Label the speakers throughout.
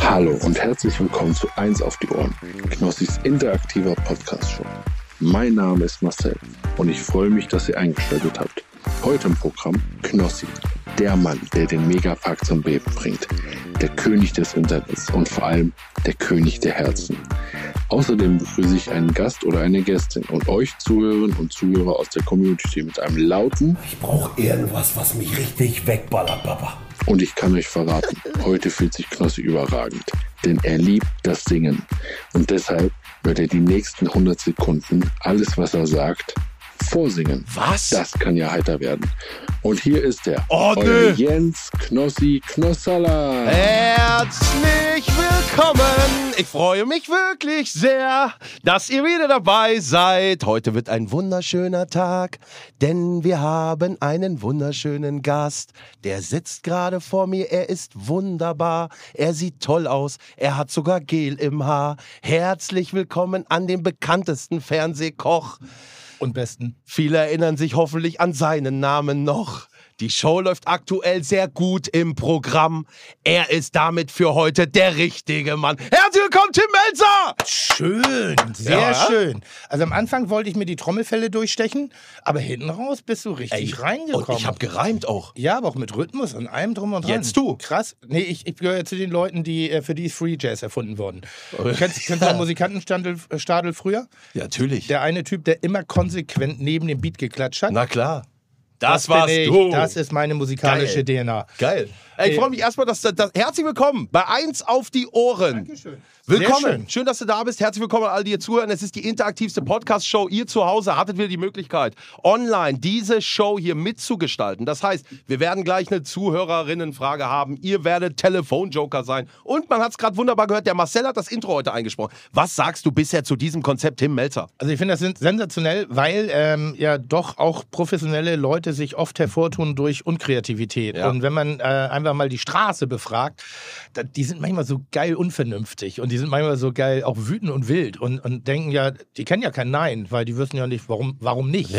Speaker 1: Hallo und herzlich willkommen zu 1 auf die Ohren, Knossis interaktiver Podcast-Show. Mein Name ist Marcel und ich freue mich, dass ihr eingeschaltet habt. Heute im Programm Knossi, der Mann, der den Megapark zum Beben bringt, der König des Internets und vor allem der König der Herzen. Außerdem begrüße ich einen Gast oder eine Gästin und euch Zuhörerinnen und Zuhörer aus der Community mit einem lauten
Speaker 2: Ich brauche irgendwas, was mich richtig wegballert, Papa.
Speaker 1: und ich kann euch verraten, heute fühlt sich Knossi überragend, denn er liebt das Singen und deshalb wird er die nächsten 100 Sekunden alles, was er sagt, vorsingen.
Speaker 3: Was?
Speaker 1: Das kann ja heiter werden. Und hier ist er,
Speaker 3: Oh,
Speaker 1: euer
Speaker 3: nö.
Speaker 1: Jens Knossi Knossala.
Speaker 3: Herzlich willkommen! Ich freue mich wirklich sehr, dass ihr wieder dabei seid. Heute wird ein wunderschöner Tag, denn wir haben einen wunderschönen Gast. Der sitzt gerade vor mir, er ist wunderbar, er sieht toll aus, er hat sogar Gel im Haar. Herzlich willkommen an den bekanntesten Fernsehkoch.
Speaker 4: und besten.
Speaker 3: Viele erinnern sich hoffentlich an seinen Namen noch. Die Show läuft aktuell sehr gut im Programm. Er ist damit für heute der richtige Mann. Herzlich willkommen, Tim Melzer!
Speaker 4: Schön, sehr
Speaker 3: Ja.
Speaker 4: schön. Also am Anfang wollte ich mir die Trommelfelle durchstechen, aber hinten raus bist du richtig reingekommen.
Speaker 3: Und ich habe gereimt auch.
Speaker 4: ja, aber auch mit Rhythmus und allem drum und dran.
Speaker 3: Jetzt du.
Speaker 4: Krass. Nee, ich, ich gehöre ja zu den Leuten, die äh, für die ist Free Jazz erfunden worden.
Speaker 3: Oh.
Speaker 4: Du kennst, kennst du den Musikantenstadel Stadel früher?
Speaker 3: Ja, natürlich.
Speaker 4: Der eine Typ, der immer konsequent neben dem Beat geklatscht hat.
Speaker 3: Na klar. Das,
Speaker 4: bin
Speaker 3: warst
Speaker 4: ich.
Speaker 3: du.
Speaker 4: Das ist meine musikalische DNA.
Speaker 3: Geil. Ey, ich freue mich erstmal, dass, dass, dass. Herzlich willkommen bei 1 auf die Ohren.
Speaker 4: schön.
Speaker 3: Willkommen.
Speaker 4: Sehr
Speaker 3: Schön.
Speaker 4: schön.
Speaker 3: dass du da bist. Herzlich willkommen an all die ihr zuhören. Es ist die interaktivste Podcast-Show. Ihr zu Hause hattet wieder die Möglichkeit, online diese Show hier mitzugestalten. Das heißt, wir werden gleich eine Zuhörerinnenfrage haben. Ihr werdet Telefonjoker sein. Und man hat es gerade wunderbar gehört, der Marcel hat das Intro heute eingesprochen. Was sagst du bisher zu diesem Konzept, Tim Melzer?
Speaker 4: Also ich finde das sen- sensationell, weil ähm, ja doch auch professionelle Leute sich oft hervortun durch Unkreativität.
Speaker 3: Ja.
Speaker 4: Und wenn man äh, einfach mal die Straße befragt, da, die sind manchmal so geil unvernünftig und die sind manchmal so geil auch wütend und wild und, und denken ja, die kennen ja kein Nein, weil die wissen ja nicht, warum, warum nicht.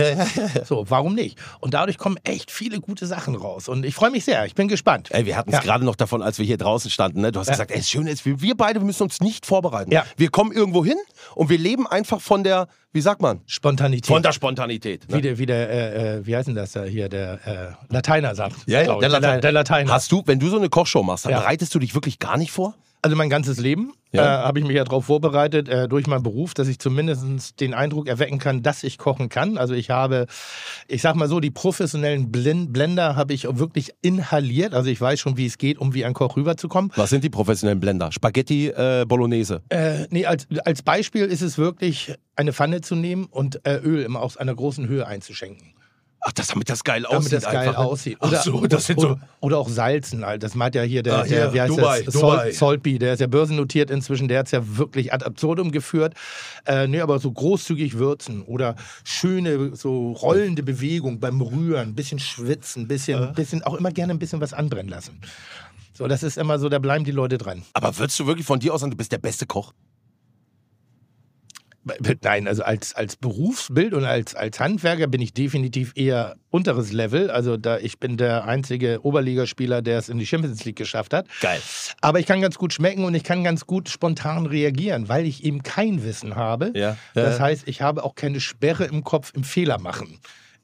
Speaker 4: so, warum nicht? Und dadurch kommen echt viele gute Sachen raus. Und ich freue mich sehr, ich bin gespannt.
Speaker 3: Ey, wir hatten es
Speaker 4: Ja.
Speaker 3: gerade noch davon, als wir hier draußen standen. Ne? Du hast gesagt, ey, das Schöne ist, wir, wir beide müssen uns nicht vorbereiten.
Speaker 4: Ja.
Speaker 3: Wir kommen irgendwo hin und wir leben einfach von der, wie sagt man?
Speaker 4: Spontanität. ne?
Speaker 3: Von der Spontanität.
Speaker 4: wie der, wie der äh, äh, wie heißt denn das da hier, der äh, Lateiner sagt. glaub ich.
Speaker 3: der Latein.
Speaker 4: Der Lateiner.
Speaker 3: Hast du, wenn du so eine Kochshow machst, dann
Speaker 4: Ja.
Speaker 3: bereitest du dich wirklich gar nicht vor?
Speaker 4: Also mein ganzes Leben
Speaker 3: Ja.
Speaker 4: äh, habe ich mich ja darauf vorbereitet, äh, durch meinen Beruf, dass ich zumindest den Eindruck erwecken kann, dass ich kochen kann. Also ich habe, ich sag mal so, die professionellen Blin Blender habe ich auch wirklich inhaliert. Also ich weiß schon, wie es geht, um wie ein Koch rüberzukommen.
Speaker 3: Was sind die professionellen Blender? Spaghetti äh, Bolognese.
Speaker 4: Äh, nee, als, als Beispiel ist es wirklich, eine Pfanne zu nehmen und äh, Öl immer aus einer großen Höhe einzuschenken.
Speaker 3: Ach, das, damit das geil
Speaker 4: damit
Speaker 3: aussieht.
Speaker 4: das geil
Speaker 3: einfach, ne?
Speaker 4: aussieht.
Speaker 3: Ach so, das sind so.
Speaker 4: oder, oder auch Salzen. Alter. Das meint ja hier der,
Speaker 3: Ah, ja,
Speaker 4: der wie heißt
Speaker 3: Dubai,
Speaker 4: das?
Speaker 3: Dubai.
Speaker 4: Sol, Solby, der ist ja börsennotiert inzwischen, der hat es ja wirklich ad absurdum geführt. Äh, nee, aber so großzügig würzen oder schöne, so rollende Bewegung beim Rühren, ein bisschen schwitzen, ein bisschen,
Speaker 3: Äh.
Speaker 4: bisschen, auch immer gerne ein bisschen was anbrennen lassen. So, das ist immer so, da bleiben die Leute dran.
Speaker 3: Aber würdest du wirklich von dir aus sagen, du bist der beste Koch?
Speaker 4: Nein, also als, als Berufsbild und als, als Handwerker bin ich definitiv eher unteres Level. Also da ich bin der einzige Oberligaspieler, der es in die Champions League geschafft hat.
Speaker 3: Geil.
Speaker 4: Aber ich kann ganz gut schmecken und ich kann ganz gut spontan reagieren, weil ich eben kein Wissen habe.
Speaker 3: Ja. Äh.
Speaker 4: Das
Speaker 3: Ja.
Speaker 4: heißt, ich habe auch keine Sperre im Kopf im Fehler machen.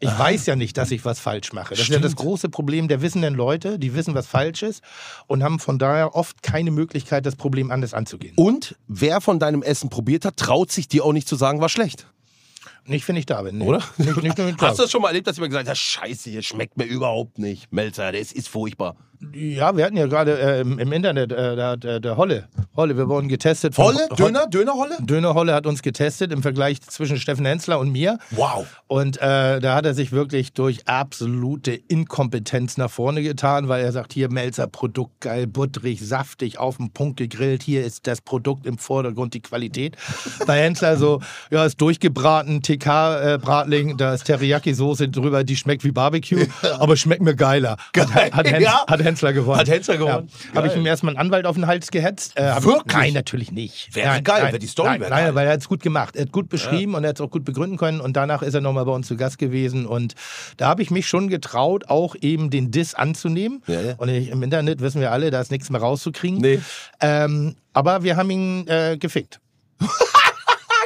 Speaker 4: Ich weiß ja nicht, dass ich was falsch mache. Das ist ja das
Speaker 3: Stimmt.
Speaker 4: große Problem der wissenden Leute, die wissen, was falsch ist und haben von daher oft keine Möglichkeit, das Problem anders anzugehen.
Speaker 3: Und wer von deinem Essen probiert hat, traut sich dir auch nicht zu sagen, war schlecht.
Speaker 4: Nicht, wenn ich da bin. Nee.
Speaker 3: Oder?
Speaker 4: Nicht, nicht nur
Speaker 3: Hast du das schon mal erlebt, dass jemand gesagt hat, scheiße, hier schmeckt mir überhaupt nicht. Melzer, das ist furchtbar.
Speaker 4: Ja, wir hatten ja gerade äh, im, im Internet, äh, da hat äh, der Holle. Holle, wir wurden getestet. von-
Speaker 3: Holle? Döner? Dönerholle?
Speaker 4: Döner Holle hat uns getestet im Vergleich zwischen Steffen Hensler und mir.
Speaker 3: Wow.
Speaker 4: Und äh, da hat er sich wirklich durch absolute Inkompetenz nach vorne getan, weil er sagt, hier Melzer Produkt geil, butterig, saftig, auf den Punkt gegrillt, hier ist das Produkt im Vordergrund, die Qualität. Bei Hensler so, ja, ist durchgebraten, TK-Bratling, da ist Teriyaki-Soße drüber, die schmeckt wie Barbecue, aber schmeckt mir geiler.
Speaker 3: Geil,
Speaker 4: Hat, hat, Hens,
Speaker 3: ja.
Speaker 4: hat Hensler gewonnen.
Speaker 3: Hat Hensler gewonnen.
Speaker 4: Ja. Habe ich
Speaker 3: Geil.
Speaker 4: ihm erstmal einen Anwalt auf den Hals gehetzt, äh, habe
Speaker 3: Wirklich?
Speaker 4: Nein, natürlich nicht.
Speaker 3: Wäre
Speaker 4: nein,
Speaker 3: geil,
Speaker 4: nein,
Speaker 3: wäre die Story
Speaker 4: Nein,
Speaker 3: wäre
Speaker 4: nein
Speaker 3: geil.
Speaker 4: weil er hat es gut gemacht. Er hat gut beschrieben und er hat es auch gut begründen können. Und danach ist er nochmal bei uns zu Gast gewesen. Und da habe ich mich schon getraut, auch eben den Diss anzunehmen.
Speaker 3: Ja, ja.
Speaker 4: Und ich, im Internet wissen wir alle, da ist nichts mehr rauszukriegen.
Speaker 3: Nee.
Speaker 4: Ähm, aber wir haben ihn äh, gefickt.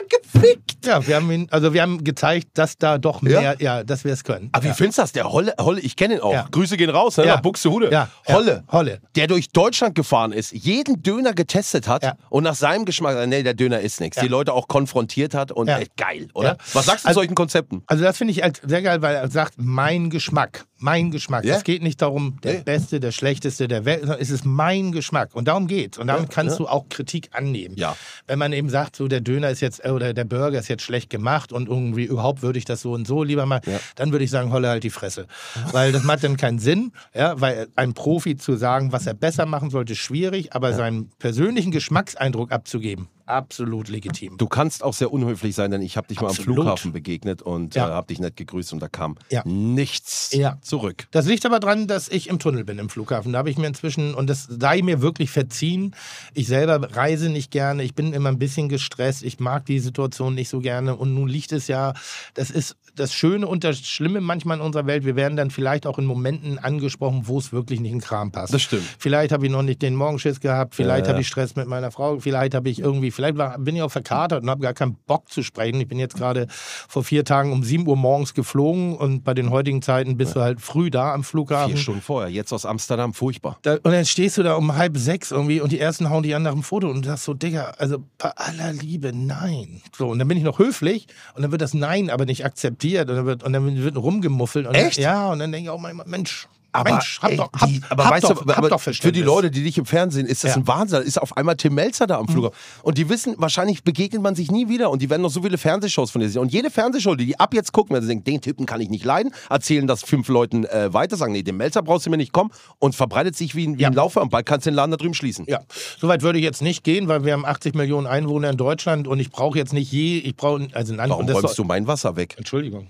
Speaker 4: gefickt? Ja, wir haben ihn, also wir haben gezeigt, dass da doch
Speaker 3: Ja?
Speaker 4: mehr, ja, dass wir es können.
Speaker 3: Aber Ah, wie
Speaker 4: ja.
Speaker 3: findest du das? Der Holle, Holle ich kenne ihn auch.
Speaker 4: Ja.
Speaker 3: Grüße gehen raus, ne?
Speaker 4: Ja.
Speaker 3: nach Buxtehude.
Speaker 4: Ja, ja.
Speaker 3: Holle.
Speaker 4: Holle.
Speaker 3: Der durch Deutschland gefahren ist, jeden Döner getestet hat
Speaker 4: Ja.
Speaker 3: und nach seinem Geschmack, nee, der Döner ist nichts.
Speaker 4: Ja.
Speaker 3: Die Leute auch konfrontiert hat und
Speaker 4: Ja.
Speaker 3: ey, geil, oder?
Speaker 4: Ja.
Speaker 3: Was sagst du zu
Speaker 4: Also-
Speaker 3: solchen Konzepten?
Speaker 4: Also das finde ich halt sehr geil, weil er sagt, mein Geschmack, mein Geschmack.
Speaker 3: Ja.
Speaker 4: Es geht nicht darum, der
Speaker 3: Nee.
Speaker 4: Beste, der Schlechteste, der Welt, sondern es ist mein Geschmack. Und darum geht's. Und damit kannst du auch Kritik annehmen.
Speaker 3: Ja.
Speaker 4: Wenn man eben sagt, so der Döner ist jetzt, äh, oder der Burger ist jetzt schlecht gemacht und irgendwie überhaupt würde ich das so und so lieber machen, dann würde ich sagen, holle halt die Fresse. Weil das macht dann keinen Sinn, ja, weil einem Profi zu sagen, was er besser machen sollte, ist schwierig, aber seinen persönlichen Geschmackseindruck abzugeben, absolut legitim.
Speaker 3: Du kannst auch sehr unhöflich sein, denn ich habe dich mal am
Speaker 4: Absolut.
Speaker 3: Flughafen begegnet und
Speaker 4: Ja.
Speaker 3: äh, habe dich nett gegrüßt und da kam
Speaker 4: Ja.
Speaker 3: nichts
Speaker 4: Ja.
Speaker 3: zurück.
Speaker 4: Das liegt aber dran, dass ich im Tunnel bin im Flughafen. Da habe ich mir inzwischen, und das sei mir wirklich verziehen, ich selber reise nicht gerne, ich bin immer ein bisschen gestresst, ich mag die Situation nicht so gerne. Und nun liegt es ja, das ist das Schöne und das Schlimme manchmal in unserer Welt, wir werden dann vielleicht auch in Momenten angesprochen, wo es wirklich nicht in den Kram passt.
Speaker 3: Das stimmt.
Speaker 4: Vielleicht habe ich noch nicht den Morgenschiss gehabt, vielleicht
Speaker 3: Ja, ja.
Speaker 4: habe ich Stress mit meiner Frau, vielleicht habe ich irgendwie, vielleicht war, bin ich auch verkatert und habe gar keinen Bock zu sprechen. Ich bin jetzt gerade vor vier Tagen um 7 Uhr morgens geflogen und bei den heutigen Zeiten bist du halt früh da am
Speaker 3: Vier
Speaker 4: Flughafen.
Speaker 3: Stunden vorher, jetzt aus Amsterdam, furchtbar.
Speaker 4: Da, und dann stehst du da um halb sechs irgendwie und die ersten hauen dich an nach dem Foto und du sagst so, Digga, also bei aller Liebe, nein. So, und dann bin ich noch höflich und dann wird das Nein aber nicht akzeptiert und dann wird, und dann wird rumgemuffelt. Und
Speaker 3: Echt?
Speaker 4: Dann, ja, und dann denke ich auch manchmal, Mensch,
Speaker 3: Aber,
Speaker 4: Mensch, hab
Speaker 3: ey,
Speaker 4: doch, hab,
Speaker 3: die, aber
Speaker 4: hab
Speaker 3: weißt
Speaker 4: doch,
Speaker 3: du,
Speaker 4: hab
Speaker 3: aber
Speaker 4: doch
Speaker 3: für die
Speaker 4: Verständnis.
Speaker 3: Leute, die dich im Fernsehen, ist das
Speaker 4: Ja. Mhm.
Speaker 3: ein Wahnsinn. Ist auf einmal Tim Melzer da am Flughafen. Und die wissen, wahrscheinlich begegnet man sich nie wieder. Und die werden noch so viele Fernsehshows von dir sehen. Und jede Fernsehshow, die die ab jetzt gucken, wenn sie denken, den Typen kann ich nicht leiden, erzählen das fünf Leuten äh, weiter, sagen, nee, den Melzer brauchst du mir nicht kommen. Und verbreitet sich wie ein, wie
Speaker 4: Ja.
Speaker 3: ein Laufer am Ball. Kannst den Laden da drüben schließen.
Speaker 4: Ja, soweit würde ich jetzt nicht gehen, weil wir haben 80 Millionen Einwohner in Deutschland und ich brauche jetzt nicht je, ich brauche also ein
Speaker 3: Warum räumst du mein Wasser weg?
Speaker 4: Entschuldigung.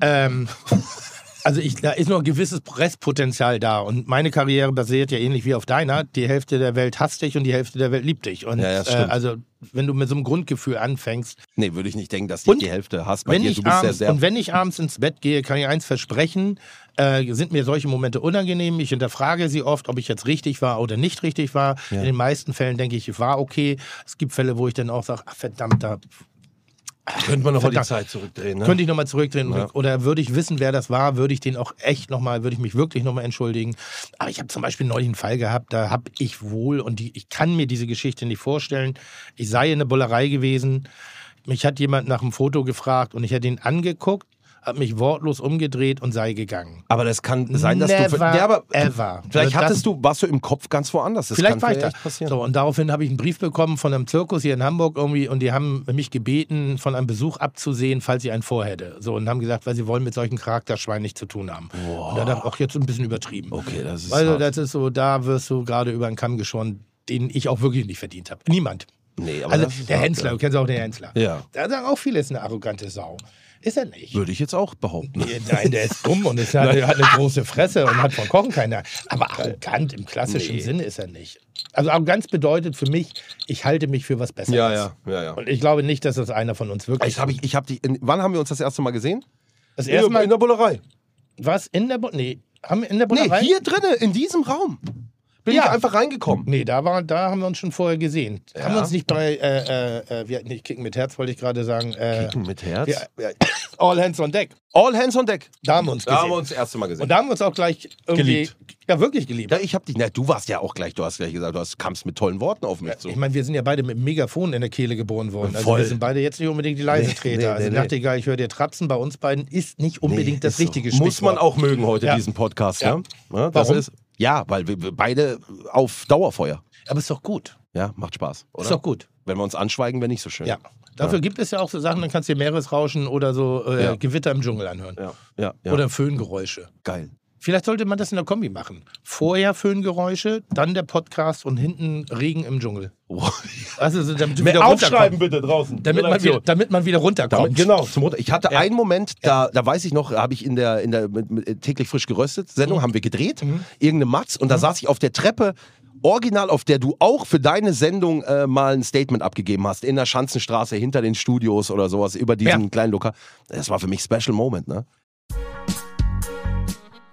Speaker 4: Ähm, also ich, da ist noch ein gewisses Restpotenzial da und meine Karriere basiert ja ähnlich wie auf deiner. Die Hälfte der Welt hasst dich und die Hälfte der Welt liebt dich. Und
Speaker 3: Ja, ja,
Speaker 4: äh,
Speaker 3: stimmt.
Speaker 4: also wenn du mit so einem Grundgefühl anfängst,
Speaker 3: Nee, würde ich nicht denken, dass du
Speaker 4: Und
Speaker 3: die Hälfte hast. Bei
Speaker 4: wenn
Speaker 3: dir,
Speaker 4: ich
Speaker 3: du bist ja
Speaker 4: abends,
Speaker 3: sehr.
Speaker 4: und wenn ich abends ins Bett gehe, kann ich eins versprechen, äh, sind mir solche Momente unangenehm. Ich hinterfrage sie oft, ob ich jetzt richtig war oder nicht richtig war. In den meisten Fällen denke ich, ich war okay. Es gibt Fälle, wo ich dann auch sage, "Ah, verdammt, da
Speaker 3: könnte man noch mal
Speaker 4: Verdammt.
Speaker 3: Zeit zurückdrehen, ne?
Speaker 4: könnte ich nochmal zurückdrehen. Oder würde ich wissen, wer das war, würde ich den auch echt nochmal, würde ich mich wirklich nochmal entschuldigen. Aber ich habe zum Beispiel neulich einen Fall gehabt, da habe ich wohl, und die, ich kann mir diese Geschichte nicht vorstellen, ich sei in der Bullerei gewesen, mich hat jemand nach einem Foto gefragt und ich hätte ihn angeguckt, habe mich wortlos umgedreht und sei gegangen.
Speaker 3: Aber das kann sein, dass du.
Speaker 4: Never,
Speaker 3: Nee, aber
Speaker 4: ever.
Speaker 3: Vielleicht
Speaker 4: Also das-
Speaker 3: hattest du, warst du im Kopf ganz woanders. Das
Speaker 4: Vielleicht
Speaker 3: kann
Speaker 4: war ich da.
Speaker 3: echt passieren.
Speaker 4: So, und daraufhin habe ich einen Brief bekommen von einem Zirkus hier in Hamburg irgendwie und die haben mich gebeten, von einem Besuch abzusehen, falls ich einen vorhätte. So, und haben gesagt, weil sie wollen mit solchen Charakterschweinen nichts zu tun haben. Und da dachte ich, auch jetzt ein bisschen übertrieben.
Speaker 3: Okay, das ist
Speaker 4: Also,
Speaker 3: hart.
Speaker 4: das ist so, da wirst du gerade über einen Kamm geschoren, den ich auch wirklich nicht verdient habe. Niemand.
Speaker 3: Nee, aber
Speaker 4: Also,
Speaker 3: das ist
Speaker 4: der
Speaker 3: hart,
Speaker 4: Hensler,
Speaker 3: ja.
Speaker 4: du kennst auch den Hensler.
Speaker 3: Ja.
Speaker 4: Da sagen auch viele, ist eine arrogante Sau. Ist er nicht.
Speaker 3: Würde ich jetzt auch behaupten.
Speaker 4: Äh, Nein, der ist dumm und ist, hat, hat eine große Fresse und hat von Kochen keine. Aber arrogant im klassischen
Speaker 3: Nee.
Speaker 4: Sinne ist er nicht. Also Arroganz bedeutet für mich, ich halte mich für was Besseres.
Speaker 3: ja, ja.
Speaker 4: Und ich glaube nicht, dass das einer von uns wirklich.
Speaker 3: Ich hab, ich, ich hab dich. In, wann haben wir uns das erste Mal gesehen?
Speaker 4: das erste Mal
Speaker 3: in der Bullerei.
Speaker 4: was in der Bu- nee, haben wir in der
Speaker 3: Nee,
Speaker 4: Bullerei?
Speaker 3: hier drinnen, in diesem Raum. Bin
Speaker 4: Ja.
Speaker 3: ich einfach reingekommen.
Speaker 4: Nee, da, war, da haben wir uns schon vorher gesehen. Haben wir uns nicht bei, äh, äh, äh, wir hatten nicht Kicken mit Herz, wollte ich gerade sagen. Äh,
Speaker 3: Mit Herz.
Speaker 4: wir, wir, all hands on deck.
Speaker 3: All hands on deck.
Speaker 4: Da haben wir uns gesehen.
Speaker 3: Da haben wir uns das erste Mal gesehen.
Speaker 4: und da haben wir uns auch gleich irgendwie.
Speaker 3: Geliebt.
Speaker 4: Ja, wirklich geliebt.
Speaker 3: Ja, ich hab dich. Na, du warst ja auch gleich. Du hast gleich gesagt, du hast, kamst mit tollen Worten auf mich zu.
Speaker 4: Ich meine, wir sind ja beide mit einem Megafon in der Kehle geboren worden. Also
Speaker 3: Voll.
Speaker 4: wir sind beide jetzt nicht unbedingt die Leisetreter.
Speaker 3: Nee, nee,
Speaker 4: also
Speaker 3: nee,
Speaker 4: Nachtigall, ich höre dir Trapsen, bei uns beiden ist nicht unbedingt das
Speaker 3: ist so.
Speaker 4: richtige Stichwort.
Speaker 3: Muss man auch mögen heute
Speaker 4: Ja.
Speaker 3: diesen Podcast.
Speaker 4: Ja.
Speaker 3: Ne? Ne, das
Speaker 4: Warum?
Speaker 3: ist. Ja, weil wir, wir beide auf Dauerfeuer.
Speaker 4: Aber ist doch gut.
Speaker 3: Ja, macht Spaß. Oder?
Speaker 4: Ist doch gut.
Speaker 3: Wenn wir uns anschweigen, wäre nicht so schön.
Speaker 4: Ja. Dafür gibt es ja auch so Sachen, dann kannst du dir Meeresrauschen oder so äh,
Speaker 3: Ja.
Speaker 4: Gewitter im Dschungel anhören.
Speaker 3: Ja, ja, ja.
Speaker 4: Oder Föhngeräusche.
Speaker 3: geil.
Speaker 4: Vielleicht sollte man das in der Kombi machen. Vorher Föhngeräusche, dann der Podcast und hinten Regen im Dschungel. Also, so, damit du wieder runterkommst.
Speaker 3: bitte draußen.
Speaker 4: Damit man, wieder, damit man wieder runterkommt.
Speaker 3: damit, genau, zum Runter. Ich hatte einen Moment, da, da weiß ich noch, habe ich in der, äh,
Speaker 4: Mhm.
Speaker 3: in der mit, mit, täglich frisch geröstet Sendung, haben wir gedreht, irgendeine Matz, und da saß ich auf der Treppe original, auf der du auch für deine Sendung äh, mal ein Statement abgegeben hast, in der Schanzenstraße, hinter den Studios oder sowas, über diesen
Speaker 4: Ja.
Speaker 3: kleinen Lokal. Das war für mich Special Moment, ne?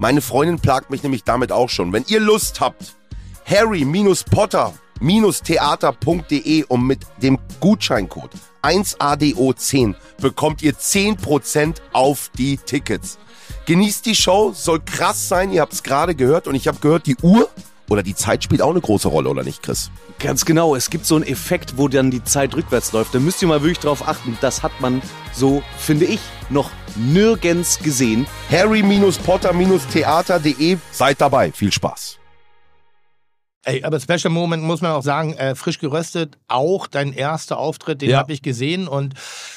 Speaker 5: Meine Freundin plagt mich nämlich damit auch schon. Wenn ihr Lust habt, harry-potter-theater.de und um mit dem Gutscheincode 1ADO10 bekommt ihr 10% auf die Tickets. Genießt die Show, soll krass sein, ihr habt es gerade gehört und ich habe gehört, die Uhr oder die Zeit spielt auch eine große Rolle, oder nicht, Chris?
Speaker 6: Ganz genau, es gibt so einen Effekt, wo dann die Zeit rückwärts läuft. Da müsst ihr mal wirklich drauf achten. Das hat man, so finde ich, noch nirgends gesehen.
Speaker 5: harry-potter-theater.de, seid dabei, viel Spaß.
Speaker 4: Ey, aber Special Moment muss man auch sagen, äh, frisch geröstet, auch dein erster Auftritt, den
Speaker 3: Ja.
Speaker 4: habe ich gesehen und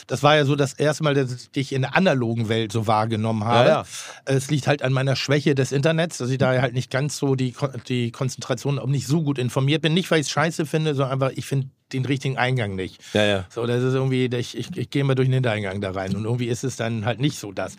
Speaker 4: das war ja so das erste Mal, dass ich dich in der analogen Welt so wahrgenommen habe.
Speaker 3: ja.
Speaker 4: Es liegt halt an meiner Schwäche des Internets, dass ich da halt nicht ganz so die, Kon- die Konzentration auch nicht so gut informiert bin. Nicht, weil ich es scheiße finde, sondern einfach, ich finde den richtigen Eingang nicht.
Speaker 3: Ja, ja.
Speaker 4: So, das ist irgendwie, ich, ich, ich gehe mal durch den Hintereingang da rein und irgendwie ist es dann halt nicht so das.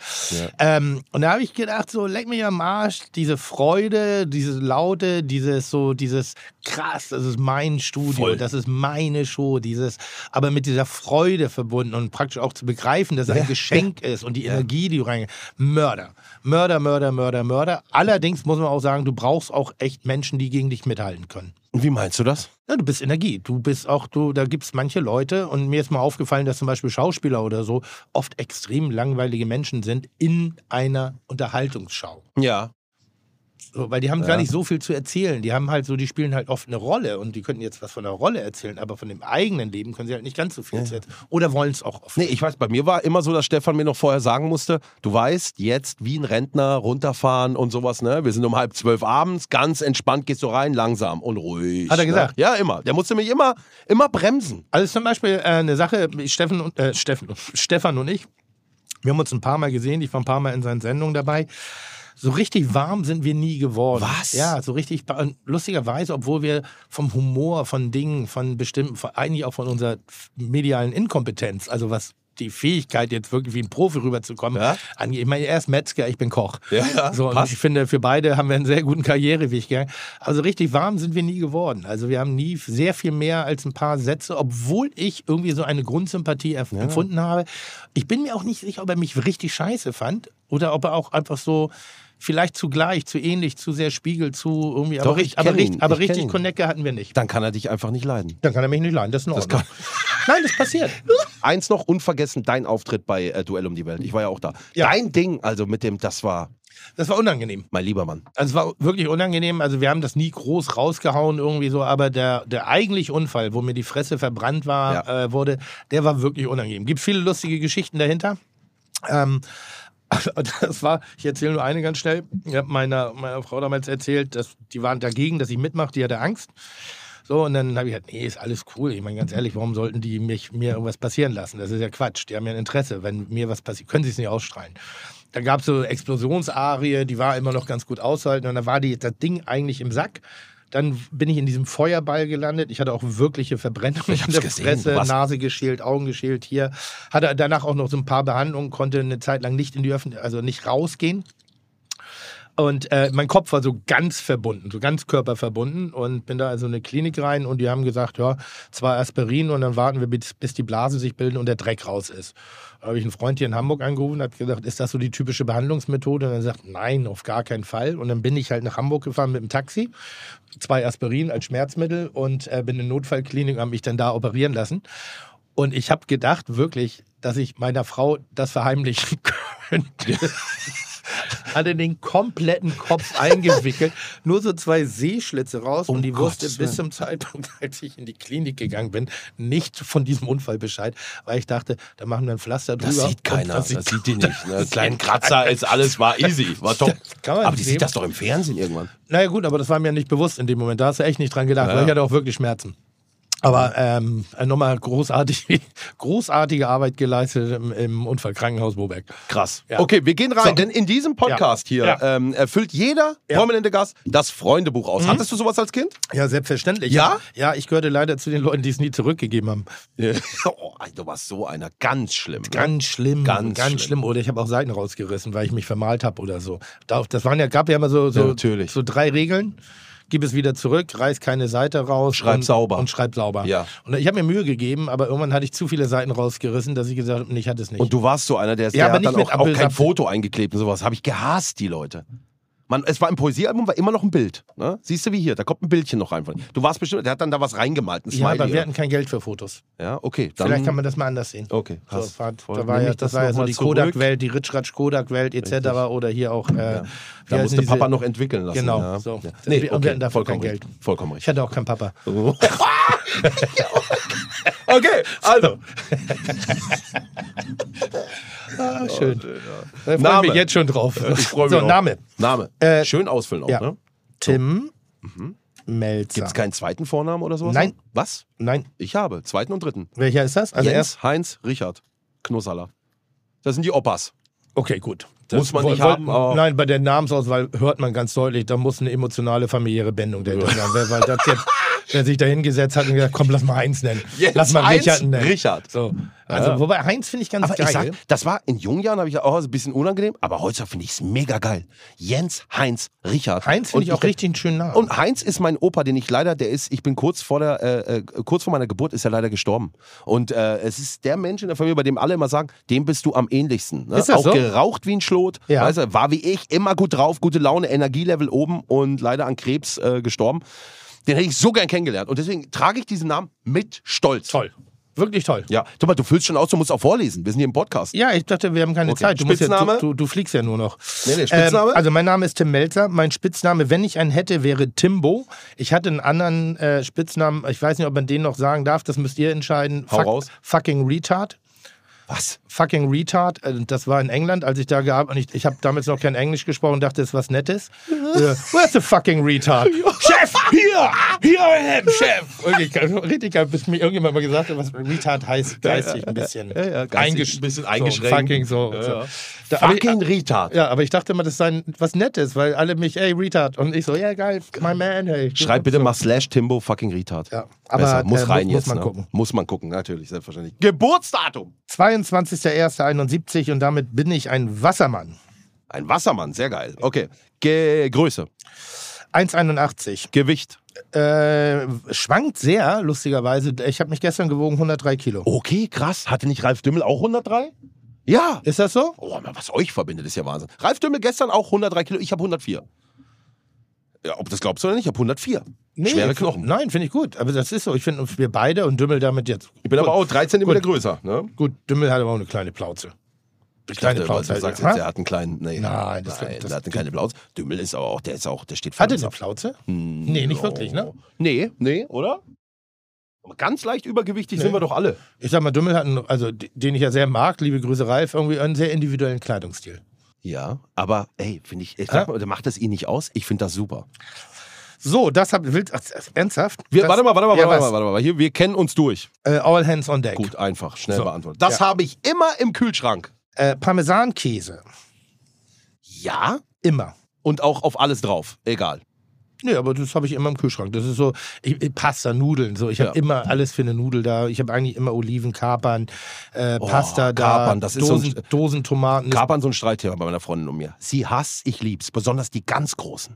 Speaker 4: Ähm, und da habe ich gedacht, so, leck mich am Arsch, diese Freude, diese Laute, dieses so, dieses krass, das ist mein Studio, das ist meine Show, dieses, aber mit dieser Freude verbunden und praktisch auch zu begreifen, dass es ein Geschenk ist und die Energie, die du rein, Mörder, Mörder, Mörder, Mörder, Mörder. Allerdings muss man auch sagen, du brauchst auch echt Menschen, die gegen dich mithalten können.
Speaker 3: Wie meinst du das?
Speaker 4: Ja, du bist Energie. Du bist auch, du, da gibt es manche Leute, und mir ist mal aufgefallen, dass zum Beispiel Schauspieler oder so oft extrem langweilige Menschen sind in einer Unterhaltungsschau.
Speaker 3: Ja.
Speaker 4: So, weil die haben gar nicht so viel zu erzählen. Die haben halt so, die spielen halt oft eine Rolle und die könnten jetzt was von der Rolle erzählen, aber von dem eigenen Leben können sie halt nicht ganz so viel zu erzählen. Oder wollen es auch oft.
Speaker 3: Nee, ich weiß, bei mir war immer so, dass Stefan mir noch vorher sagen musste, du weißt, jetzt wie ein Rentner runterfahren und sowas, ne? Wir sind um halb zwölf abends, ganz entspannt gehst du rein, langsam und ruhig.
Speaker 4: Hat er gesagt?
Speaker 3: Ne? Ja, immer. Der musste mich immer, immer bremsen.
Speaker 4: Also zum Beispiel äh, eine Sache, Steffen und, äh, Steffen, und- Stefan und ich, wir haben uns ein paar Mal gesehen, ich war ein paar Mal in seinen Sendungen dabei. So richtig warm sind wir nie geworden.
Speaker 3: Was?
Speaker 4: Ja, so richtig. ba- und Lustigerweise, obwohl wir vom Humor, von Dingen, von bestimmten, von, eigentlich auch von unserer medialen Inkompetenz, also was die Fähigkeit, jetzt wirklich wie ein Profi rüberzukommen,
Speaker 3: Ja.
Speaker 4: angeht. Ich meine, er ist Metzger, ich bin Koch.
Speaker 3: Ja, ja,
Speaker 4: so, und
Speaker 3: passt.
Speaker 4: ich finde, für beide haben wir einen sehr guten Karriereweg gegangen. Also richtig warm sind wir nie geworden. Also wir haben nie sehr viel mehr als ein paar Sätze, obwohl ich irgendwie so eine Grundsympathie erf- empfunden habe. Ich bin mir auch nicht sicher, ob er mich richtig scheiße fand oder ob er auch einfach so vielleicht zu gleich, zu ähnlich, zu sehr Spiegel, zu irgendwie.
Speaker 3: Doch,
Speaker 4: aber
Speaker 3: ich
Speaker 4: richt- aber,
Speaker 3: kenn
Speaker 4: richt-
Speaker 3: ihn.
Speaker 4: aber
Speaker 3: Ich kenn
Speaker 4: richtig
Speaker 3: ihn.
Speaker 4: Konecke hatten wir nicht.
Speaker 3: Dann kann er dich einfach nicht leiden.
Speaker 4: Dann kann er mich nicht leiden, das ist in Ordnung. Nein, das passiert.
Speaker 3: Eins noch unvergessen, dein Auftritt bei äh, Duell um die Welt. Ich war ja auch da.
Speaker 4: Ja.
Speaker 3: Dein Ding, also mit dem, das war,
Speaker 4: Das war unangenehm.
Speaker 3: mein lieber Mann.
Speaker 4: Also es war wirklich unangenehm. Also wir haben das nie groß rausgehauen irgendwie so, aber der, der eigentliche Unfall, wo mir die Fresse verbrannt war, äh, wurde, der war wirklich unangenehm. Gibt viele lustige Geschichten dahinter. Ähm, das war, ich erzähle nur eine ganz schnell. Ich habe meiner, meiner Frau damals erzählt, dass die waren dagegen, dass ich mitmache, die hatte Angst. So, und dann habe ich gesagt, nee, ist alles cool. Ich meine,
Speaker 3: Mhm.
Speaker 4: ganz ehrlich, warum sollten die mich, mir irgendwas passieren lassen? Das ist ja Quatsch. Die haben ja ein Interesse. Wenn mir was passiert, können sie es nicht ausstrahlen. Da gab es so eine Explosionsarie, die war immer noch ganz gut auszuhalten. Und da war die, das Ding eigentlich im Sack. Dann bin ich in diesem Feuerball gelandet. Ich hatte auch wirkliche Verbrennung
Speaker 3: Ich
Speaker 4: in
Speaker 3: hab's
Speaker 4: der
Speaker 3: gesehen, du
Speaker 4: Fresse,
Speaker 3: warst-
Speaker 4: Nase geschält, Augen geschält hier. Hatte danach auch noch so ein paar Behandlungen, konnte eine Zeit lang nicht in die Öffentlichkeit, also nicht rausgehen. Und äh, mein Kopf war so ganz verbunden, so ganz körperverbunden und bin da also in eine Klinik rein und die haben gesagt, ja, zwei Aspirin und dann warten wir, bis, bis die Blasen sich bilden und der Dreck raus ist. Da habe ich einen Freund hier in Hamburg angerufen, hat gesagt, ist das so die typische Behandlungsmethode? Und er sagt, nein, auf gar keinen Fall. Und dann bin ich halt nach Hamburg gefahren mit dem Taxi, zwei Aspirin als Schmerzmittel und äh, bin in eine Notfallklinik und habe mich dann da operieren lassen. Und ich habe gedacht, wirklich, dass ich meiner Frau das verheimlichen könnte. Hatte den kompletten Kopf eingewickelt, Um nur so zwei Sehschlitze raus. und die wusste bis zum Zeitpunkt, als ich in die Klinik gegangen bin, nicht von diesem Unfall Bescheid, weil ich dachte, da machen wir ein Pflaster drüber.
Speaker 3: Das sieht
Speaker 4: und
Speaker 3: keiner, das sieht, die nicht. Ne?
Speaker 4: das
Speaker 3: Kleinen
Speaker 4: sieht
Speaker 3: Kratzer ist alles, war easy, war top.
Speaker 4: kann man
Speaker 3: Aber die
Speaker 4: sehen.
Speaker 3: sieht das doch im Fernsehen irgendwann.
Speaker 4: Naja, gut, aber das war mir nicht bewusst in dem Moment. Da hast du echt nicht dran gedacht, weil ich hatte auch wirklich Schmerzen. Aber ähm, nochmal großartig, großartige Arbeit geleistet im, im Unfallkrankenhaus Boberg.
Speaker 3: Krass.
Speaker 4: Ja.
Speaker 3: Okay, wir gehen rein,
Speaker 4: So.
Speaker 3: denn in diesem Podcast hier
Speaker 4: Ja.
Speaker 3: Ähm, erfüllt jeder
Speaker 4: Ja. Mhm.
Speaker 3: prominente Gast das Freundebuch aus. Hattest du sowas als Kind?
Speaker 4: Ja, selbstverständlich.
Speaker 3: Ja?
Speaker 4: Ja, ich gehörte leider zu den Leuten, die es nie zurückgegeben haben.
Speaker 3: oh, ey, du warst so einer. Ganz schlimm. ne?
Speaker 4: Ganz schlimm,
Speaker 3: Ganz
Speaker 4: ganz,
Speaker 3: schlimm.
Speaker 4: schlimm. Oder ich habe auch Seiten rausgerissen, weil ich mich vermalt habe oder so. Da- Das waren ja, gab ja immer so, so,
Speaker 3: Ja, natürlich.
Speaker 4: so drei Regeln. Gib es wieder zurück, reiß keine Seite raus.
Speaker 3: Schreib
Speaker 4: und,
Speaker 3: sauber.
Speaker 4: Und schreib sauber.
Speaker 3: Ja.
Speaker 4: Und ich habe mir Mühe gegeben, aber irgendwann hatte ich zu viele Seiten rausgerissen, dass ich gesagt habe, nee, ich hatte es nicht.
Speaker 3: Und du warst so einer, der,
Speaker 4: Ja,
Speaker 3: der
Speaker 4: aber
Speaker 3: hat
Speaker 4: nicht
Speaker 3: dann
Speaker 4: mit
Speaker 3: auch, auch kein
Speaker 4: Apfelsaft.
Speaker 3: Foto eingeklebt und sowas. Habe ich gehasst, die Leute. Man, es war im Poesiealbum war immer noch ein Bild. Ne? Siehst du wie hier, da kommt ein Bildchen noch rein. von- Du warst bestimmt, der hat dann da was reingemalt, ein
Speaker 4: ja,
Speaker 3: Smiley.
Speaker 4: aber wir
Speaker 3: oder-
Speaker 4: hatten kein Geld für Fotos.
Speaker 3: ja, okay. Dann,
Speaker 4: Vielleicht kann man das mal anders sehen.
Speaker 3: Okay,
Speaker 4: So,
Speaker 3: hast-
Speaker 4: war,
Speaker 3: voll-
Speaker 4: da war
Speaker 3: nehme
Speaker 4: ja,
Speaker 3: ich
Speaker 4: das
Speaker 3: das
Speaker 4: war ja
Speaker 3: noch
Speaker 4: so
Speaker 3: mal
Speaker 4: die
Speaker 3: zurück.
Speaker 4: Kodak-Welt, die Ritschratsch-Kodak-Welt etc. oder hier auch. Äh, wie
Speaker 3: da
Speaker 4: heißen
Speaker 3: musste
Speaker 4: diese-
Speaker 3: Papa noch entwickeln lassen.
Speaker 4: Genau,
Speaker 3: Ja.
Speaker 4: so.
Speaker 3: Ja.
Speaker 4: Wir-
Speaker 3: Nee,
Speaker 4: wir
Speaker 3: okay,
Speaker 4: hatten dafür
Speaker 3: vollkommen
Speaker 4: kein
Speaker 3: richtig.
Speaker 4: Geld.
Speaker 3: Vollkommen richtig.
Speaker 4: Ich hatte auch keinen Papa.
Speaker 3: Okay, also.
Speaker 4: Ah, schön. Da freue
Speaker 3: Oh, Name. Äh,
Speaker 4: ich mich jetzt schon drauf.
Speaker 3: Ich freue mich
Speaker 4: so,
Speaker 3: auch.
Speaker 4: Name.
Speaker 3: Name.
Speaker 4: Äh,
Speaker 3: Schön ausfüllen auch,
Speaker 4: ja.
Speaker 3: ne?
Speaker 4: Tim
Speaker 3: Mhm.
Speaker 4: Melzer.
Speaker 3: Gibt es keinen zweiten Vornamen oder sowas?
Speaker 4: Nein.
Speaker 3: Was?
Speaker 4: Nein,
Speaker 3: Ich habe. Zweiten und dritten.
Speaker 4: welcher ist das? Also erst.
Speaker 3: Jens, Heinz, Richard. Knussaller. Das sind die Oppas.
Speaker 4: Okay, gut.
Speaker 3: Das muss man nicht
Speaker 4: woll-
Speaker 3: haben, aber-
Speaker 4: Nein, bei der Namensauswahl hört man ganz deutlich, da muss eine emotionale familiäre Bindung dahinter sein. Wer, weil das jetzt, wer sich da hingesetzt hat und gesagt, komm, lass mal Heinz nennen.
Speaker 3: Jens,
Speaker 4: lass mal
Speaker 3: Heinz,
Speaker 4: Richard nennen.
Speaker 3: Richard.
Speaker 4: So. Also,
Speaker 3: Ja.
Speaker 4: wobei Heinz finde ich ganz
Speaker 3: Aber
Speaker 4: geil.
Speaker 3: ich sag, das war in jungen Jahren, habe ich gedacht, oh, ist ein bisschen unangenehm, aber heutzutage finde ich es mega geil. Jens, Heinz, Richard.
Speaker 4: Heinz
Speaker 3: Und
Speaker 4: finde ich auch richtig einen schönen Namen.
Speaker 3: Und Heinz ist mein Opa, den ich leider, der ist, ich bin kurz vor der, äh, äh, kurz vor meiner Geburt ist er leider gestorben. Und äh, es ist der Mensch in der Familie, bei dem alle immer sagen, dem bist du am ähnlichsten. Ne?
Speaker 4: Ist das
Speaker 3: auch
Speaker 4: so?
Speaker 3: geraucht wie ein Schlot,
Speaker 4: Ja.
Speaker 3: weißt du, war wie ich, immer gut drauf, gute Laune, Energielevel oben und leider an Krebs äh, gestorben. Den hätte ich so gern kennengelernt. Und deswegen trage ich diesen Namen mit Stolz.
Speaker 4: toll. Wirklich toll.
Speaker 3: Ja, guck mal, du füllst schon aus, du musst auch vorlesen. Wir sind hier im Podcast.
Speaker 4: Ja, ich dachte, wir haben keine
Speaker 3: Okay.
Speaker 4: Zeit. Du, musst ja,
Speaker 3: Spitzname?
Speaker 4: du, du, du fliegst ja nur noch.
Speaker 3: Nee, nee, Spitzname?
Speaker 4: Ähm, also mein Name ist Tim Melzer. Mein Spitzname, wenn ich einen hätte, wäre Timbo. Ich hatte einen anderen äh, Spitznamen, ich weiß nicht, ob man den noch sagen darf, das müsst ihr entscheiden.
Speaker 3: Hau raus.
Speaker 4: Fucking Retard.
Speaker 3: Was?
Speaker 4: Fucking Retard, äh, das war in England, als ich da gearbeitet und ich, ich habe damals noch kein Englisch gesprochen und dachte, das ist was Nettes. Äh, Where's the fucking Retard? Chef, hier!
Speaker 3: Ah.
Speaker 4: Here I am, Chef! Wirklich, geil, richtig geil, bis mir irgendjemand mal gesagt hat, was Retard heißt, geistig ein bisschen.
Speaker 3: ja, ja, geistig
Speaker 4: eingesch-
Speaker 3: ein bisschen
Speaker 4: so,
Speaker 3: eingeschränkt.
Speaker 4: fucking so.
Speaker 3: Ja,
Speaker 4: so.
Speaker 3: ja.
Speaker 4: Da, aber
Speaker 3: Fucking
Speaker 4: ich,
Speaker 3: Retard.
Speaker 4: ja, aber ich dachte immer, das sei ein- was Nettes, weil alle mich, ey, Retard. Und ich so, ja, geil, my man, hey.
Speaker 3: Schreib bitte mal slash Timbo fucking Retard.
Speaker 4: Ja,
Speaker 3: Aber
Speaker 4: aber,
Speaker 3: Besser. muss
Speaker 4: äh,
Speaker 3: rein
Speaker 4: muss- muss
Speaker 3: jetzt.
Speaker 4: man
Speaker 3: ne?
Speaker 4: gucken.
Speaker 3: Muss man gucken, natürlich, selbstverständlich. Geburtsdatum.
Speaker 4: 22.01.71 und damit bin ich ein Wassermann.
Speaker 3: Ein Wassermann, sehr geil. Okay. Ge Größe.
Speaker 4: 1,81.
Speaker 3: Gewicht.
Speaker 4: Äh, schwankt sehr, lustigerweise. Ich habe mich gestern gewogen, 103 Kilo.
Speaker 3: Okay, krass. Hatte nicht Ralf Dümmel auch 103? Ja.
Speaker 4: Ist das so?
Speaker 3: Oh, Mann, was euch verbindet, ist ja Wahnsinn. Ralf Dümmel gestern auch 103 Kilo, ich habe 104. Ja, ob du das glaubst oder nicht, ich habe 104. Schwere
Speaker 4: ich-
Speaker 3: Knochen.
Speaker 4: Nein, finde ich gut. Aber das ist so. Ich finde, wir beide und Dümmel damit jetzt.
Speaker 3: Ich bin aber auch 3 cm
Speaker 4: Gut.
Speaker 3: größer. Ne?
Speaker 4: Gut, Dümmel hat aber auch eine kleine Plauze.
Speaker 3: Ich
Speaker 4: Kleine
Speaker 3: dachte,
Speaker 4: Plauze
Speaker 3: Du
Speaker 4: halt,
Speaker 3: sagst
Speaker 4: ja.
Speaker 3: jetzt, der hat einen kleinen. Nee,
Speaker 4: Nein, das-
Speaker 3: nein
Speaker 4: das-
Speaker 3: der hat keine Blauze. Dümmel ist aber auch, der ist auch, der steht für
Speaker 4: Hatte
Speaker 3: uns
Speaker 4: eine
Speaker 3: auf.
Speaker 4: Plauze?
Speaker 3: Hm,
Speaker 4: Nee,
Speaker 3: oh.
Speaker 4: nicht wirklich, ne?
Speaker 3: Genau. Nee, nee, oder? Aber ganz leicht übergewichtig
Speaker 4: Nee.
Speaker 3: sind wir doch alle.
Speaker 4: Ich sag mal, Dümmel hat einen, also d- den ich ja sehr mag, liebe Grüße Ralf, irgendwie einen sehr individuellen Kleidungsstil.
Speaker 3: Ja, aber ey, finde ich, ich sag
Speaker 4: Hä?
Speaker 3: mal, macht das ihn nicht aus? Ich finde das super.
Speaker 4: So, das habt ihr. Ernsthaft?
Speaker 3: Wir,
Speaker 4: das,
Speaker 3: warte mal, warte mal,
Speaker 4: Ja,
Speaker 3: warte mal,
Speaker 4: was?
Speaker 3: warte mal. Hier, wir kennen uns durch.
Speaker 4: Äh, all hands on deck.
Speaker 3: Gut, einfach, schnell
Speaker 4: So.
Speaker 3: beantwortet. Das
Speaker 4: Ja.
Speaker 3: habe ich immer im Kühlschrank.
Speaker 4: Äh, Parmesankäse.
Speaker 3: Ja,
Speaker 4: Immer.
Speaker 3: und auch auf alles drauf. Egal.
Speaker 4: Nee, aber das habe ich immer im Kühlschrank. Das ist so ich, ich- Pasta, Nudeln. So. Ich habe
Speaker 3: Ja.
Speaker 4: immer alles für eine Nudel da. Ich habe eigentlich immer Oliven, Kapern, äh,
Speaker 3: Oh,
Speaker 4: Pasta da.
Speaker 3: Kapern, das ist so ein-
Speaker 4: Dosen, Dosentomaten.
Speaker 3: Gab an so ein Streitthema bei meiner Freundin um mir. Sie hasst, ich lieb's. Besonders die ganz großen.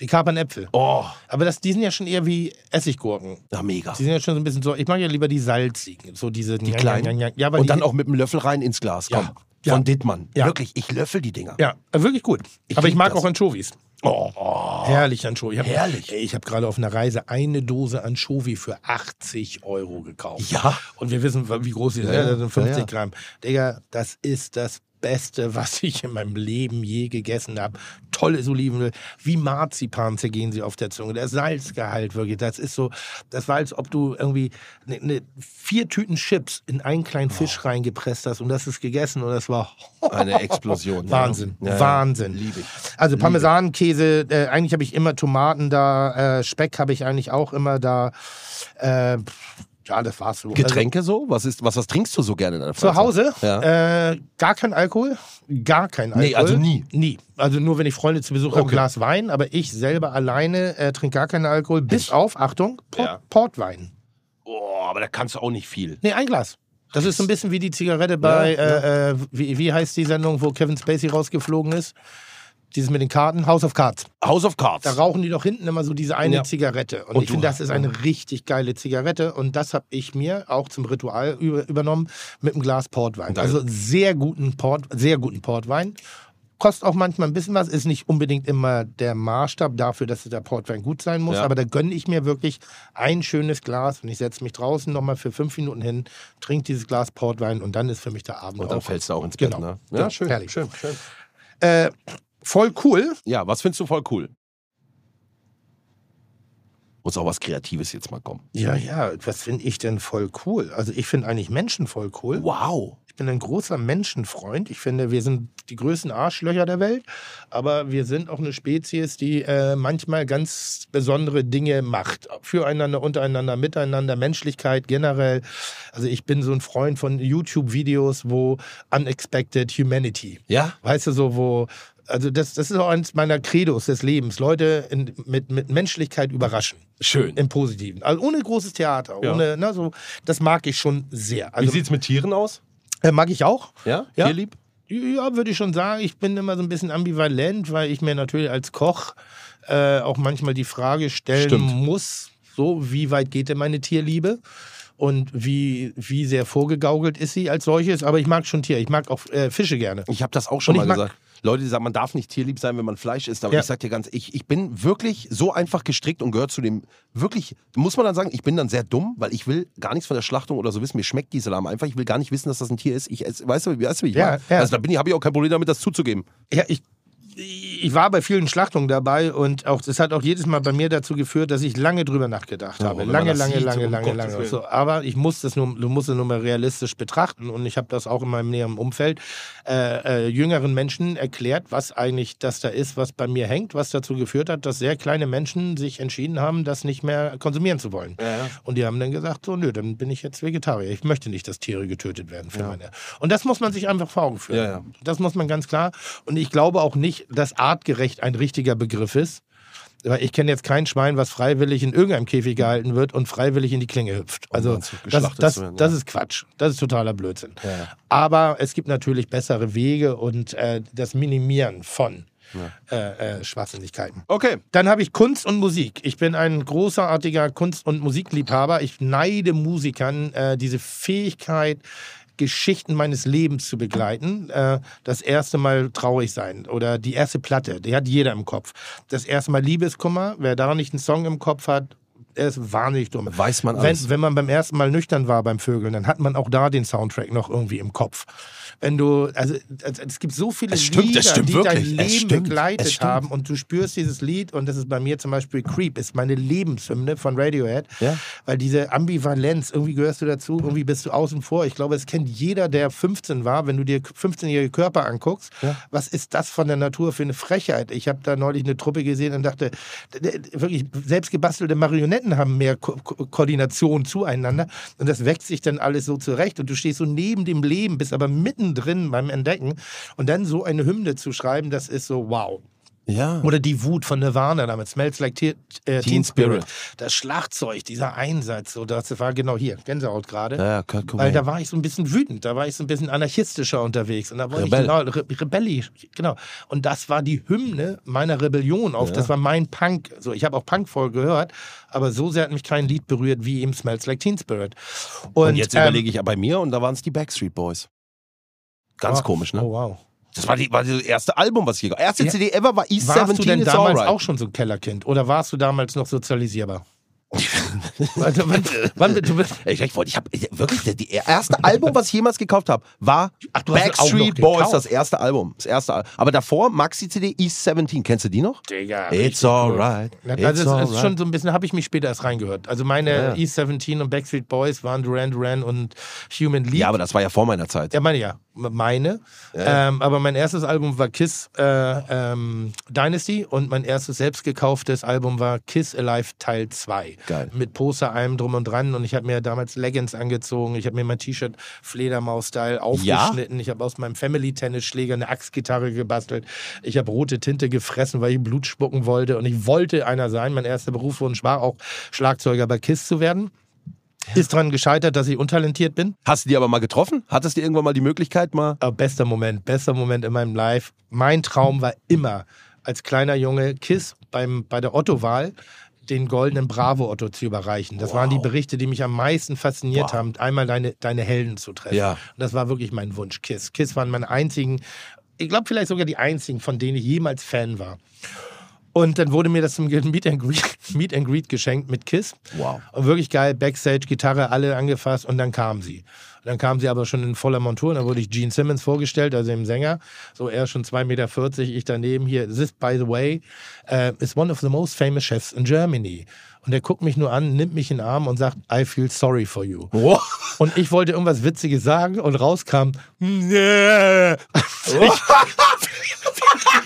Speaker 4: die Kapernäpfel.
Speaker 3: Oh,
Speaker 4: Aber das, die sind ja schon eher wie Essiggurken.
Speaker 3: ja, mega.
Speaker 4: Die sind ja schon so ein bisschen so. Ich mag ja lieber die salzigen. So diese
Speaker 3: Die kleinen.
Speaker 4: Ja, aber
Speaker 3: Und
Speaker 4: die,
Speaker 3: dann auch mit dem Löffel rein ins Glas. Komm.
Speaker 4: Ja. Ja.
Speaker 3: Von Dittmann.
Speaker 4: Ja.
Speaker 3: Wirklich, ich löffel die Dinger.
Speaker 4: Ja, äh, wirklich gut. aber ich
Speaker 3: lieb
Speaker 4: mag
Speaker 3: das.
Speaker 4: auch Anchovies. Oh, herrlich Anchovy. Ich hab,
Speaker 3: Herrlich.
Speaker 4: Ey, Ich habe gerade auf einer Reise eine Dose Anchovy für 80 Euro gekauft.
Speaker 3: Ja.
Speaker 4: Und wir wissen, wie groß die ist.
Speaker 3: Ja,
Speaker 4: Ja,
Speaker 3: ja.
Speaker 4: das sind 50
Speaker 3: Ja, ja.
Speaker 4: Gramm. Digga, das ist das Beste, was ich in meinem Leben je gegessen habe. Tolles Olivenöl. Wie Marzipan zergehen sie auf der Zunge. Der Salzgehalt wirklich. Das ist so, das war, als ob du irgendwie ne, ne, vier Tüten Chips in einen kleinen Fisch reingepresst hast und das ist gegessen und das war
Speaker 3: Eine Explosion.
Speaker 4: Wahnsinn,
Speaker 3: Ja, ja.
Speaker 4: Wahnsinn.
Speaker 3: Liebe ich.
Speaker 4: Also Parmesan, Käse, äh, eigentlich habe ich immer Tomaten da, äh, Speck habe ich eigentlich auch immer da. Äh, ja, das war's so.
Speaker 3: Getränke so? Was, ist, was, was trinkst du so gerne in deiner
Speaker 4: Also, zu Hause
Speaker 3: Ja.
Speaker 4: äh, gar kein Alkohol, gar kein Alkohol.
Speaker 3: Nee, also nie.
Speaker 4: Nie. Also nur wenn ich Freunde zu Besuch habe, ein Glas Wein, aber ich selber alleine äh, trinke gar keinen Alkohol, bis auf, Achtung, Port
Speaker 3: Ja.
Speaker 4: Portwein.
Speaker 3: oh, aber da kannst du auch nicht viel.
Speaker 4: Nee, ein Glas. Das ist so ein bisschen wie die Zigarette bei, äh, äh, wie, wie heißt die Sendung, wo Kevin Spacey rausgeflogen ist? Dieses mit den Karten, House of Cards.
Speaker 3: House of Cards.
Speaker 4: Da rauchen die doch hinten immer so diese eine
Speaker 3: Ja.
Speaker 4: Zigarette. Und,
Speaker 3: Und
Speaker 4: ich
Speaker 3: du-
Speaker 4: finde, das ist eine richtig geile Zigarette. Und das habe ich mir auch zum Ritual über, übernommen mit einem Glas Portwein.
Speaker 3: Geil.
Speaker 4: Also sehr guten, Port, sehr guten Portwein. Kostet auch manchmal ein bisschen was, ist nicht unbedingt immer der Maßstab dafür, dass der Portwein gut sein muss,
Speaker 3: Ja.
Speaker 4: aber da gönne ich mir wirklich ein schönes Glas und ich setze mich draußen nochmal für fünf Minuten hin, trinke dieses Glas Portwein und dann ist für mich der Abend
Speaker 3: Und dann
Speaker 4: auch.
Speaker 3: fällst du auch ins Bett,
Speaker 4: Genau.
Speaker 3: ne? Ja,
Speaker 4: Ja,
Speaker 3: schön,
Speaker 4: herrlich.
Speaker 3: schön, schön.
Speaker 4: Äh, voll cool.
Speaker 3: Ja, was findest du voll cool? Muss auch was Kreatives jetzt mal kommen.
Speaker 4: Ja, ja, was finde ich denn voll cool? Also ich finde eigentlich Menschen voll cool.
Speaker 3: Wow.
Speaker 4: Ich bin ein großer Menschenfreund. Ich finde, wir sind die größten Arschlöcher der Welt, aber wir sind auch eine Spezies, die äh, manchmal ganz besondere Dinge macht. Füreinander, untereinander, miteinander, Menschlichkeit generell. Also ich bin so ein Freund von YouTube-Videos, wo Unexpected Humanity.
Speaker 3: Ja?
Speaker 4: Weißt du, so wo. Also das, das ist auch eines meiner Credos des Lebens. Leute in, mit, mit Menschlichkeit überraschen.
Speaker 3: Schön.
Speaker 4: Im Positiven. Also ohne großes Theater.
Speaker 3: Ja.
Speaker 4: Ohne, na, so, das mag ich schon sehr. Also,
Speaker 3: Wie sieht's mit Tieren aus?
Speaker 4: äh, mag ich auch.
Speaker 3: Ja?
Speaker 4: Ja.
Speaker 3: Tierlieb?
Speaker 4: Ja, würde ich schon sagen. Ich bin immer so ein bisschen ambivalent, weil ich mir natürlich als Koch äh, auch manchmal die Frage stellen
Speaker 3: Stimmt.
Speaker 4: muss, so wie weit geht denn meine Tierliebe? Und wie, wie sehr vorgegaukelt ist sie als solches? Aber ich mag schon Tier. Ich mag auch äh, Fische gerne.
Speaker 3: Ich habe das auch schon
Speaker 4: Und
Speaker 3: mal
Speaker 4: ich mag-
Speaker 3: gesagt. Leute, die sagen, man darf nicht tierlieb sein, wenn man Fleisch isst. Aber
Speaker 4: Ja.
Speaker 3: ich sag dir ganz, ich, ich bin wirklich so einfach gestrickt und gehört zu dem, wirklich, muss man dann sagen, ich bin dann sehr dumm, weil ich will gar nichts von der Schlachtung oder so wissen. Mir schmeckt die Salami einfach. Ich will gar nicht wissen, dass das ein Tier ist. Ich esse, weißt du, wie- weißt du, wie ich
Speaker 4: Ja,
Speaker 3: meine?
Speaker 4: ja.
Speaker 3: Also da bin ich, habe ich auch kein Problem damit, das zuzugeben.
Speaker 4: Ja, ich, ich war bei vielen Schlachtungen dabei und auch das hat auch jedes Mal bei mir dazu geführt, dass ich lange drüber nachgedacht habe.
Speaker 3: wenn man
Speaker 4: lange,
Speaker 3: das
Speaker 4: lange,
Speaker 3: sieht,
Speaker 4: lange,
Speaker 3: um
Speaker 4: lange,
Speaker 3: Gottes
Speaker 4: lange.
Speaker 3: Willen.
Speaker 4: So, aber ich muss das nur, du musst es nur mal realistisch betrachten und ich habe das auch in meinem näheren Umfeld äh, äh, jüngeren Menschen erklärt, was eigentlich das da ist, was bei mir hängt, was dazu geführt hat, dass sehr kleine Menschen sich entschieden haben, das nicht mehr konsumieren zu wollen. Und die haben dann gesagt, so nö, dann bin ich jetzt Vegetarier. Ich möchte nicht, dass Tiere getötet werden für meine. Und das muss man sich einfach vor Augen führen.
Speaker 3: Ja, ja.
Speaker 4: Das muss man ganz klar. Und ich glaube auch nicht, dass artgerecht ein richtiger Begriff ist. Weil ich kenne jetzt kein Schwein, was freiwillig in irgendeinem Käfig gehalten wird und freiwillig in die Klinge hüpft. Also
Speaker 3: Um dann zu
Speaker 4: das,
Speaker 3: geschlachtet
Speaker 4: das,
Speaker 3: zu werden,
Speaker 4: das
Speaker 3: ja.
Speaker 4: ist Quatsch. Das ist totaler Blödsinn. Aber es gibt natürlich bessere Wege und äh, das Minimieren von äh, äh, Schwachsinnigkeiten.
Speaker 3: Okay.
Speaker 4: Dann habe ich Kunst und Musik. Ich bin ein großartiger Kunst- und Musikliebhaber. Ich neide Musikern äh, diese Fähigkeit, Geschichten meines Lebens zu begleiten. Äh, das erste Mal traurig sein oder die erste Platte, die hat jeder im Kopf. Das erste Mal Liebeskummer, wer da nicht einen Song im Kopf hat, er ist wahnsinnig dumm.
Speaker 3: Weiß man
Speaker 4: wenn,
Speaker 3: alles.
Speaker 4: wenn man beim ersten Mal nüchtern war beim Vögeln, dann hat man auch da den Soundtrack noch irgendwie im Kopf. Wenn du, also es es gibt so viele
Speaker 3: Es stimmt, es
Speaker 4: Lieder,
Speaker 3: stimmt
Speaker 4: die dein
Speaker 3: wirklich. Es
Speaker 4: Leben
Speaker 3: stimmt, es
Speaker 4: begleitet
Speaker 3: stimmt.
Speaker 4: haben und du spürst dieses Lied und das ist bei mir zum Beispiel Creep, ist meine Lebenshymne von Radiohead,
Speaker 3: Ja.
Speaker 4: weil diese Ambivalenz, irgendwie gehörst du dazu, irgendwie bist du außen vor. Ich glaube, es kennt jeder, der 15 war, wenn du dir 15-jährige Körper anguckst, was ist das von der Natur für eine Frechheit? Ich habe da neulich eine Truppe gesehen und dachte, d- d- wirklich, selbstgebastelte Marionetten haben mehr Ko Ko Koordination zueinander und das wächst sich dann alles so zurecht und du stehst so neben dem Leben, bist aber mittendrin beim Entdecken und dann so eine Hymne zu schreiben, das ist so wow.
Speaker 3: Ja.
Speaker 4: Oder die Wut von Nirvana damit. Smells like Te äh, Teen, Spirit.
Speaker 3: Spirit.
Speaker 4: Das Schlagzeug, dieser Einsatz, so das war genau hier, Gänsehaut gerade.
Speaker 3: Ja, Kurt Cobain.
Speaker 4: Weil da war ich so ein bisschen wütend, da war ich so ein bisschen anarchistischer unterwegs. Und da wollte
Speaker 3: Rebell.
Speaker 4: ich genau, Re rebellisch, genau. Und das war die Hymne meiner Rebellion auf, das war mein Punk. So, ich habe auch Punk voll gehört, aber so sehr hat mich kein Lied berührt wie eben Smells Like Teen Spirit. Und, ähm,
Speaker 3: Und jetzt überlege ich ja bei mir und da waren es die Backstreet Boys. Ganz
Speaker 4: oh,
Speaker 3: komisch, ne?
Speaker 4: Oh wow.
Speaker 3: Das war, die, war das erste Album, was ich hier. Erste
Speaker 4: Ja.
Speaker 3: CD ever war East
Speaker 4: Warst
Speaker 3: 17
Speaker 4: du denn
Speaker 3: is
Speaker 4: damals
Speaker 3: alright.
Speaker 4: auch schon so ein Kellerkind oder warst du damals noch sozialisierbar? Warte, wann, wann, du bist,
Speaker 3: Äh, Ich, ich, wollte- ich habe wirklich das die erste Album, was ich jemals gekauft habe, war
Speaker 4: Ach, du hast es auch noch
Speaker 3: Backstreet Boys,
Speaker 4: gekauft.
Speaker 3: das erste Album, das erste. Al- Aber davor Maxi CD East 17, kennst du die noch?
Speaker 4: Digga.
Speaker 3: It's alright.
Speaker 4: Na,
Speaker 3: It's
Speaker 4: Also es ist
Speaker 3: alright.
Speaker 4: schon so ein bisschen, habe ich mich später erst reingehört. Also meine E17 und Backstreet Boys waren Duran Duran und Human League.
Speaker 3: Ja, aber das war ja vor meiner Zeit.
Speaker 4: Äh, ja, meine ja. Meine. Ähm, aber mein erstes Album war Kiss äh, ähm, Dynasty und mein erstes selbst gekauftes Album war Kiss Alive Teil 2.
Speaker 3: Geil.
Speaker 4: Mit Poster, allem drum und dran. Und ich habe mir damals Leggings angezogen. Ich habe mir mein T-Shirt Fledermaus-Style aufgeschnitten. Ich habe aus meinem Family-Tennis-Schläger eine Axtgitarre gebastelt. Ich habe rote Tinte gefressen, weil ich Blut spucken wollte. Und ich wollte einer sein. Mein erster Berufswunsch war auch, Schlagzeuger bei KISS zu werden. Ist dran gescheitert, dass ich untalentiert bin.
Speaker 3: Hast du die aber mal getroffen? Hattest du irgendwann mal die Möglichkeit mal?
Speaker 4: Aber Ah, bester Moment, bester Moment in meinem Life. Mein Traum war immer, als kleiner Junge Kiss beim, bei der Otto-Wahl den goldenen Bravo-Otto zu überreichen. Das waren die Berichte, die mich am meisten fasziniert haben, einmal deine, deine Helden zu treffen.
Speaker 3: Ja.
Speaker 4: Und das war wirklich mein Wunsch, Kiss. Kiss waren meine einzigen, ich glaube vielleicht sogar die einzigen, von denen ich jemals Fan war. Und dann wurde mir das zum Meet and Greet, Meet and Greet geschenkt mit Kiss.
Speaker 3: Wow.
Speaker 4: Und wirklich geil, Backstage, Gitarre, alle angefasst und dann kam sie. Und dann kam sie aber schon in voller Montur und dann wurde ich Gene Simmons vorgestellt, also dem Sänger. So er schon 2,40 Meter, ich daneben hier. This, by the way, äh, is one of the most famous chefs in Germany. Und er guckt mich nur an, nimmt mich in den Arm und sagt, I feel sorry for you.
Speaker 3: Wow.
Speaker 4: Und ich wollte irgendwas Witziges sagen und rauskam. "Hm, "Nee."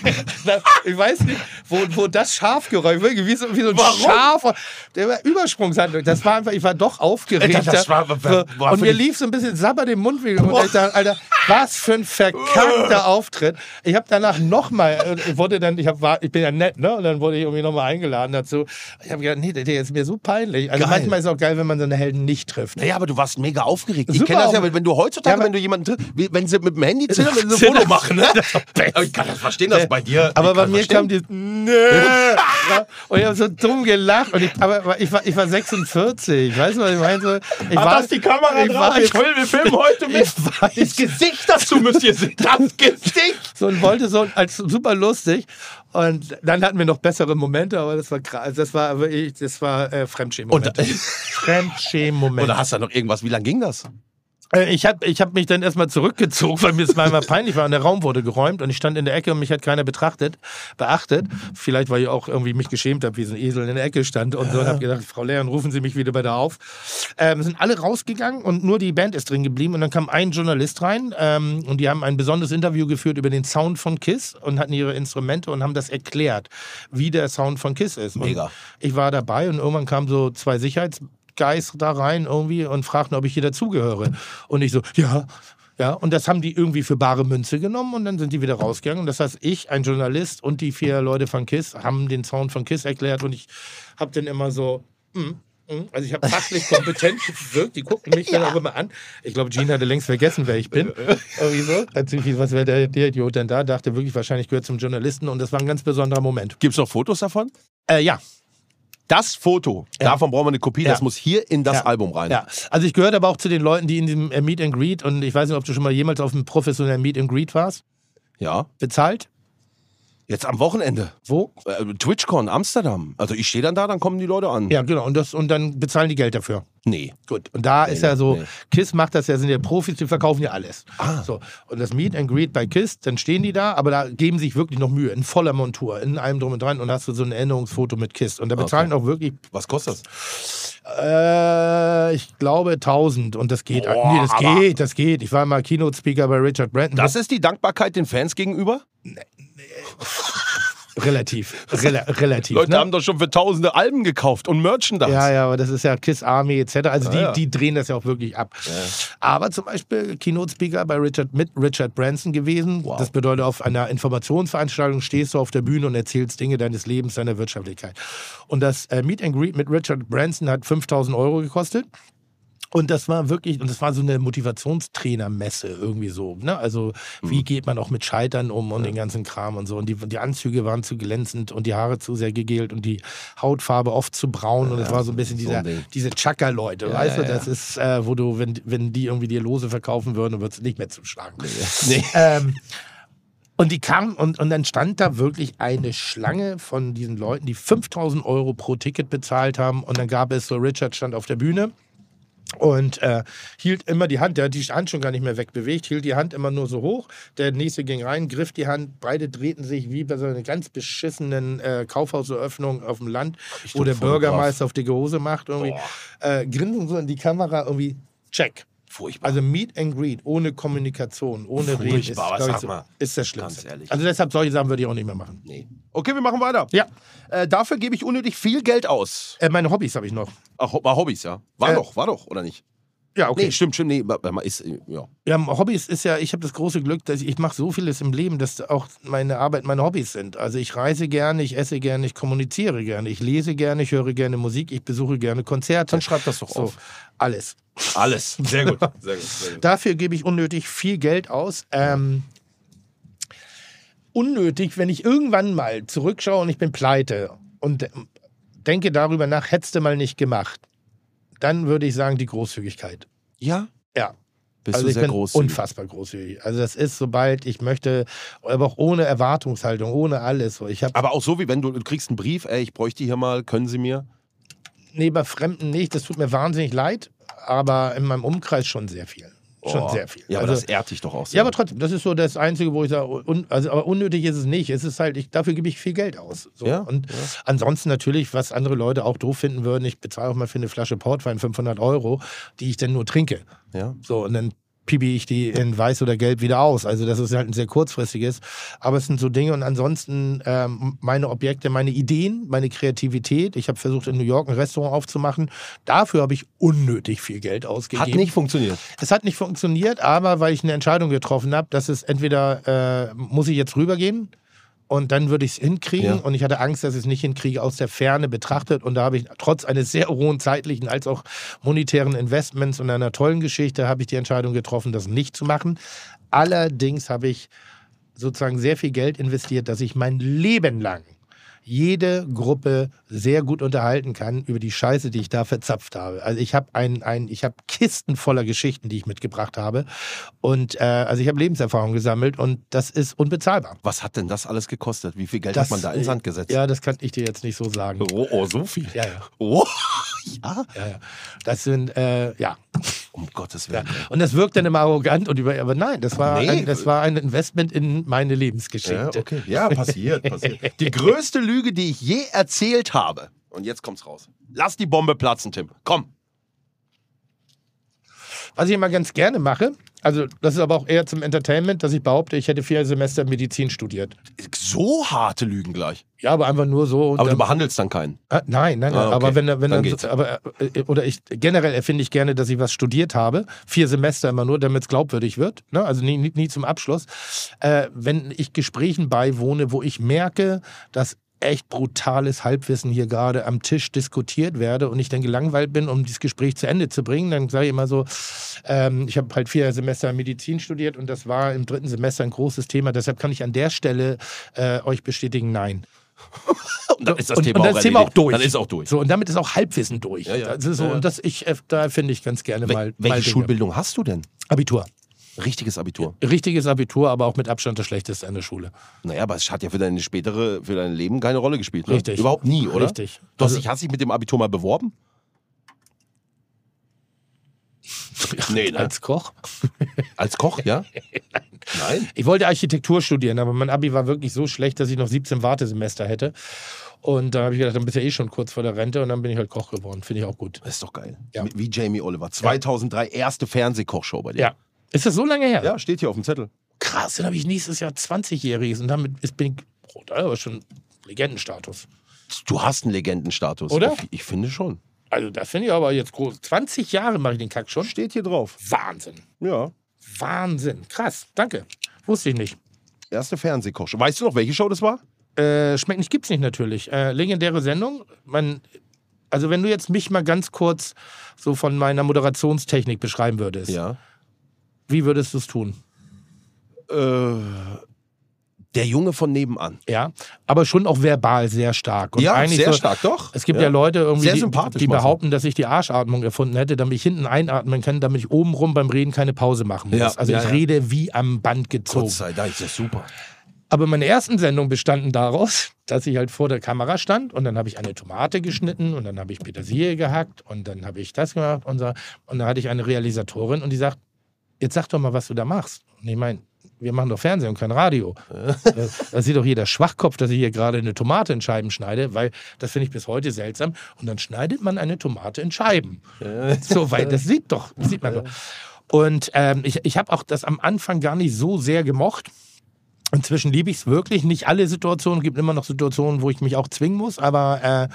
Speaker 4: Ich, ich weiß nicht, wo, wo das Schafgeräusch, wirklich wie so, wie so ein Schaf. Der war Übersprungshandlung. Das war einfach, ich war doch aufgeregt.
Speaker 3: Das war- war- war
Speaker 4: und
Speaker 3: für
Speaker 4: mir
Speaker 3: die-
Speaker 4: lief so ein bisschen Sabber den Mundwinkel. Und ich dachte, Alter, was für ein
Speaker 3: Äh.
Speaker 4: verkackter Auftritt. Ich habe danach nochmal, ich wurde dann, ich, hab, war, ich bin ja nett, ne? Und dann wurde ich irgendwie nochmal eingeladen dazu. Ich habe gedacht, nee, der, der ist mir so peinlich. Also
Speaker 3: Geil.
Speaker 4: manchmal ist es auch geil, wenn man seine Helden nicht trifft.
Speaker 3: Naja, aber du warst mega aufgeregt. ich
Speaker 4: Super
Speaker 3: kenne das ja,
Speaker 4: aufgeregt.
Speaker 3: wenn du heutzutage,
Speaker 4: Ja, aber-
Speaker 3: wenn du jemanden triffst, wie- wenn sie mit dem Handy zählen, wenn sie ein Foto machen, ne? Ich kann das verstehen, dass bei dir.
Speaker 4: Aber
Speaker 3: ich
Speaker 4: bei
Speaker 3: kann
Speaker 4: mir
Speaker 3: verstehen.
Speaker 4: kam die. Nö. Ja, und ich habe so dumm gelacht. Und ich, aber ich war, ich war 46. Weißt du, was ich meine? So, Ich war, ich war, ich,
Speaker 3: wir filmen heute
Speaker 4: ich war,
Speaker 3: Das Gesicht dazu müsst ihr sehen. Das Gesicht.
Speaker 4: so und wollte so als super lustig. Und dann hatten wir noch bessere Momente, aber das war krass. Das war wirklich, das war äh, Fremdschämen-Moment.
Speaker 3: Und-
Speaker 4: Fremdschämen-Moment.
Speaker 3: Oder hast du da noch irgendwas? Wie lange ging das?
Speaker 4: Äh, Ich habe ich hab mich dann erstmal zurückgezogen, weil mir es mal peinlich war und der Raum wurde geräumt und ich stand in der Ecke und mich hat keiner betrachtet, beachtet. Vielleicht, weil ich auch irgendwie mich geschämt habe, wie so ein Esel in der Ecke stand und so und habe gedacht, Frau Lehrerin, rufen Sie mich wieder bei der auf. Ähm, sind alle rausgegangen und nur die Band ist drin geblieben und dann kam ein Journalist rein ähm, und die haben ein besonderes Interview geführt über den Sound von Kiss und hatten ihre Instrumente und haben das erklärt, wie der Sound von Kiss ist.
Speaker 3: Mega.
Speaker 4: Und ich war dabei und irgendwann kamen so zwei Sicherheitsgeist da rein irgendwie und fragten, ob ich hier dazugehöre. Und ich so, ja. Ja, und das haben die irgendwie für bare Münze genommen und dann sind die wieder rausgegangen. Und das heißt, ich, ein Journalist und die vier Leute von KISS haben den Sound von KISS erklärt und ich habe dann immer so, hm, hm. also ich habe fachlich kompetent gewirkt, die gucken mich dann auch immer an. Ich glaube, Gene hatte längst vergessen, wer ich bin. Irgendwie so. Natürlich, was wäre der, der Idiot denn da? Dachte wirklich, wahrscheinlich gehört zum Journalisten und das war ein ganz besonderer Moment.
Speaker 3: Gibt es noch Fotos davon?
Speaker 4: Äh, ja,
Speaker 3: Das Foto, davon brauchen wir eine Kopie, das
Speaker 4: Ja.
Speaker 3: muss hier in das
Speaker 4: Ja.
Speaker 3: Album rein.
Speaker 4: Ja, also ich gehöre aber auch zu den Leuten, die in diesem äh, Meet and Greet und ich weiß nicht, ob du schon mal jemals auf einem professionellen Meet and Greet warst.
Speaker 3: ja.
Speaker 4: Bezahlt?
Speaker 3: Jetzt am Wochenende.
Speaker 4: Wo?
Speaker 3: Äh, TwitchCon, Amsterdam. Also ich stehe dann da, dann kommen die Leute an.
Speaker 4: Ja, genau. Und, das, und dann bezahlen die Geld dafür.
Speaker 3: Nee.
Speaker 4: Gut. Und da ist ja so,
Speaker 3: nee. Ah.
Speaker 4: KISS macht das ja, sind ja Profis, die verkaufen ja alles. So. Und das Meet and Greet bei KISS, dann stehen die da, aber da geben sich wirklich noch Mühe, in voller Montur, in allem drum und dran und hast du so ein Erinnerungsfoto mit KISS. Und da bezahlen auch wirklich,
Speaker 3: Was kostet das?
Speaker 4: äh, ich glaube, 1000 und das geht.
Speaker 3: Boah,
Speaker 4: nee, das
Speaker 3: aber-
Speaker 4: geht, das geht. Ich war mal Keynote-Speaker bei Richard Branton.
Speaker 3: Das ist die Dankbarkeit den Fans gegenüber?
Speaker 4: Relativ. Rela relativ.
Speaker 3: Leute
Speaker 4: ne?
Speaker 3: haben doch schon für tausende Alben gekauft und Merchandise.
Speaker 4: Ja, ja, aber das ist ja Kiss Army etc. Also die,
Speaker 3: Ja, ja.
Speaker 4: die drehen das ja auch wirklich ab. Aber zum Beispiel Keynote-Speaker bei Richard mit Richard Branson gewesen. Das bedeutet, auf einer Informationsveranstaltung stehst du auf der Bühne und erzählst Dinge deines Lebens, deiner Wirtschaftlichkeit. Und das äh, Meet and Greet mit Richard Branson hat 5000 Euro gekostet. Und das war wirklich, und das war so eine Motivationstrainermesse irgendwie so. Ne? Also, wie geht man auch mit Scheitern um und den ganzen Kram und so. Und die, die Anzüge waren zu glänzend und die Haare zu sehr gegelt und die Hautfarbe oft zu braun. Und es war so ein bisschen dieser, diese Chaka-Leute, weißt du? Das ist, äh, wo du, wenn, wenn die irgendwie dir Lose verkaufen würden, würdest du nicht mehr zuschlagen. Nee. ähm, und die kamen und, und dann stand da wirklich eine Schlange von diesen Leuten, die 5000 Euro pro Ticket bezahlt haben. Und dann gab es so, Richard stand auf der Bühne und äh, hielt immer die Hand, der hat die Hand schon gar nicht mehr wegbewegt, hielt die Hand immer nur so hoch. Der nächste ging rein, griff die Hand, beide drehten sich wie bei so einer ganz beschissenen äh, Kaufhauseröffnung auf dem Land, wo der Bürgermeister auf dicke Hose macht, irgendwie äh, grinsen so in die Kamera, irgendwie check. Furchtbar. Also Meet and Greet ohne Kommunikation, ohne Reden ist,
Speaker 3: Furchtbar, was
Speaker 4: glaub ich,
Speaker 3: sag
Speaker 4: so-
Speaker 3: mal.
Speaker 4: ist das Schlimmste. Also deshalb solche Sachen würde ich auch nicht mehr machen.
Speaker 3: Okay, wir machen weiter.
Speaker 4: Ja,
Speaker 3: Äh, dafür gebe ich unnötig viel Geld aus.
Speaker 4: äh, meine Hobbys habe ich noch.
Speaker 3: Ach, war Hobbys, ja. War
Speaker 4: Äh,
Speaker 3: doch, war doch, oder nicht?
Speaker 4: Ja, okay.
Speaker 3: Nee, stimmt, stimmt, nee, warte mal, ist, äh, ja.
Speaker 4: Ja, Hobbys ist ja, ich habe das große Glück, dass ich, ich mache so vieles im Leben, dass auch meine Arbeit meine Hobbys sind. Also ich reise gerne, ich esse gerne, ich kommuniziere gerne, ich lese gerne, ich höre gerne Musik, ich besuche gerne Konzerte. Dann schreib das doch so, auf. Alles.
Speaker 3: Alles. Sehr gut, sehr gut. Sehr gut.
Speaker 4: Dafür gebe ich unnötig viel Geld aus. Ähm, unnötig, wenn ich irgendwann mal zurückschaue und ich bin pleite und denke darüber nach, hättest du mal nicht gemacht, dann würde ich sagen, die Großzügigkeit.
Speaker 3: Ja?
Speaker 4: Ja,
Speaker 3: Bist
Speaker 4: also
Speaker 3: du
Speaker 4: ich
Speaker 3: sehr
Speaker 4: bin
Speaker 3: groß.
Speaker 4: unfassbar großzügig. Also das ist, sobald ich möchte, aber auch ohne Erwartungshaltung, ohne alles. So, Ich habe
Speaker 3: Aber auch so, wie wenn du, du kriegst einen Brief, ey, ich bräuchte hier mal, können Sie mir?
Speaker 4: neben Fremden nicht, das tut mir wahnsinnig leid, aber in meinem Umkreis schon sehr viel. Schon
Speaker 3: Oh.
Speaker 4: sehr viel.
Speaker 3: Ja, aber
Speaker 4: also,
Speaker 3: das ehrt dich doch auch sehr.
Speaker 4: ja, aber trotzdem, das ist so das Einzige, wo ich sage, un, also, aber unnötig ist es nicht. Es ist halt, ich, dafür gebe ich viel Geld aus. So.
Speaker 3: Ja,
Speaker 4: Und ansonsten natürlich, was andere Leute auch doof finden würden, ich bezahle auch mal für eine Flasche Portwein 500 Euro, die ich dann nur trinke.
Speaker 3: Ja.
Speaker 4: So, und dann pipi ich die in weiß oder gelb wieder aus. Also das ist halt ein sehr kurzfristiges. Aber es sind so Dinge und ansonsten ähm, meine Objekte, meine Ideen, meine Kreativität. Ich habe versucht, in New York ein Restaurant aufzumachen. Dafür habe ich unnötig viel Geld ausgegeben.
Speaker 3: Hat nicht funktioniert.
Speaker 4: Es hat nicht funktioniert, aber weil ich eine Entscheidung getroffen habe, dass es entweder äh, muss ich jetzt rübergehen und dann würde ich es hinkriegen
Speaker 3: Ja.
Speaker 4: und ich hatte Angst, dass ich es nicht hinkriege, aus der Ferne betrachtet und da habe ich trotz eines sehr hohen zeitlichen als auch monetären Investments und einer tollen Geschichte habe ich die Entscheidung getroffen, das nicht zu machen. Allerdings habe ich sozusagen sehr viel Geld investiert, dass ich mein Leben lang jede Gruppe sehr gut unterhalten kann über die Scheiße, die ich da verzapft habe. Also ich habe ein, ein, ich habe Kisten voller Geschichten, die ich mitgebracht habe. Und äh, also ich habe Lebenserfahrung gesammelt und das ist unbezahlbar.
Speaker 3: Was hat denn das alles gekostet? Wie viel Geld
Speaker 4: Das äh,
Speaker 3: hat man da in den Sand gesetzt?
Speaker 4: Ja, das kann ich dir jetzt nicht so sagen.
Speaker 3: Oh, oh, so viel?
Speaker 4: Ja, ja,
Speaker 3: Oh, ja?
Speaker 4: ja, ja. Das sind äh, ja.
Speaker 3: Um Gottes
Speaker 4: ja.
Speaker 3: Willen.
Speaker 4: Und das wirkt dann immer arrogant und über. Aber nein, das war
Speaker 3: Nee.
Speaker 4: ein, das war ein Investment in meine Lebensgeschichte.
Speaker 3: okay. Ja, passiert, passiert. Die größte Lüge, die ich je erzählt habe. Und jetzt kommt's raus. Lass die Bombe platzen, Tim. Komm.
Speaker 4: Was ich immer ganz gerne mache, also das ist aber auch eher zum Entertainment, dass ich behaupte, ich hätte vier Semester Medizin studiert.
Speaker 3: So harte Lügen gleich.
Speaker 4: Ja, aber einfach nur so. und
Speaker 3: Aber du
Speaker 4: dann-
Speaker 3: behandelst dann keinen.
Speaker 4: Ah, nein, nein, nein.
Speaker 3: Ah, okay.
Speaker 4: Aber wenn, wenn
Speaker 3: Dann
Speaker 4: dann,
Speaker 3: geht's.
Speaker 4: aber, äh, oder ich generell erfinde ich gerne, dass ich was studiert habe, vier Semester immer nur, damit es glaubwürdig wird. Ne? Also nie, nie, nie zum Abschluss. Äh, wenn ich Gesprächen beiwohne, wo ich merke, dass echt brutales Halbwissen hier gerade am Tisch diskutiert werde und ich dann gelangweilt bin, um dieses Gespräch zu Ende zu bringen, dann sage ich immer so, ähm, ich habe halt vier Semester Medizin studiert und das war im dritten Semester ein großes Thema. Deshalb kann ich an der Stelle äh, euch bestätigen, nein.
Speaker 3: Und dann ist das
Speaker 4: Oh, und,
Speaker 3: Thema,
Speaker 4: und
Speaker 3: auch,
Speaker 4: das Thema auch
Speaker 3: erledigt.
Speaker 4: durch.
Speaker 3: Dann ist auch durch.
Speaker 4: So, und damit ist auch Halbwissen durch.
Speaker 3: Ja, ja.
Speaker 4: Das ist so,
Speaker 3: Ja, ja.
Speaker 4: Und das ich, äh, da finde ich ganz gerne
Speaker 3: Wel-
Speaker 4: mal.
Speaker 3: Welche
Speaker 4: mal Dinge.
Speaker 3: Schulbildung hast du denn?
Speaker 4: Abitur.
Speaker 3: Richtiges Abitur.
Speaker 4: Richtiges Abitur, aber auch mit Abstand das schlechteste an der Schule.
Speaker 3: Naja, aber es hat ja für deine spätere, für dein Leben keine Rolle gespielt. Ne?
Speaker 4: Richtig.
Speaker 3: Überhaupt nie, oder?
Speaker 4: Richtig.
Speaker 3: Du hast
Speaker 4: Also-
Speaker 3: dich, hast dich mit dem Abitur mal beworben? Nee, ne?
Speaker 4: Als Koch.
Speaker 3: Als Koch, ja? Nein.
Speaker 4: Ich wollte Architektur studieren, aber mein Abi war wirklich so schlecht, dass ich noch 17 Wartesemester hätte. Und dann habe ich gedacht, dann bist du eh schon kurz vor der Rente und dann bin ich halt Koch geworden. Finde ich auch gut.
Speaker 3: Das ist doch geil.
Speaker 4: Ja.
Speaker 3: Wie Jamie Oliver. 2003 erste Fernsehkochshow bei dir.
Speaker 4: Ja. Ist das so lange her?
Speaker 3: Ja, steht hier auf dem Zettel.
Speaker 4: Krass, dann habe ich nächstes Jahr 20-Jähriges und damit ist, bin ich, oh, da aber schon Legendenstatus.
Speaker 3: Du hast einen Legendenstatus.
Speaker 4: Oder?
Speaker 3: Ich, ich finde schon.
Speaker 4: Also das finde ich aber jetzt groß. 20 Jahre mache ich den Kack schon.
Speaker 7: Steht hier drauf.
Speaker 4: Wahnsinn.
Speaker 7: Ja.
Speaker 4: Wahnsinn. Krass. Danke. Wusste ich nicht.
Speaker 7: Erste Fernsehkochshow. Weißt du noch, welche Show das war?
Speaker 4: Äh, schmeckt nicht, gibt's nicht natürlich. Äh, legendäre Sendung. Man, also wenn du jetzt mich mal ganz kurz so von meiner Moderationstechnik beschreiben würdest,
Speaker 3: Ja.
Speaker 4: wie würdest du es tun?
Speaker 3: Äh, Der Junge von nebenan.
Speaker 4: Ja, aber schon auch verbal sehr stark. Und eigentlich so,
Speaker 3: doch.
Speaker 4: Es gibt ja, Leute irgendwie,
Speaker 3: Sehr
Speaker 4: die-
Speaker 3: sympathisch,
Speaker 4: die
Speaker 3: Marcel.
Speaker 4: behaupten, dass ich die Arschatmung erfunden hätte, damit ich hinten einatmen kann, damit ich obenrum beim Reden keine Pause machen muss.
Speaker 3: Ja,
Speaker 4: also
Speaker 3: ja,
Speaker 4: ich
Speaker 3: ja.
Speaker 4: rede wie am Band gezogen.
Speaker 3: Gott sei Dank, ist das super.
Speaker 4: Aber meine ersten Sendungen bestanden daraus, dass ich halt vor der Kamera stand und dann habe ich eine Tomate geschnitten und dann habe ich Petersilie gehackt und dann habe ich das gemacht und, so. und dann hatte ich eine Realisatorin und die sagt, jetzt sag doch mal, was du da machst. Und ich meine, wir machen doch Fernsehen und kein Radio. das, das sieht doch jeder Schwachkopf, dass ich hier gerade eine Tomate in Scheiben schneide, weil das finde ich bis heute seltsam. Und dann schneidet man eine Tomate in Scheiben. so, weil das sieht doch, sieht man doch. Und ähm, ich, ich habe auch das am Anfang gar nicht so sehr gemocht. Inzwischen liebe ich es wirklich. Nicht alle Situationen. Es gibt immer noch Situationen, wo ich mich auch zwingen muss. Aber äh,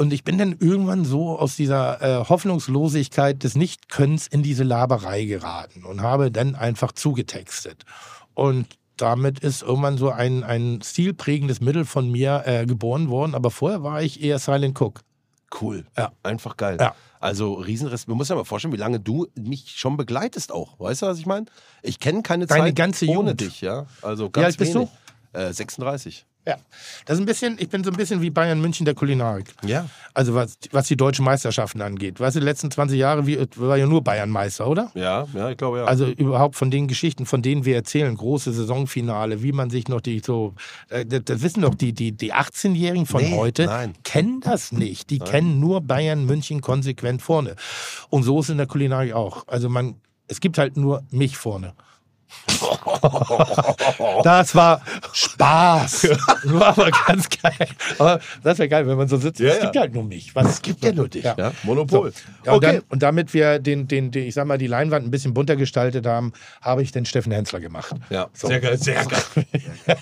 Speaker 4: und ich bin dann irgendwann so aus dieser äh, Hoffnungslosigkeit des Nichtkönns in diese Laberei geraten und habe dann einfach zugetextet. Und damit ist irgendwann so ein, ein stilprägendes Mittel von mir äh, geboren worden. Aber vorher war ich eher Silent Cook.
Speaker 3: Cool.
Speaker 4: Ja.
Speaker 3: Einfach geil.
Speaker 4: Ja.
Speaker 3: Also Riesenrespekt. Man muss ja mal vorstellen, wie lange du mich schon begleitest auch. Weißt du, was ich meine? Ich kenne keine
Speaker 4: Deine
Speaker 3: Zeit
Speaker 4: ganze
Speaker 3: ohne
Speaker 4: Jugend.
Speaker 3: dich, ja. Also ganz
Speaker 4: alt bist
Speaker 3: wenig. Äh, 36.
Speaker 4: Ja, das ist ein bisschen, ich bin so ein bisschen wie Bayern München der Kulinarik.
Speaker 3: Ja.
Speaker 4: Also was, was die deutschen Meisterschaften angeht. Weißt du, die letzten 20 Jahre wie, war ja nur Bayern Meister, oder?
Speaker 3: Ja, ja, ich glaube ja.
Speaker 4: Also überhaupt von den Geschichten, von denen wir erzählen, große Saisonfinale, wie man sich noch die so, äh, das das wissen doch die, die, die 18-Jährigen von
Speaker 3: Nee,
Speaker 4: heute,
Speaker 3: nein.
Speaker 4: kennen das nicht. Die kennen nur Bayern München konsequent vorne. Und so ist in der Kulinarik auch. Also man, es gibt halt nur mich vorne. Das war Spaß. War aber ganz geil. Aber das wäre geil, wenn man so sitzt. es gibt halt nur mich. Was, es gibt ja nur dich.
Speaker 3: ja. Monopol.
Speaker 4: Ja, und,
Speaker 3: okay.
Speaker 4: dann, und damit wir den, den, den, ich sag mal, die Leinwand ein bisschen bunter gestaltet haben, habe ich den Steffen Hensler gemacht.
Speaker 3: ja.
Speaker 4: So.
Speaker 3: Sehr geil, sehr geil.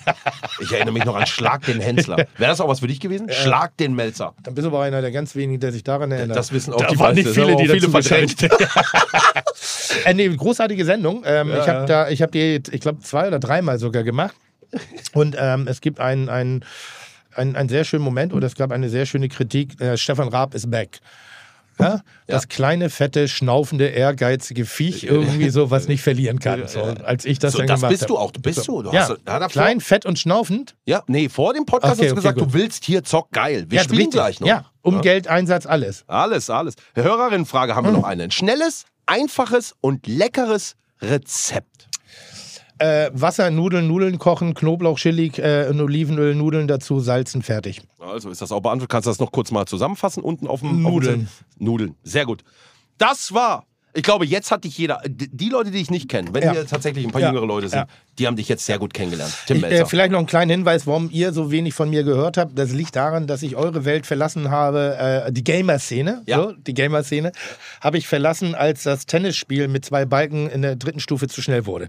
Speaker 3: Ich erinnere mich noch an Schlag den Hensler. Wäre das auch was für dich gewesen? Schlag den Melzer.
Speaker 4: Dann bist du aber einer der ganz wenigen, der sich daran erinnert.
Speaker 3: Äh, Das wissen auch
Speaker 4: da
Speaker 3: die
Speaker 4: waren
Speaker 3: meisten.
Speaker 4: nicht
Speaker 3: Das
Speaker 4: viele,
Speaker 3: haben
Speaker 4: die
Speaker 3: auch
Speaker 4: dazu
Speaker 3: viele
Speaker 4: verdrängt. äh, nee, großartige Sendung. Ähm, ich habe da, ich habe die, jetzt, ich glaube, zwei oder dreimal sogar gemacht. Und ähm, es gibt einen, einen, einen, einen sehr schönen Moment oder es gab eine sehr schöne Kritik. Äh, Stefan Raab ist back. Ja? Das kleine, fette, schnaufende, ehrgeizige Viech, irgendwie so, was nicht verlieren kann. So, als ich
Speaker 3: äh,
Speaker 4: das
Speaker 3: So,
Speaker 4: dann
Speaker 3: das
Speaker 4: gemacht
Speaker 3: bist
Speaker 4: habe.
Speaker 3: du auch. Du bist du. du
Speaker 4: ja,
Speaker 3: hast, ja, davor-
Speaker 4: klein, fett und schnaufend.
Speaker 3: Ja, nee, vor dem Podcast hast
Speaker 4: Okay,
Speaker 3: du
Speaker 4: okay,
Speaker 3: gesagt,
Speaker 4: gut.
Speaker 3: du willst hier zock geil. Wir
Speaker 4: ja,
Speaker 3: spielen
Speaker 4: richtig.
Speaker 3: gleich noch.
Speaker 4: Ja, um Geld, Einsatz, alles.
Speaker 3: Alles, alles. Hörerinnenfrage haben wir noch eine. Ein schnelles, einfaches und leckeres Rezept.
Speaker 4: Äh, Wasser, Nudeln, Nudeln kochen, Knoblauch, Chili, äh, in Olivenöl, Nudeln dazu, salzen, fertig.
Speaker 3: Also ist das auch beantwortet. Kannst du das noch kurz mal zusammenfassen unten auf dem auf dem
Speaker 4: Nudeln.
Speaker 3: Zettel? Nudeln. Sehr gut. Das war. Ich glaube, jetzt hat dich jeder, d- die Leute, die ich nicht kenne, wenn
Speaker 4: Ja.
Speaker 3: hier tatsächlich ein paar
Speaker 4: Ja.
Speaker 3: jüngere Leute sind,
Speaker 4: Ja.
Speaker 3: die haben dich jetzt sehr gut kennengelernt. Tim
Speaker 4: Ich,
Speaker 3: Melzer.
Speaker 4: äh, vielleicht noch einen kleinen Hinweis, warum ihr so wenig von mir gehört habt. Das liegt daran, dass ich eure Welt verlassen habe. Äh, die Gamer-Szene,
Speaker 3: Ja.
Speaker 4: so, die Gamer-Szene, habe ich verlassen, als das Tennisspiel mit zwei Balken in der dritten Stufe zu schnell wurde.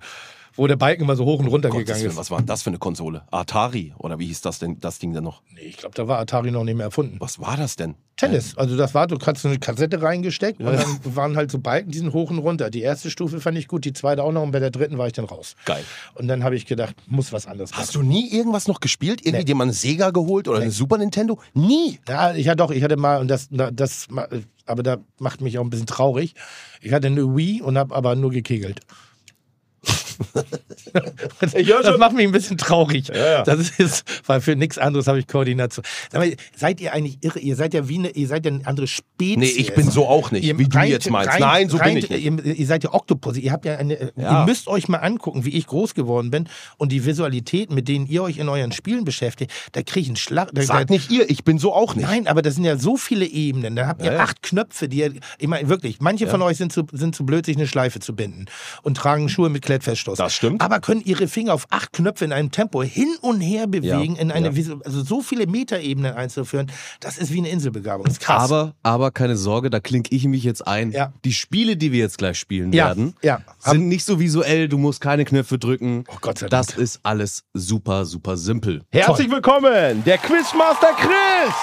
Speaker 4: Wo der Balken immer so hoch und runter
Speaker 3: Gottes
Speaker 4: gegangen
Speaker 3: Willen,
Speaker 4: ist.
Speaker 3: was war denn Oh das für eine Konsole? Atari oder wie hieß das denn, das Ding denn noch?
Speaker 4: Nee, ich glaube, da war Atari noch nicht mehr erfunden.
Speaker 3: Was war das denn?
Speaker 4: Tennis. Also das war, du hast so eine Kassette reingesteckt und dann waren halt so Balken, die sind hoch und runter. Die erste Stufe fand ich gut, die zweite auch noch und bei der dritten war ich dann raus.
Speaker 3: Geil.
Speaker 4: Und dann habe ich gedacht, muss was anderes machen.
Speaker 3: Hast du nie irgendwas noch gespielt? Irgendwie dir mal eine Sega geholt oder eine Super Nintendo? Nie.
Speaker 4: Ja, ich hatte doch, ich hatte mal, und das, na, das, ma- aber da macht mich auch ein bisschen traurig. Ich hatte eine Wii und habe aber nur gekegelt. das, das macht mich ein bisschen traurig. Das ist, weil für nichts anderes habe ich Koordination. Sag mal, seid ihr eigentlich irre? Ihr seid ja wie eine, ihr seid ja eine andere Spezies.
Speaker 3: Nee, ich bin so auch nicht,
Speaker 4: Ihr-
Speaker 3: wie du jetzt meinst. Nein, so bin ich nicht.
Speaker 4: Ihr, ihr seid ja Oktopusse. Ihr habt ja eine,
Speaker 3: Ja.
Speaker 4: ihr müsst euch mal angucken, wie ich groß geworden bin und die Visualität, mit denen ihr euch in euren Spielen beschäftigt, da kriege ich einen Schlag. Da,
Speaker 3: Sag
Speaker 4: da,
Speaker 3: nicht ihr, ich bin so auch nicht.
Speaker 4: Nein, aber das sind ja so viele Ebenen. Da habt ihr
Speaker 3: Ja, ja.
Speaker 4: acht Knöpfe, die ihr. Ich meine, wirklich, manche von euch sind zu, sind zu blöd, sich eine Schleife zu binden und tragen Schuhe mit Stromanstoß.
Speaker 3: Das stimmt.
Speaker 4: Aber können ihre Finger auf acht Knöpfe in einem Tempo hin und her bewegen,
Speaker 3: Ja,
Speaker 4: in eine
Speaker 3: ja.
Speaker 4: Visu- also so viele Meterebenen einzuführen, das ist wie eine Inselbegabung. Das ist krass.
Speaker 6: Aber, aber keine Sorge, da klinke ich mich jetzt ein.
Speaker 4: Ja.
Speaker 6: Die Spiele, die wir jetzt gleich spielen
Speaker 4: ja,
Speaker 6: werden,
Speaker 4: ja.
Speaker 6: sind nicht so visuell, du musst keine Knöpfe drücken.
Speaker 4: Oh Gott sei Dank.
Speaker 6: Das ist alles super, super simpel.
Speaker 3: Herzlich willkommen, der Quizmaster Chris!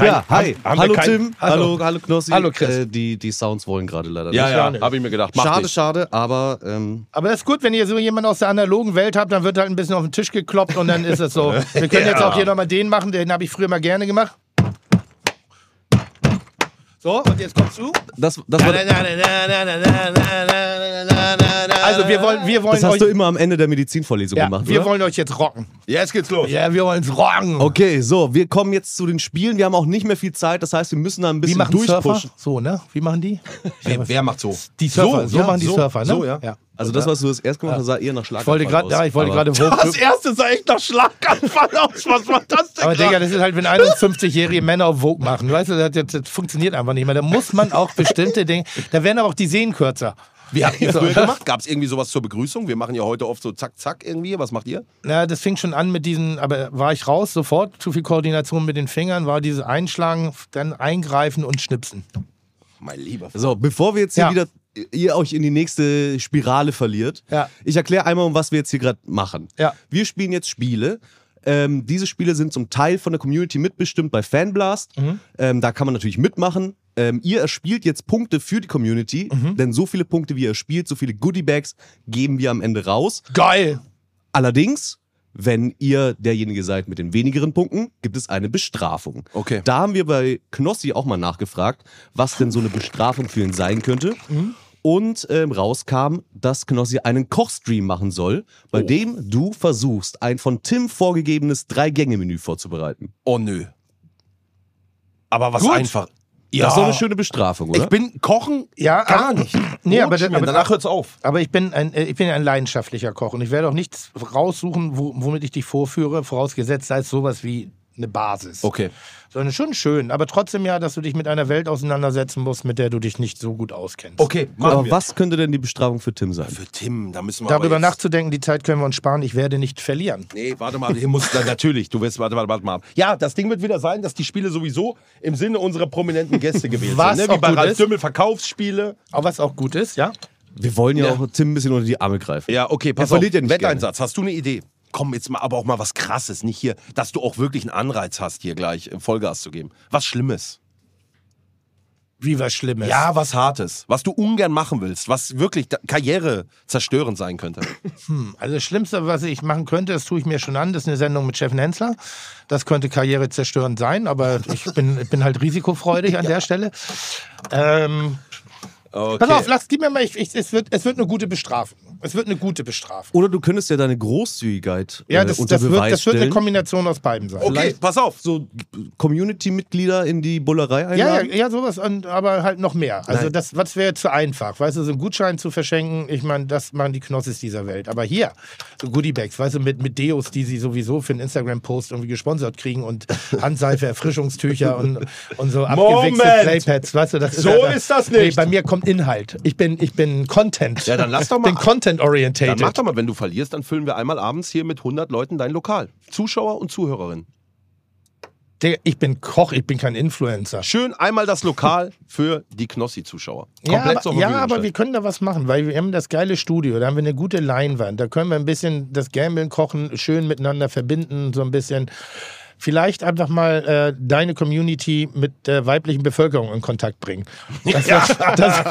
Speaker 6: ja, hi.
Speaker 3: haben wir
Speaker 6: hallo
Speaker 3: kein-
Speaker 6: Tim, hallo, hallo Knossi.
Speaker 4: Hallo, Chris.
Speaker 6: Äh, die, die Sounds wollen gerade leider nicht.
Speaker 3: Ja, ja, habe ich mir gedacht. Mach
Speaker 6: Schade,
Speaker 3: nicht.
Speaker 6: schade, aber ähm,
Speaker 4: Aber das ist gut, wenn ihr so jemanden aus der analogen Welt habt, dann wird halt ein bisschen auf den Tisch gekloppt und dann ist es so. Wir können jetzt auch hier nochmal den machen, den habe ich früher mal gerne gemacht. So, und jetzt kommst du.
Speaker 6: das, das war.
Speaker 4: Also wir wollen, wir wollen
Speaker 6: Das hast
Speaker 4: euch,
Speaker 6: du immer am Ende der Medizinvorlesung
Speaker 4: ja,
Speaker 6: gemacht,
Speaker 4: wir
Speaker 6: oder?
Speaker 4: wollen euch jetzt rocken.
Speaker 3: Jetzt geht's los.
Speaker 4: Ja, wir wollen es rocken.
Speaker 6: Okay, so, wir kommen jetzt zu den Spielen. Wir haben auch nicht mehr viel Zeit, das heißt, wir müssen da ein
Speaker 4: Wie
Speaker 6: bisschen
Speaker 4: machen Surfer?
Speaker 6: durchpushen.
Speaker 4: So, ne? Wie machen die?
Speaker 7: Wer, wer macht so?
Speaker 4: Die Surfer, so,
Speaker 7: ja,
Speaker 4: machen die
Speaker 7: so,
Speaker 4: Surfer, ne?
Speaker 7: so, ja.
Speaker 6: Also das, was du das erst gemacht hast, sah eher nach Schlag.
Speaker 4: Ich wollte gerade, ja, ich wollte gerade
Speaker 3: Das
Speaker 4: hoch.
Speaker 3: erste sah echt nach Schlaganfall aus. Was war das denn?
Speaker 4: Aber
Speaker 3: grad?
Speaker 4: Digga, das ist halt, wenn 51-jährige Männer auf Vogue machen. Weißt du, das, das, das funktioniert einfach nicht mehr. Da muss man auch bestimmte Dinge. Da werden aber auch die Sehnen kürzer.
Speaker 7: Wie habt ihr früher gemacht? Gab es irgendwie sowas zur Begrüßung? Wir machen ja heute oft so zack, zack irgendwie. Was macht ihr?
Speaker 4: Na, das fing schon an mit diesen, aber war ich raus sofort, zu viel Koordination mit den Fingern, war dieses Einschlagen, dann eingreifen und schnipsen.
Speaker 7: Mein lieber F
Speaker 6: So, bevor wir jetzt hier
Speaker 4: Ja.
Speaker 6: wieder ihr euch in die nächste Spirale verliert,
Speaker 4: Ja.
Speaker 6: ich erkläre einmal, um was wir jetzt hier gerade machen.
Speaker 4: Ja.
Speaker 6: Wir spielen jetzt Spiele. Ähm, diese Spiele sind zum Teil von der Community mitbestimmt bei Fanblast.
Speaker 4: Mhm.
Speaker 6: Ähm, da kann man natürlich mitmachen. Ähm, ihr erspielt jetzt Punkte für die Community,
Speaker 4: Mhm.
Speaker 6: denn so viele Punkte, wie ihr spielt, so viele Goodiebags geben wir am Ende raus.
Speaker 4: Geil!
Speaker 6: Allerdings, wenn ihr derjenige seid mit den wenigeren Punkten, gibt es eine Bestrafung.
Speaker 7: Okay.
Speaker 6: Da haben wir bei Knossi auch mal nachgefragt, was denn so eine Bestrafung für ihn sein könnte. Und ähm, rauskam, dass Knossi einen Kochstream machen soll, bei dem du versuchst, ein von Tim vorgegebenes Drei-Gänge-Menü vorzubereiten.
Speaker 7: Oh nö. Aber was
Speaker 4: Gut.
Speaker 7: einfach. Ja.
Speaker 6: Das ist doch eine schöne Bestrafung, oder?
Speaker 7: ich bin kochen
Speaker 4: Ja,
Speaker 7: gar
Speaker 4: aber-
Speaker 7: nicht.
Speaker 4: Nee, aber,
Speaker 7: Brot schmieren,
Speaker 4: aber,
Speaker 7: danach hört's auf.
Speaker 4: aber ich bin ein, äh, ich bin ein leidenschaftlicher Koch und ich werde auch nichts raussuchen, wo, womit ich dich vorführe, vorausgesetzt sei es sowas wie eine Basis.
Speaker 7: Okay.
Speaker 4: Sondern schon schön, aber trotzdem ja, dass du dich mit einer Welt auseinandersetzen musst, mit der du dich nicht so gut auskennst.
Speaker 7: Okay, machen
Speaker 6: Aber
Speaker 7: wir.
Speaker 6: was könnte denn die Bestrafung für Tim sein?
Speaker 7: Für Tim, da müssen wir aber
Speaker 4: Darüber
Speaker 7: jetzt-
Speaker 4: nachzudenken, die Zeit können wir uns sparen, ich werde nicht verlieren.
Speaker 7: Nee, warte mal, hier muss dann natürlich, du wirst, warte, warte, warte mal. Ja, das Ding wird wieder sein, dass die Spiele sowieso im Sinne unserer prominenten Gäste gewählt
Speaker 4: Was
Speaker 7: sind. Ne? Wie
Speaker 4: auch
Speaker 7: bei
Speaker 4: gut
Speaker 7: Ralf
Speaker 4: ist.
Speaker 7: Dümmel Verkaufsspiele.
Speaker 4: Aber was auch gut ist, ja?
Speaker 6: Wir wollen ja, auch Tim ein bisschen unter die Arme greifen.
Speaker 7: Ja, okay, pass
Speaker 6: Er
Speaker 7: auf.
Speaker 6: verliert ja nicht
Speaker 7: Wetteinsatz, hast du eine Idee? Komm, jetzt mal, aber auch mal was Krasses, nicht hier, dass du auch wirklich einen Anreiz hast, hier gleich äh, Vollgas zu geben. Was Schlimmes.
Speaker 4: Wie was Schlimmes.
Speaker 7: Ja, was Hartes. Was du ungern machen willst, was wirklich da, Karriere zerstörend sein könnte.
Speaker 4: Also das Schlimmste, was ich machen könnte, das tue ich mir schon an, das ist eine Sendung mit Steffen Hensler. Das könnte karrierezerstörend sein, aber ich bin, ich bin halt risikofreudig an der Stelle. Ähm,
Speaker 7: Okay.
Speaker 4: pass auf, lass, gib mir mal, ich, ich, es, wird, es wird eine gute Bestrafung. Es wird eine gute Bestrafung.
Speaker 6: Oder du könntest ja deine Großzügigkeit
Speaker 4: Ja,
Speaker 6: äh,
Speaker 4: das,
Speaker 6: unter
Speaker 4: das, wird,
Speaker 6: Beweis
Speaker 4: das wird eine
Speaker 6: stellen.
Speaker 4: Kombination aus beiden sein.
Speaker 7: Okay, pass auf.
Speaker 6: so Community-Mitglieder in die Bullerei einladen?
Speaker 4: Ja, ja, ja, sowas, und, aber halt noch mehr. Also
Speaker 6: Nein.
Speaker 4: das, was wäre zu einfach, weißt du, so einen Gutschein zu verschenken, ich meine, das machen die Knossis dieser Welt. Aber hier, so Goodiebags, weißt du, mit, mit Deos, die sie sowieso für einen Instagram-Post irgendwie gesponsert kriegen und Handseife, Erfrischungstücher und, und so abgewichste
Speaker 7: Moment!
Speaker 4: Playpads, weißt du, das ist
Speaker 7: So
Speaker 4: ja-
Speaker 7: ist das
Speaker 4: Nee,
Speaker 7: nicht.
Speaker 4: bei mir kommt Inhalt. Ich bin, ich bin Content.
Speaker 7: Ja, dann lass doch mal-
Speaker 4: Ich bin Content-orientated.
Speaker 7: Dann mach doch mal, wenn du verlierst, dann füllen wir einmal abends hier mit 100 Leuten dein Lokal. Zuschauer und Zuhörerinnen.
Speaker 4: Digga, Ich bin Koch, ich bin kein Influencer.
Speaker 7: Schön einmal das Lokal für die Knossi-Zuschauer.
Speaker 4: Ja,
Speaker 7: Komplett zur
Speaker 4: aber, ja,
Speaker 7: Verfügung
Speaker 4: aber wir
Speaker 7: gestellt.
Speaker 4: können da was machen, weil wir haben das geile Studio, da haben wir eine gute Leinwand, da können wir ein bisschen das Gambeln kochen, schön miteinander verbinden, so ein bisschen. Vielleicht einfach mal äh, deine Community mit der weiblichen Bevölkerung in Kontakt bringen. Das ja, das,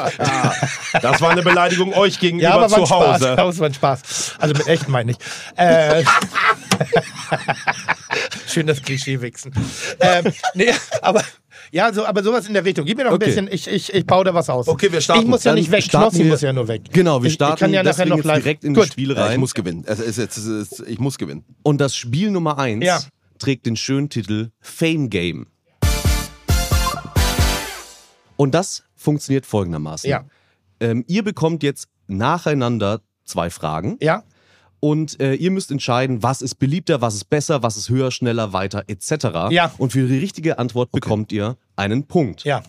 Speaker 7: Das war eine Beleidigung euch gegenüber
Speaker 4: ja aber war ein
Speaker 7: zu
Speaker 4: Spaß.
Speaker 7: Hause.
Speaker 4: Das war ein Spaß. Also mit echt meine ich. Äh, schön das Klischee wichsen. Ähm, nee, aber. Ja, so, aber sowas in der Richtung. Gib mir noch ein
Speaker 6: Okay.
Speaker 4: bisschen, ich, ich, ich baue da was aus.
Speaker 7: Okay, wir starten.
Speaker 4: Ich muss ja
Speaker 6: Dann
Speaker 4: nicht weg,
Speaker 6: starten
Speaker 4: Knossi
Speaker 6: wir-
Speaker 4: muss ja nur weg.
Speaker 6: Genau, wir
Speaker 4: Ich-
Speaker 6: starten
Speaker 4: ich kann ja nachher
Speaker 6: deswegen
Speaker 4: noch
Speaker 6: jetzt
Speaker 4: live.
Speaker 6: direkt in die
Speaker 4: Gut.
Speaker 6: Spiele
Speaker 7: Ja, ich
Speaker 6: rein.
Speaker 7: muss gewinnen. Es ist jetzt, es ist, ich muss gewinnen.
Speaker 6: Und das Spiel Nummer 1
Speaker 4: Ja.
Speaker 6: trägt den schönen Titel Fame Game. Und das funktioniert folgendermaßen.
Speaker 4: Ja,
Speaker 6: Ähm, ihr bekommt jetzt nacheinander zwei Fragen
Speaker 4: ja,
Speaker 6: und äh, ihr müsst entscheiden, was ist beliebter, was ist besser, was ist höher, schneller, weiter etc.
Speaker 4: Ja.
Speaker 6: Und für die richtige Antwort bekommt ihr einen Punkt.
Speaker 4: ja.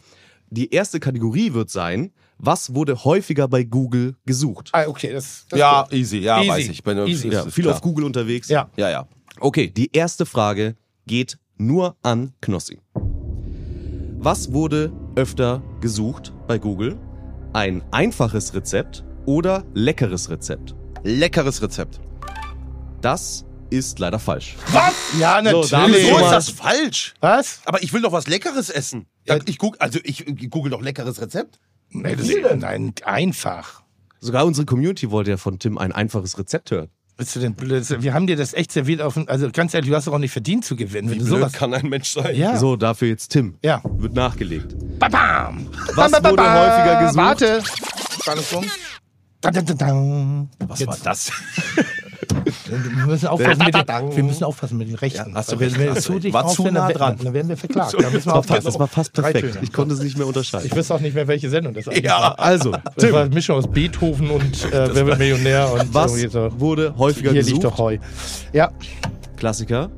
Speaker 6: Die erste Kategorie wird sein, was wurde häufiger bei Google gesucht?
Speaker 4: Ah, okay, das, das
Speaker 3: Ja, easy, ja,
Speaker 4: Easy.
Speaker 3: weiß ich. Bin,
Speaker 4: Easy.
Speaker 3: ist-
Speaker 6: Ja,
Speaker 3: ist
Speaker 6: viel
Speaker 3: klar.
Speaker 6: auf Google unterwegs.
Speaker 4: Ja.
Speaker 3: Ja, ja.
Speaker 6: Okay, die erste Frage geht nur an Knossi. Was wurde öfter gesucht bei Google? Ein einfaches Rezept oder leckeres Rezept?
Speaker 3: Leckeres Rezept.
Speaker 6: Das ist leider falsch.
Speaker 4: Ja, natürlich.
Speaker 6: da haben wir
Speaker 3: Wieso
Speaker 6: schon
Speaker 3: ist
Speaker 6: mal-
Speaker 3: das falsch?
Speaker 4: Was?
Speaker 3: Aber ich will doch was Leckeres essen.
Speaker 4: Ja.
Speaker 3: Ich guck, also ich google doch leckeres Rezept.
Speaker 4: Nee, das nein, einfach.
Speaker 6: Sogar unsere Community wollte ja von Tim ein einfaches Rezept hören.
Speaker 4: Bist du denn blöd? Wir haben dir das echt serviert auf den, Also ganz ehrlich, du hast doch auch nicht verdient zu gewinnen, wenn du
Speaker 3: So
Speaker 4: sowas.
Speaker 3: kann ein Mensch sein.
Speaker 4: Ja.
Speaker 6: So, dafür jetzt Tim.
Speaker 4: Ah. Ja.
Speaker 6: Wird nachgelegt.
Speaker 4: Babam!
Speaker 6: Was wurde häufiger gesucht?
Speaker 4: Warte. Spannungsbogen. Da, da, da, da.
Speaker 3: Was war das?
Speaker 4: Wir müssen aufpassen, mit den, wir müssen aufpassen mit den Rechten.
Speaker 3: Ja, hast du
Speaker 4: Weil
Speaker 3: recht,
Speaker 4: wenn wir
Speaker 3: hast du
Speaker 4: zu
Speaker 3: recht.
Speaker 4: dicht
Speaker 3: War zu
Speaker 4: aufstellen,
Speaker 3: nah
Speaker 4: dann-
Speaker 3: dran.
Speaker 4: Dann werden wir verklagt. Da müssen wir aufpassen.
Speaker 6: Das war fast
Speaker 4: Drei
Speaker 6: perfekt.
Speaker 4: Töne.
Speaker 6: Ich konnte es nicht mehr unterscheiden.
Speaker 4: Ich wüsste auch nicht mehr, welche Sendung das eigentlich war.
Speaker 6: Also,
Speaker 4: Das war
Speaker 6: Tim,
Speaker 4: eine Mischung aus Beethoven und äh, Wer wird Millionär und
Speaker 6: was
Speaker 4: irgendwie so.
Speaker 6: wurde häufiger
Speaker 4: Hier liegt
Speaker 6: gesucht?
Speaker 4: doch Heu. Ja,
Speaker 6: Klassiker.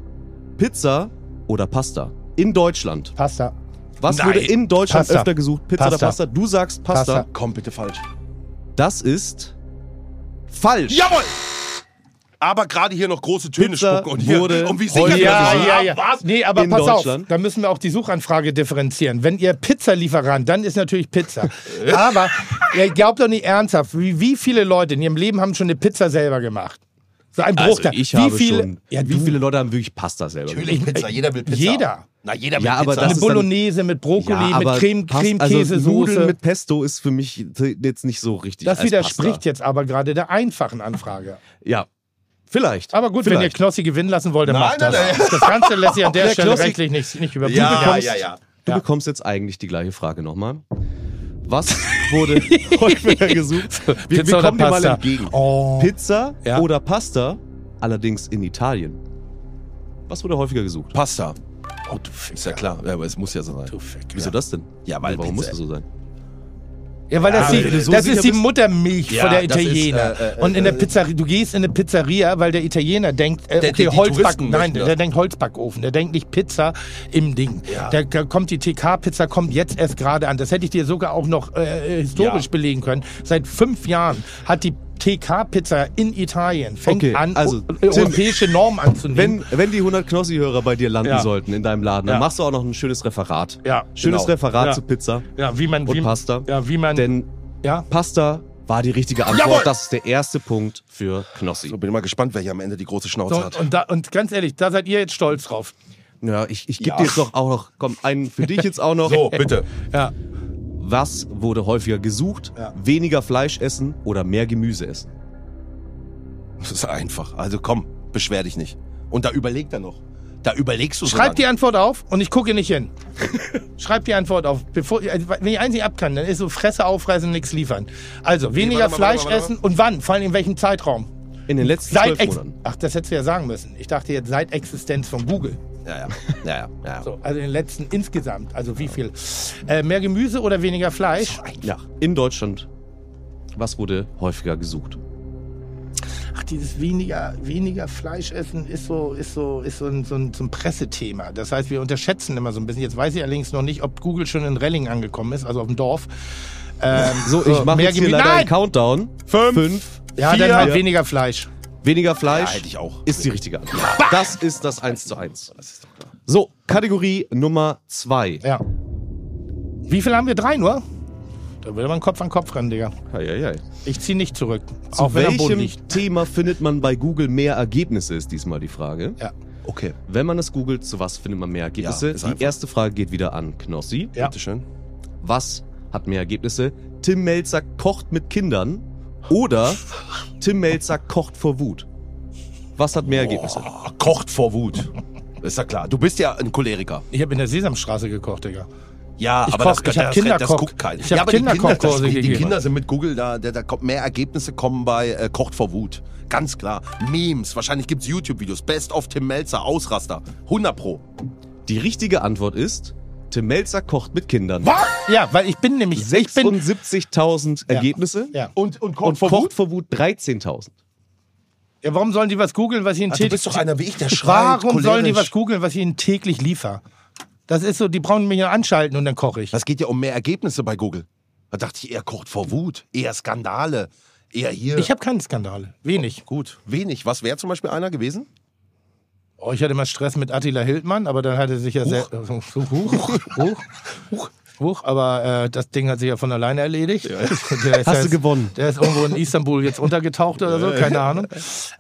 Speaker 6: Pizza oder Pasta? In Deutschland.
Speaker 4: Pasta.
Speaker 6: Was
Speaker 3: Nein.
Speaker 6: wurde in Deutschland
Speaker 4: Pasta.
Speaker 6: öfter gesucht? Pizza
Speaker 4: Pasta.
Speaker 6: oder Pasta? Du sagst Pasta.
Speaker 4: Pasta.
Speaker 3: Komm bitte falsch.
Speaker 6: Das ist falsch.
Speaker 3: Jawohl! Aber gerade hier noch große Töne
Speaker 6: Pizza
Speaker 3: spucken und hier
Speaker 6: wurde
Speaker 3: und wie sicher
Speaker 6: heute-
Speaker 3: wir
Speaker 4: Ja,
Speaker 3: sind.
Speaker 4: ja, ja.
Speaker 3: Was?
Speaker 4: Nee, aber
Speaker 6: In
Speaker 4: pass auf,
Speaker 6: Deutschland?
Speaker 4: da müssen wir auch die Suchanfrage differenzieren. Wenn ihr Pizzalieferant, dann ist natürlich Pizza. aber ihr glaubt doch nicht ernsthaft, wie, wie viele Leute in ihrem Leben haben schon eine Pizza selber gemacht? So ein
Speaker 6: Also
Speaker 4: Bruchteil.
Speaker 6: ich
Speaker 4: wie
Speaker 6: habe
Speaker 4: viele,
Speaker 6: schon.
Speaker 4: ja,
Speaker 6: wie
Speaker 4: du,
Speaker 6: viele Leute haben wirklich Pasta selber? gemacht?
Speaker 3: Natürlich Pizza, jeder will Pizza.
Speaker 4: Jeder.
Speaker 3: Na, jeder will
Speaker 6: Ja, aber
Speaker 3: Pizza.
Speaker 6: das
Speaker 4: Eine
Speaker 6: ist dann-
Speaker 4: Bolognese mit Brokkoli,
Speaker 6: Ja,
Speaker 4: mit
Speaker 6: aber
Speaker 4: Creme,
Speaker 6: Past-
Speaker 4: Creme
Speaker 6: also
Speaker 4: Käse,
Speaker 6: Nudeln
Speaker 4: Soße.
Speaker 6: mit Pesto ist für mich jetzt nicht so richtig.
Speaker 4: das
Speaker 6: als
Speaker 4: widerspricht
Speaker 6: Pasta.
Speaker 4: jetzt aber gerade der einfachen Anfrage.
Speaker 6: Ja, vielleicht.
Speaker 4: Aber gut, wenn ihr
Speaker 6: vielleicht.
Speaker 4: Knossi gewinnen lassen wollt, dann
Speaker 3: Nein,
Speaker 4: macht
Speaker 3: nein,
Speaker 4: das. Das Ganze lässt sich an der
Speaker 6: Der
Speaker 4: Stelle
Speaker 6: Knossi-
Speaker 4: rechtlich nicht, nicht überprüfen.
Speaker 3: Ja,
Speaker 4: Du
Speaker 3: ja,
Speaker 4: bekommst-
Speaker 3: ja, ja.
Speaker 6: du
Speaker 4: Ja.
Speaker 6: bekommst jetzt eigentlich die gleiche Frage nochmal. Was wurde häufiger gesucht? Wir,
Speaker 4: Pizza
Speaker 6: wir
Speaker 4: oder
Speaker 6: kommen dir mal
Speaker 4: Pasta?
Speaker 6: entgegen.
Speaker 4: Oh.
Speaker 6: Pizza
Speaker 4: Ja.
Speaker 6: oder Pasta, allerdings in Italien. Was wurde häufiger gesucht?
Speaker 3: Pasta. Oh, du Ficker. Ist ja klar, ja, aber es muss ja so sein.
Speaker 6: Wieso das denn?
Speaker 3: Ja, weil
Speaker 6: warum muss
Speaker 3: Pizza-
Speaker 6: das so sein?
Speaker 4: Ja, weil das,
Speaker 3: Ja,
Speaker 4: die,
Speaker 3: wenn du so
Speaker 4: das
Speaker 3: sicher
Speaker 4: ist die
Speaker 3: bist-
Speaker 4: Muttermilch
Speaker 3: Ja,
Speaker 4: von der
Speaker 3: das ist,
Speaker 4: Italiener.
Speaker 3: äh, äh,
Speaker 4: und in der
Speaker 3: äh,
Speaker 4: Pizzeria, du gehst in eine Pizzeria, weil der Italiener denkt, äh,
Speaker 3: Der-
Speaker 4: okay,
Speaker 3: die- die
Speaker 4: Holzbacken.
Speaker 3: Touristen
Speaker 4: Nein,
Speaker 3: möchten
Speaker 4: der,
Speaker 3: das.
Speaker 4: denkt Holzbackofen, der denkt nicht Pizza im Ding. Da, da kommt die TK-Pizza, kommt jetzt erst gerade an. Das hätte ich dir sogar auch noch äh, historisch
Speaker 3: Ja.
Speaker 4: belegen können. Seit fünf Jahren hat die TK-Pizza in Italien fängt
Speaker 6: Okay,
Speaker 4: an,
Speaker 6: also,
Speaker 4: eu-
Speaker 6: Tim,
Speaker 4: europäische Normen anzunehmen.
Speaker 6: Wenn, wenn die 100 Knossi-Hörer bei dir landen
Speaker 4: Ja.
Speaker 6: sollten in deinem Laden, dann
Speaker 4: Ja.
Speaker 6: machst du auch noch ein schönes Referat.
Speaker 4: Ja,
Speaker 6: Schönes
Speaker 4: genau.
Speaker 6: Referat
Speaker 4: Ja.
Speaker 6: zu Pizza
Speaker 4: ja, wie man,
Speaker 6: und
Speaker 4: wie,
Speaker 6: Pasta.
Speaker 4: ja, wie man,
Speaker 6: Denn
Speaker 4: ja,
Speaker 6: Pasta war die richtige Antwort.
Speaker 3: Jawohl!
Speaker 6: Das ist der erste Punkt für Knossi.
Speaker 3: So, bin mal gespannt, wer hier am Ende die große Schnauze
Speaker 4: so,
Speaker 3: hat.
Speaker 4: und, da, und ganz ehrlich, da seid ihr jetzt stolz drauf.
Speaker 6: Ja, ich, ich gebe dir jetzt noch auch noch, komm, einen für dich jetzt auch noch.
Speaker 3: So, bitte.
Speaker 4: Ja.
Speaker 6: Was wurde häufiger gesucht?
Speaker 4: Ja.
Speaker 6: Weniger Fleisch essen oder mehr Gemüse essen?
Speaker 3: Das ist einfach. Also komm, beschwer dich nicht. Und da überlegt er noch. Da überlegst du so
Speaker 4: Schreib die
Speaker 3: lange.
Speaker 4: Antwort auf und ich gucke nicht hin. Schreib die Antwort auf. Bevor, also, wenn ich eins nicht ab kann, dann ist so Fresse aufreißen, nichts liefern. Also weniger
Speaker 3: warte mal,
Speaker 4: Fleisch
Speaker 3: warte mal, warte
Speaker 4: essen und wann? Vor allem in welchem Zeitraum?
Speaker 6: In den letzten
Speaker 4: Seit
Speaker 6: zwölf
Speaker 4: Ex
Speaker 6: Monaten.
Speaker 4: Ach, das hättest du ja sagen müssen. Ich dachte jetzt seit Existenz von Google.
Speaker 3: Ja, ja. Ja, ja. ja.
Speaker 4: So, also in den letzten insgesamt. Also wie viel? Äh, mehr Gemüse oder weniger Fleisch?
Speaker 6: Ja. In Deutschland. Was wurde häufiger gesucht?
Speaker 4: Ach, dieses weniger, weniger Fleisch essen ist so, ist so, ist so ein, so, ein, so ein Pressethema. Das heißt, wir unterschätzen immer so ein bisschen. Jetzt weiß ich allerdings noch nicht, ob Google schon in Relling angekommen ist, also auf dem Dorf. Ähm,
Speaker 6: So, ich mache
Speaker 4: mehr
Speaker 6: jetzt hier
Speaker 4: Gemü-
Speaker 6: leider einen
Speaker 4: Nein!
Speaker 6: Countdown. Fünf,
Speaker 4: Ja,
Speaker 6: vier,
Speaker 4: dann halt weniger Fleisch.
Speaker 6: weniger Fleisch.
Speaker 3: hätte ich auch.
Speaker 6: Ist die richtige Antwort. Das ist das 1 zu 1. So, Kategorie Nummer 2.
Speaker 4: Ja. Wie viel haben wir? Drei nur? Da würde man Kopf an Kopf rennen, Digga. Ich ziehe nicht zurück.
Speaker 6: Zu
Speaker 4: auch wenn er am Boden
Speaker 6: welchem
Speaker 4: liegt.
Speaker 6: Thema findet man bei Google mehr Ergebnisse, ist diesmal die Frage.
Speaker 4: Ja.
Speaker 3: Okay,
Speaker 6: Wenn man es googelt, zu was findet man mehr Ergebnisse?
Speaker 3: Ja, ist
Speaker 6: die
Speaker 3: einfach.
Speaker 6: erste Frage geht wieder an Knossi.
Speaker 4: Ja.
Speaker 3: bitteschön.
Speaker 6: Was hat mehr Ergebnisse? Tim Melzer kocht mit Kindern oder Tim Melzer kocht vor Wut? Was hat mehr Ergebnisse?
Speaker 3: Ah, kocht vor Wut. Das ist ja klar. Du bist ja ein Choleriker.
Speaker 4: Ich habe in der Sesamstraße gekocht, Digga.
Speaker 3: Ja,
Speaker 4: Ich
Speaker 3: aber
Speaker 4: koch,
Speaker 3: das,
Speaker 4: ich hab
Speaker 3: das, das
Speaker 4: Kinderkoch.
Speaker 3: guckt keiner.
Speaker 4: Ich hab
Speaker 3: ja, aber die
Speaker 4: Kinderkochkurse
Speaker 3: Kinder, das, die
Speaker 4: gegeben.
Speaker 3: Kinder sind mit Google da, da, da kommt mehr Ergebnisse kommen bei äh, Kocht vor Wut. Ganz klar. Memes, wahrscheinlich gibt's YouTube-Videos. Best of Tim Melzer, Ausraster. 100 Pro.
Speaker 6: Die richtige Antwort ist, Tim Melzer kocht mit Kindern.
Speaker 4: Ja, weil ich bin nämlich. Ich bin.
Speaker 6: 76.000 Ergebnisse
Speaker 4: Ja.
Speaker 3: Und, und Kocht
Speaker 6: und kocht vor Wut 13.000.
Speaker 4: ja. Warum sollen die was googeln, was ich ihnen
Speaker 3: Ah, du
Speaker 4: täglich.
Speaker 3: bist doch einer wie ich, der schreit.
Speaker 4: Warum sollen die was
Speaker 3: cholerisch.
Speaker 4: googeln, was ich ihnen täglich liefer? Das ist so, die brauchen mich nur anschalten und dann koche ich.
Speaker 3: Das geht ja um mehr Ergebnisse bei Google. Da dachte ich, er kocht vor Wut, eher Skandale, eher hier.
Speaker 4: Ich habe keine Skandale. Wenig.
Speaker 3: Gut, wenig. Was wäre zum Beispiel einer gewesen?
Speaker 4: Oh, ich hatte immer Stress mit Attila Hildmann, aber dann hat er sich ja sehr. äh, Huch, huch, huch, huch, huch, aber äh, das Ding hat sich ja von alleine erledigt. Der ist
Speaker 6: Hast du
Speaker 4: jetzt-
Speaker 6: gewonnen.
Speaker 4: Der ist irgendwo in Istanbul jetzt untergetaucht oder so, keine Ahnung.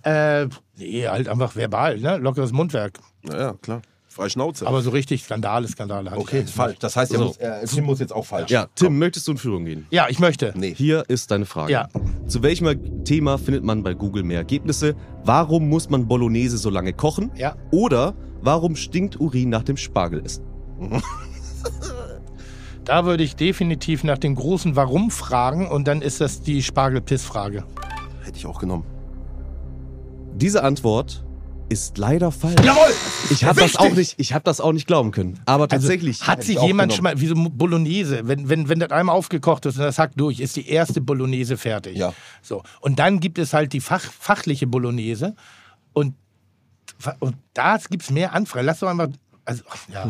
Speaker 4: Äh, nee, halt einfach verbal, ne? Lockeres Mundwerk.
Speaker 3: Naja, klar. Freie Schnauze.
Speaker 4: Aber so richtig Skandale, Skandale hatte
Speaker 3: okay,
Speaker 4: ich.
Speaker 3: falsch. Das heißt, er muss, äh, Tim muss jetzt auch falsch.
Speaker 6: Ja, Tim, möchtest du in Führung gehen?
Speaker 4: Ja, ich möchte.
Speaker 6: Hier ist deine Frage.
Speaker 4: Ja.
Speaker 6: Zu welchem Thema findet man bei Google mehr Ergebnisse? Warum muss man Bolognese so lange kochen?
Speaker 4: Ja.
Speaker 6: Oder warum stinkt Urin nach dem Spargelessen?
Speaker 4: Da würde ich definitiv nach dem großen Warum fragen und dann ist das die Spargel-Piss-Frage.
Speaker 3: Hätte ich auch genommen.
Speaker 6: Diese Antwort ist leider falsch. Jawohl! Ich habe das auch nicht, ich habe das auch nicht glauben können. Aber tatsächlich.
Speaker 4: Also Hat
Speaker 6: hätte
Speaker 4: sich
Speaker 6: ich auch
Speaker 4: jemand
Speaker 6: genommen.
Speaker 4: schon mal, wie so Bolognese, wenn, wenn, wenn das einmal aufgekocht ist und das Hack durch, ist die erste Bolognese fertig.
Speaker 3: Ja.
Speaker 4: So. Und dann gibt es halt die Fach, fachliche Bolognese und, und da gibt es mehr Anfragen. Lass doch einmal. Also, ja.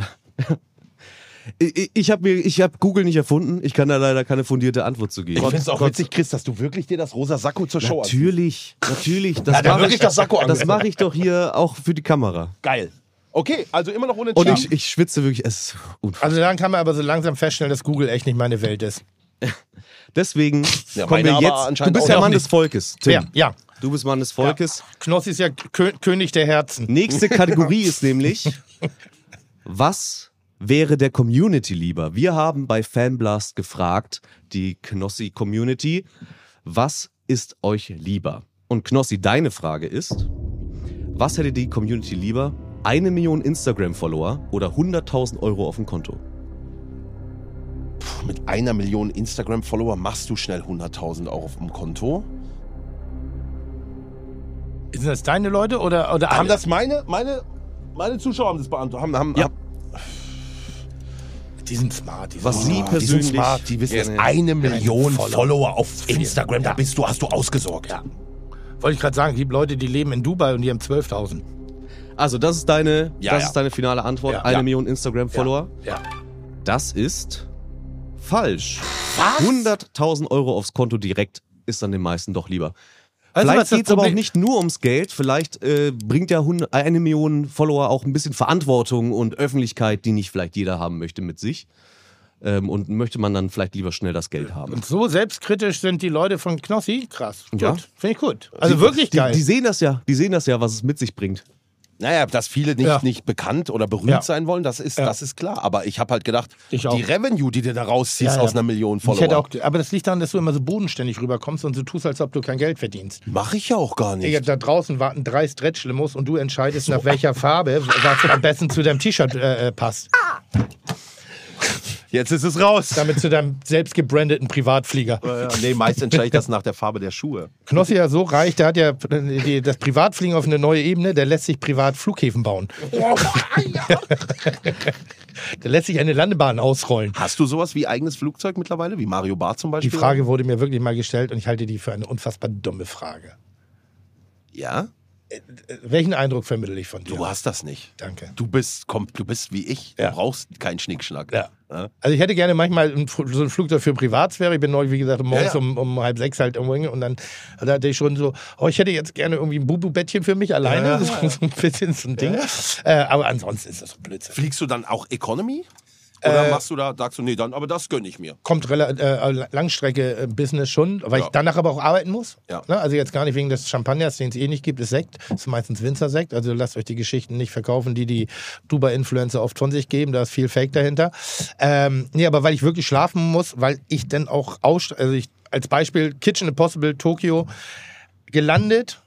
Speaker 6: Ich, ich habe mir, ich habe Google nicht erfunden. Ich kann da leider keine fundierte Antwort zu geben.
Speaker 3: Ich finde es auch witzig, Chris, dass du wirklich dir das rosa Sakko zur Show anziehst.
Speaker 6: Natürlich, natürlich. Das
Speaker 3: dann
Speaker 6: mache
Speaker 3: wirklich
Speaker 6: ich,
Speaker 3: das Sakko
Speaker 6: das
Speaker 3: angezogen.
Speaker 6: mach ich doch hier auch für die Kamera.
Speaker 3: Geil. Okay, also immer noch
Speaker 6: Und
Speaker 3: unentschieden.
Speaker 6: ich, ich schwitze wirklich. Es ist unfassbar.
Speaker 4: Also dann kann man aber so langsam feststellen, dass Google echt nicht meine Welt ist.
Speaker 6: Deswegen
Speaker 3: Ja,
Speaker 6: kommen wir
Speaker 3: meine aber
Speaker 6: jetzt. Du
Speaker 3: anscheinend
Speaker 6: bist
Speaker 3: auch
Speaker 6: ja
Speaker 3: noch
Speaker 6: Mann
Speaker 3: nicht.
Speaker 6: des Volkes, Tim.
Speaker 4: Ja, ja.
Speaker 6: Du bist Mann des Volkes.
Speaker 4: Knossi ist ja Kö König der Herzen.
Speaker 6: Nächste Kategorie ist nämlich, was wäre der Community lieber? Wir haben bei Fanblast gefragt, die Knossi-Community, was ist euch lieber? Und Knossi, deine Frage ist, was hätte die Community lieber? Eine Million Instagram-Follower oder 100.000 Euro auf dem Konto?
Speaker 3: mit einer Million Instagram-Follower machst du schnell 100.000 Euro auf dem Konto.
Speaker 4: Sind das deine Leute oder, oder
Speaker 3: Haben
Speaker 4: alle?
Speaker 3: das meine, meine, meine Zuschauer haben das beantwortet. Haben, haben,
Speaker 6: Ja.
Speaker 3: haben,
Speaker 4: Die sind smart. Die sind
Speaker 6: Was sie
Speaker 3: Ah, die sind
Speaker 6: persönlich...
Speaker 3: smart, die wissen
Speaker 6: Ja,
Speaker 3: es.
Speaker 6: ja.
Speaker 3: Eine Million
Speaker 4: Follower.
Speaker 3: Follower auf Instagram, da
Speaker 4: Ja.
Speaker 3: bist du, hast du ausgesorgt.
Speaker 4: Wollte ich gerade sagen, es gibt Leute, die leben in Dubai und die haben 12.000.
Speaker 6: Also das ist deine,
Speaker 3: Ja,
Speaker 6: das
Speaker 3: ja.
Speaker 6: ist deine finale Antwort.
Speaker 4: Ja.
Speaker 6: Eine
Speaker 4: Ja.
Speaker 6: Million Instagram-Follower.
Speaker 4: Ja.
Speaker 6: Das ist falsch. 100.000 Euro aufs Konto direkt ist dann den meisten doch lieber.
Speaker 4: Weißt du, was
Speaker 6: vielleicht
Speaker 4: das
Speaker 6: geht es aber auch
Speaker 4: Problem-
Speaker 6: nicht nur ums Geld. Vielleicht äh, bringt ja hun- eine Million Follower auch ein bisschen Verantwortung und Öffentlichkeit, die nicht vielleicht jeder haben möchte mit sich. Ähm, und möchte man dann vielleicht lieber schnell das Geld haben.
Speaker 4: Und so selbstkritisch sind die Leute von Knossi. Krass.
Speaker 6: Ja.
Speaker 4: Gut. Finde ich gut. Also wirklich
Speaker 6: Die,
Speaker 4: geil.
Speaker 6: die sehen das ja, die sehen das ja, was es mit sich bringt.
Speaker 3: Naja, dass viele nicht,
Speaker 4: Ja.
Speaker 3: nicht bekannt oder berühmt
Speaker 4: Ja.
Speaker 3: sein wollen, das ist,
Speaker 4: Ja.
Speaker 3: das ist klar. Aber ich habe halt gedacht,
Speaker 4: Ich auch.
Speaker 3: die Revenue, die du da rausziehst
Speaker 4: Ja, ja.
Speaker 3: aus einer Million Follower,
Speaker 4: ich hätte auch, aber das liegt daran, dass du immer so bodenständig rüberkommst und so tust, als ob du kein Geld verdienst.
Speaker 3: mache ich ja auch gar nicht.
Speaker 4: Digga, da draußen warten drei Stretch-Limos und du entscheidest, nach welcher Farbe was am besten zu deinem T-Shirt äh, äh, passt.
Speaker 3: Jetzt ist es raus.
Speaker 4: Damit zu deinem selbst gebrandeten Privatflieger.
Speaker 3: Ja, nee, meist entscheide ich das nach der Farbe der Schuhe.
Speaker 4: Knossi ja so reich, der hat ja die, das Privatfliegen auf eine neue Ebene, der lässt sich privat Flughäfen bauen. der lässt sich eine Landebahn ausrollen.
Speaker 3: Hast du sowas wie eigenes Flugzeug mittlerweile, wie Mario Barth zum
Speaker 4: Die
Speaker 3: Beispiel?
Speaker 4: Frage wurde mir wirklich mal gestellt und ich halte die für eine unfassbar dumme Frage.
Speaker 3: Ja,
Speaker 4: Äh, Welchen Eindruck vermittle ich von dir?
Speaker 3: du hast das nicht.
Speaker 4: Danke.
Speaker 3: Du bist, komm, du bist wie ich.
Speaker 4: Ja.
Speaker 3: Du brauchst keinen Schnickschnack.
Speaker 4: Ja.
Speaker 3: Ja.
Speaker 4: Also ich hätte gerne manchmal ein, Fl- so ein Flugzeug für Privatsphäre. Ich bin neulich, wie gesagt, morgens
Speaker 3: Ja, ja.
Speaker 4: Um, um halb sechs halt irgendwo hin und dann da hatte ich schon so, oh, ich hätte jetzt gerne irgendwie ein Bubu-Bettchen für mich alleine.
Speaker 3: Ja, ja,
Speaker 4: das ist so ein bisschen so ein Ding. Äh, aber ansonsten ist das so Blödsinn.
Speaker 3: Fliegst du dann auch Economy? Oder machst du da, sagst du, nee, dann, aber das gönne ich mir.
Speaker 4: kommt rela- äh, Langstrecke-Business schon, weil
Speaker 3: Ja.
Speaker 4: ich danach aber auch arbeiten muss.
Speaker 3: Ja.
Speaker 4: Ne? Also jetzt gar nicht wegen des Champagners, den es eh nicht gibt, ist Sekt. Ist meistens Winzersekt. Also lasst euch die Geschichten nicht verkaufen, die die Dubai-Influencer oft von sich geben. Da ist viel Fake dahinter. Ähm, nee, aber weil ich wirklich schlafen muss, weil ich dann auch aus, also ich als Beispiel Kitchen Impossible Tokio gelandet,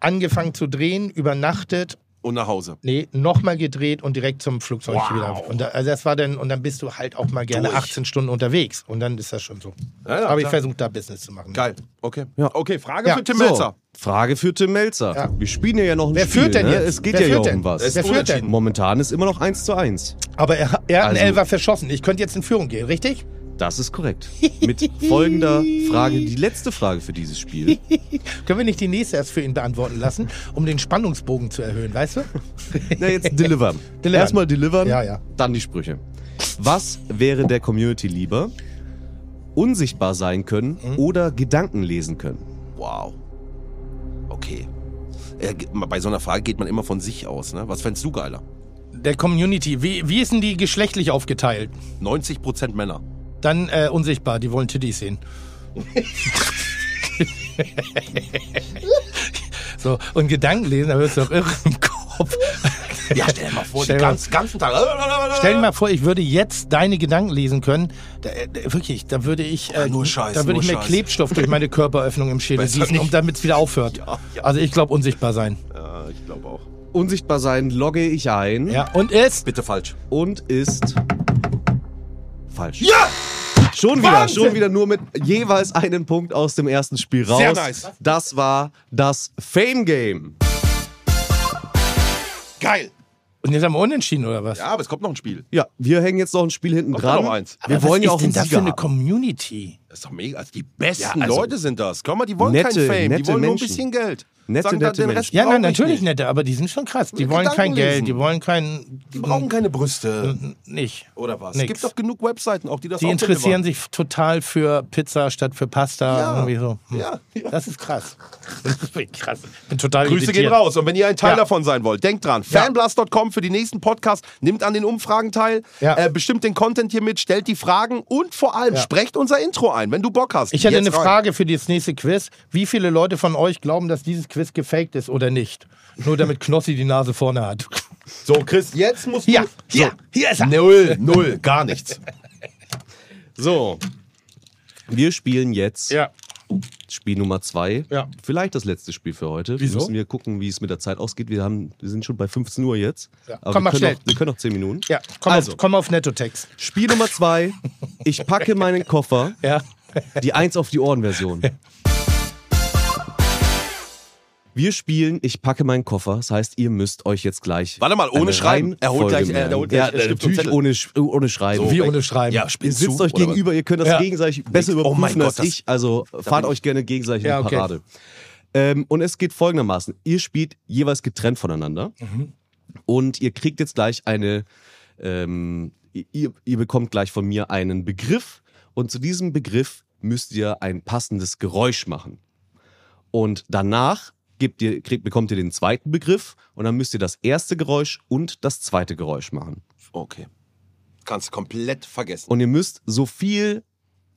Speaker 4: angefangen zu drehen, übernachtet
Speaker 3: Und nach Hause.
Speaker 4: Nee, nochmal gedreht und direkt zum Flugzeug wieder. Und da, also das war dann, und dann bist du halt auch mal gerne 18 Stunden unterwegs. Und dann ist das schon so.
Speaker 3: Ja, ja,
Speaker 4: Aber ich
Speaker 3: klar.
Speaker 4: versuche da Business zu machen.
Speaker 3: Geil. Okay.
Speaker 6: Ja.
Speaker 3: Okay, Frage
Speaker 4: Ja,
Speaker 3: für Tim
Speaker 6: So,
Speaker 3: Melzer.
Speaker 6: Frage für Tim Melzer.
Speaker 4: Ja.
Speaker 6: Wir spielen ja ja noch ein
Speaker 4: Wer
Speaker 6: Spiel.
Speaker 4: führt denn
Speaker 6: ne?
Speaker 4: jetzt?
Speaker 6: Es geht
Speaker 4: Wer
Speaker 6: ja
Speaker 4: führt
Speaker 6: hier
Speaker 4: denn?
Speaker 6: um was.
Speaker 4: Wer führt denn?
Speaker 6: Momentan ist immer noch 1 zu 1.
Speaker 4: Aber er, er hat
Speaker 6: Also-
Speaker 4: einen Elfer verschossen. Ich könnte jetzt in Führung gehen, richtig?
Speaker 6: Das ist korrekt. Mit folgender Frage, die letzte Frage für dieses Spiel.
Speaker 4: Können wir nicht die nächste erst für ihn beantworten lassen, um den Spannungsbogen zu erhöhen, weißt du?
Speaker 6: Na, jetzt delivern.
Speaker 4: Delivern.
Speaker 6: Erstmal delivern,
Speaker 4: Ja, ja.
Speaker 6: dann die Sprüche. Was wäre der Community lieber? unsichtbar sein können
Speaker 4: Mhm.
Speaker 6: oder Gedanken lesen können.
Speaker 3: Wow. Okay. Äh, ge- bei so einer Frage geht man immer von sich aus, ne? Was fändst du geiler?
Speaker 4: Der Community, wie, wie ist denn die geschlechtlich aufgeteilt?
Speaker 3: 90% Männer.
Speaker 4: Dann äh, unsichtbar, die wollen Titties sehen. so, und Gedanken lesen, da wirst du doch irre im Kopf.
Speaker 3: Ja, stell dir mal vor,
Speaker 4: Stell
Speaker 3: den
Speaker 4: mal-
Speaker 3: ganz, ganzen Tag.
Speaker 4: Stell dir mal vor, ich würde jetzt deine Gedanken lesen können. Da, äh, da, wirklich, da würde ich, äh,
Speaker 3: nur Scheiß,
Speaker 4: da würde
Speaker 3: nur
Speaker 4: ich mir
Speaker 3: Scheiß.
Speaker 4: Klebstoff durch meine Körperöffnung im Schädel
Speaker 3: Besser
Speaker 4: gießen, um
Speaker 3: nicht.
Speaker 4: damit es wieder aufhört. Also ich glaube unsichtbar sein.
Speaker 3: Ja, ich glaube auch.
Speaker 6: Unsichtbar sein logge ich ein
Speaker 4: Ja, und ist
Speaker 3: Bitte falsch.
Speaker 6: und ist falsch. Ja! Schon wieder, schon wieder nur mit jeweils einem Punkt aus dem ersten Spiel raus.
Speaker 3: Sehr nice.
Speaker 6: Das war das Fame Game.
Speaker 3: Geil.
Speaker 4: und jetzt haben wir unentschieden oder was?
Speaker 3: Ja, aber es kommt noch ein Spiel.
Speaker 6: Ja, wir hängen jetzt noch ein Spiel hinten
Speaker 3: Kommt
Speaker 6: dran.
Speaker 3: noch eins.
Speaker 6: Wir
Speaker 4: Aber was
Speaker 6: wollen ja
Speaker 4: ist
Speaker 6: auch
Speaker 4: denn
Speaker 6: einen
Speaker 4: da für
Speaker 6: Sieger
Speaker 4: eine
Speaker 6: haben.
Speaker 4: Community?
Speaker 3: Das ist doch mega. Also die besten
Speaker 6: Ja, also-
Speaker 3: Leute sind das. Komm mal, die wollen
Speaker 6: Nette,
Speaker 3: kein Fame.
Speaker 6: nette
Speaker 3: Die wollen nur ein
Speaker 6: Menschen.
Speaker 3: bisschen Geld.
Speaker 6: Nette,
Speaker 3: Sagen dann,
Speaker 6: nette
Speaker 3: den Rest
Speaker 6: Menschen.
Speaker 4: Ja,
Speaker 3: brauche
Speaker 4: nein,
Speaker 3: ich
Speaker 4: natürlich
Speaker 3: nicht.
Speaker 4: nette, aber die sind schon krass. Die
Speaker 3: Mit
Speaker 4: wollen kein
Speaker 3: Gedanken lesen.
Speaker 4: Geld, die wollen kein.
Speaker 3: Die brauchen keine Brüste.
Speaker 4: nicht.
Speaker 3: Oder was? Es
Speaker 4: Nix.
Speaker 3: gibt doch genug Webseiten auch, die das
Speaker 4: Die
Speaker 3: auch
Speaker 4: interessieren
Speaker 3: deliver.
Speaker 4: sich total für Pizza statt für Pasta.
Speaker 3: Ja.
Speaker 4: Irgendwie so. Hm.
Speaker 3: Ja, ja.
Speaker 4: Das ist krass. Das ist wirklich krass. Bin total
Speaker 3: Grüße gehen
Speaker 4: irritiert.
Speaker 3: raus. Und wenn ihr ein Teil
Speaker 4: Ja.
Speaker 3: davon sein wollt, denkt dran.
Speaker 4: Ja.
Speaker 3: Fanblast.com für die nächsten Podcast. Nimmt an den Umfragen teil.
Speaker 4: Ja.
Speaker 3: Äh, bestimmt den Content hier mit. Stellt die Fragen. Und vor allem,
Speaker 4: Ja.
Speaker 3: sprecht unser Intro ein, wenn du Bock hast.
Speaker 4: Ich hätte
Speaker 3: Jetzt
Speaker 4: eine
Speaker 3: rein.
Speaker 4: Frage für das nächste Quiz. Wie viele Leute von euch glauben, dass dieses Quiz gefaked ist oder nicht? Nur damit Knossi die Nase vorne hat.
Speaker 3: So, Chris, jetzt musst du...
Speaker 4: Ja, hier, hier ist er.
Speaker 3: Null, null, gar nichts.
Speaker 6: So. Wir spielen jetzt
Speaker 4: Ja.
Speaker 6: Spiel Nummer zwei.
Speaker 4: Ja.
Speaker 6: Vielleicht das letzte Spiel für heute.
Speaker 4: Wieso?
Speaker 6: Müssen wir gucken, wie es mit der Zeit ausgeht. Wir, haben, wir sind schon bei 15 Uhr jetzt.
Speaker 4: Ja.
Speaker 6: Aber
Speaker 4: Komm,
Speaker 6: wir,
Speaker 4: mach
Speaker 6: können
Speaker 4: schnell.
Speaker 6: noch, wir können noch 10 Minuten.
Speaker 4: Ja, komm,
Speaker 6: also,
Speaker 4: auf, komm auf Nettotext.
Speaker 6: Spiel Nummer zwei. Ich packe meinen Koffer.
Speaker 4: Ja.
Speaker 6: Die Eins auf die Ohren-Version. Wir spielen Ich packe meinen Koffer. Das heißt, ihr müsst euch jetzt gleich.
Speaker 3: Warte mal, ohne
Speaker 6: eine
Speaker 3: Schreiben? Er holt
Speaker 6: Reihenfolge
Speaker 3: gleich- er- er holt
Speaker 6: merken.
Speaker 3: gleich
Speaker 6: ja,
Speaker 3: Stift und
Speaker 6: natürlich
Speaker 3: Zettel.
Speaker 6: ohne, Sch- ohne Schreiben.
Speaker 4: Wie ohne Schreiben.
Speaker 3: Ja, spiel
Speaker 6: Ihr sitzt
Speaker 3: zu,
Speaker 6: euch
Speaker 3: oder was?
Speaker 6: gegenüber, ihr könnt das
Speaker 4: Ja.
Speaker 6: gegenseitig besser
Speaker 3: Oh
Speaker 6: überprüfen
Speaker 3: mein Gott,
Speaker 6: als
Speaker 3: das-
Speaker 6: ich. Also fahrt euch gerne gegenseitig
Speaker 4: Ja,
Speaker 6: in die
Speaker 4: okay.
Speaker 6: Parade. Ähm, und es geht folgendermaßen. Ihr spielt jeweils getrennt voneinander.
Speaker 4: Mhm.
Speaker 6: Und ihr kriegt jetzt gleich eine, ähm, ihr, ihr bekommt gleich von mir einen Begriff. Und zu diesem Begriff müsst ihr ein passendes Geräusch machen. Und danach gebt ihr, kriegt, bekommt ihr den zweiten Begriff. Und dann müsst ihr das erste Geräusch und das zweite Geräusch machen.
Speaker 3: Okay. Kannst komplett vergessen.
Speaker 6: Und ihr müsst so viel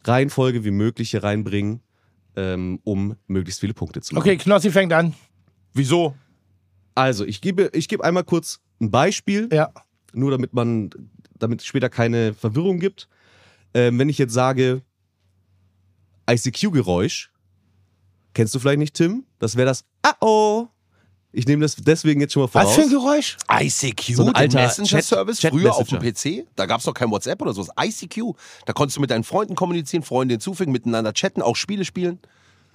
Speaker 6: Reihenfolge wie möglich hier reinbringen, ähm, um möglichst viele Punkte zu machen.
Speaker 4: Okay, Knossi fängt an.
Speaker 3: Wieso?
Speaker 6: Also, ich gebe, ich gebe einmal kurz ein Beispiel,
Speaker 4: Ja.
Speaker 6: nur damit man, damit es später keine Verwirrung gibt. Ähm, wenn ich jetzt sage, ICQ-Geräusch, kennst du vielleicht nicht, Tim? Das wäre das Ah-oh. Ich nehme das deswegen jetzt schon mal voraus.
Speaker 4: Was für ein Geräusch?
Speaker 3: ICQ,
Speaker 6: So ein
Speaker 3: den
Speaker 6: alter
Speaker 3: Messenger-Service,
Speaker 6: Chat-
Speaker 3: früher auf dem
Speaker 6: Chat-Messenger.
Speaker 3: PC, da gab es noch kein WhatsApp oder sowas. ICQ, da konntest du mit deinen Freunden kommunizieren, Freunde hinzufügen, miteinander chatten, auch Spiele spielen.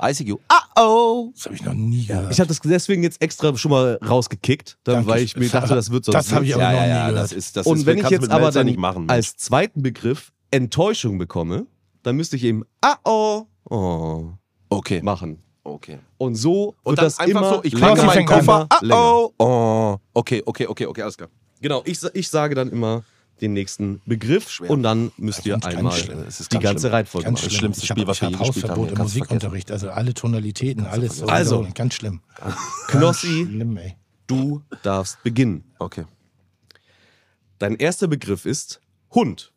Speaker 3: ICQ. Ah, oh!
Speaker 4: Das habe ich noch nie gehört.
Speaker 6: Ich habe das deswegen jetzt extra schon mal rausgekickt, dann,
Speaker 4: Danke.
Speaker 6: weil ich mir dachte, das wird sonst
Speaker 4: Das hab ich
Speaker 6: nichts.
Speaker 4: aber noch nie gehört.
Speaker 3: das ist, das
Speaker 6: und
Speaker 3: ist,
Speaker 6: wenn ich
Speaker 3: kannst du
Speaker 6: jetzt
Speaker 3: mit
Speaker 6: aber
Speaker 3: Melzer
Speaker 6: dann
Speaker 3: nicht machen. Mensch.
Speaker 6: als zweiten Begriff Enttäuschung bekomme, dann müsste ich eben ah oh, oh
Speaker 3: okay,
Speaker 6: machen.
Speaker 3: okay.
Speaker 6: Und so wird
Speaker 3: Und dann
Speaker 6: das
Speaker 3: einfach
Speaker 6: immer
Speaker 3: so, ich
Speaker 6: länger,
Speaker 3: packe meinen
Speaker 4: fängt
Speaker 3: Koffer. Ah,
Speaker 6: länger, länger.
Speaker 3: oh, oh. Okay, okay, okay, okay, alles klar.
Speaker 6: Genau, ich, sa- ich sage dann immer den nächsten Begriff
Speaker 3: Schwer.
Speaker 6: und dann müsst ihr
Speaker 4: ganz
Speaker 6: einmal
Speaker 4: schlimm.
Speaker 3: Das ist
Speaker 6: die
Speaker 3: ganz
Speaker 6: ganze
Speaker 3: schlimm.
Speaker 6: Reihenfolge
Speaker 4: Ganz
Speaker 6: machen.
Speaker 4: schlimm.
Speaker 3: schlimmste
Speaker 4: ich hab-
Speaker 3: Spiel, was
Speaker 4: ich
Speaker 3: wir
Speaker 4: hab
Speaker 3: je gespielt haben.
Speaker 4: Hausverbot im
Speaker 3: Kannst du
Speaker 4: Musikunterricht, also alle Tonalitäten, alles so.
Speaker 6: Also.
Speaker 4: wiederholen. ganz schlimm.
Speaker 6: Knossi,
Speaker 4: Schlimm, ey.
Speaker 6: du darfst beginnen.
Speaker 3: Okay.
Speaker 6: Dein erster Begriff ist Hund.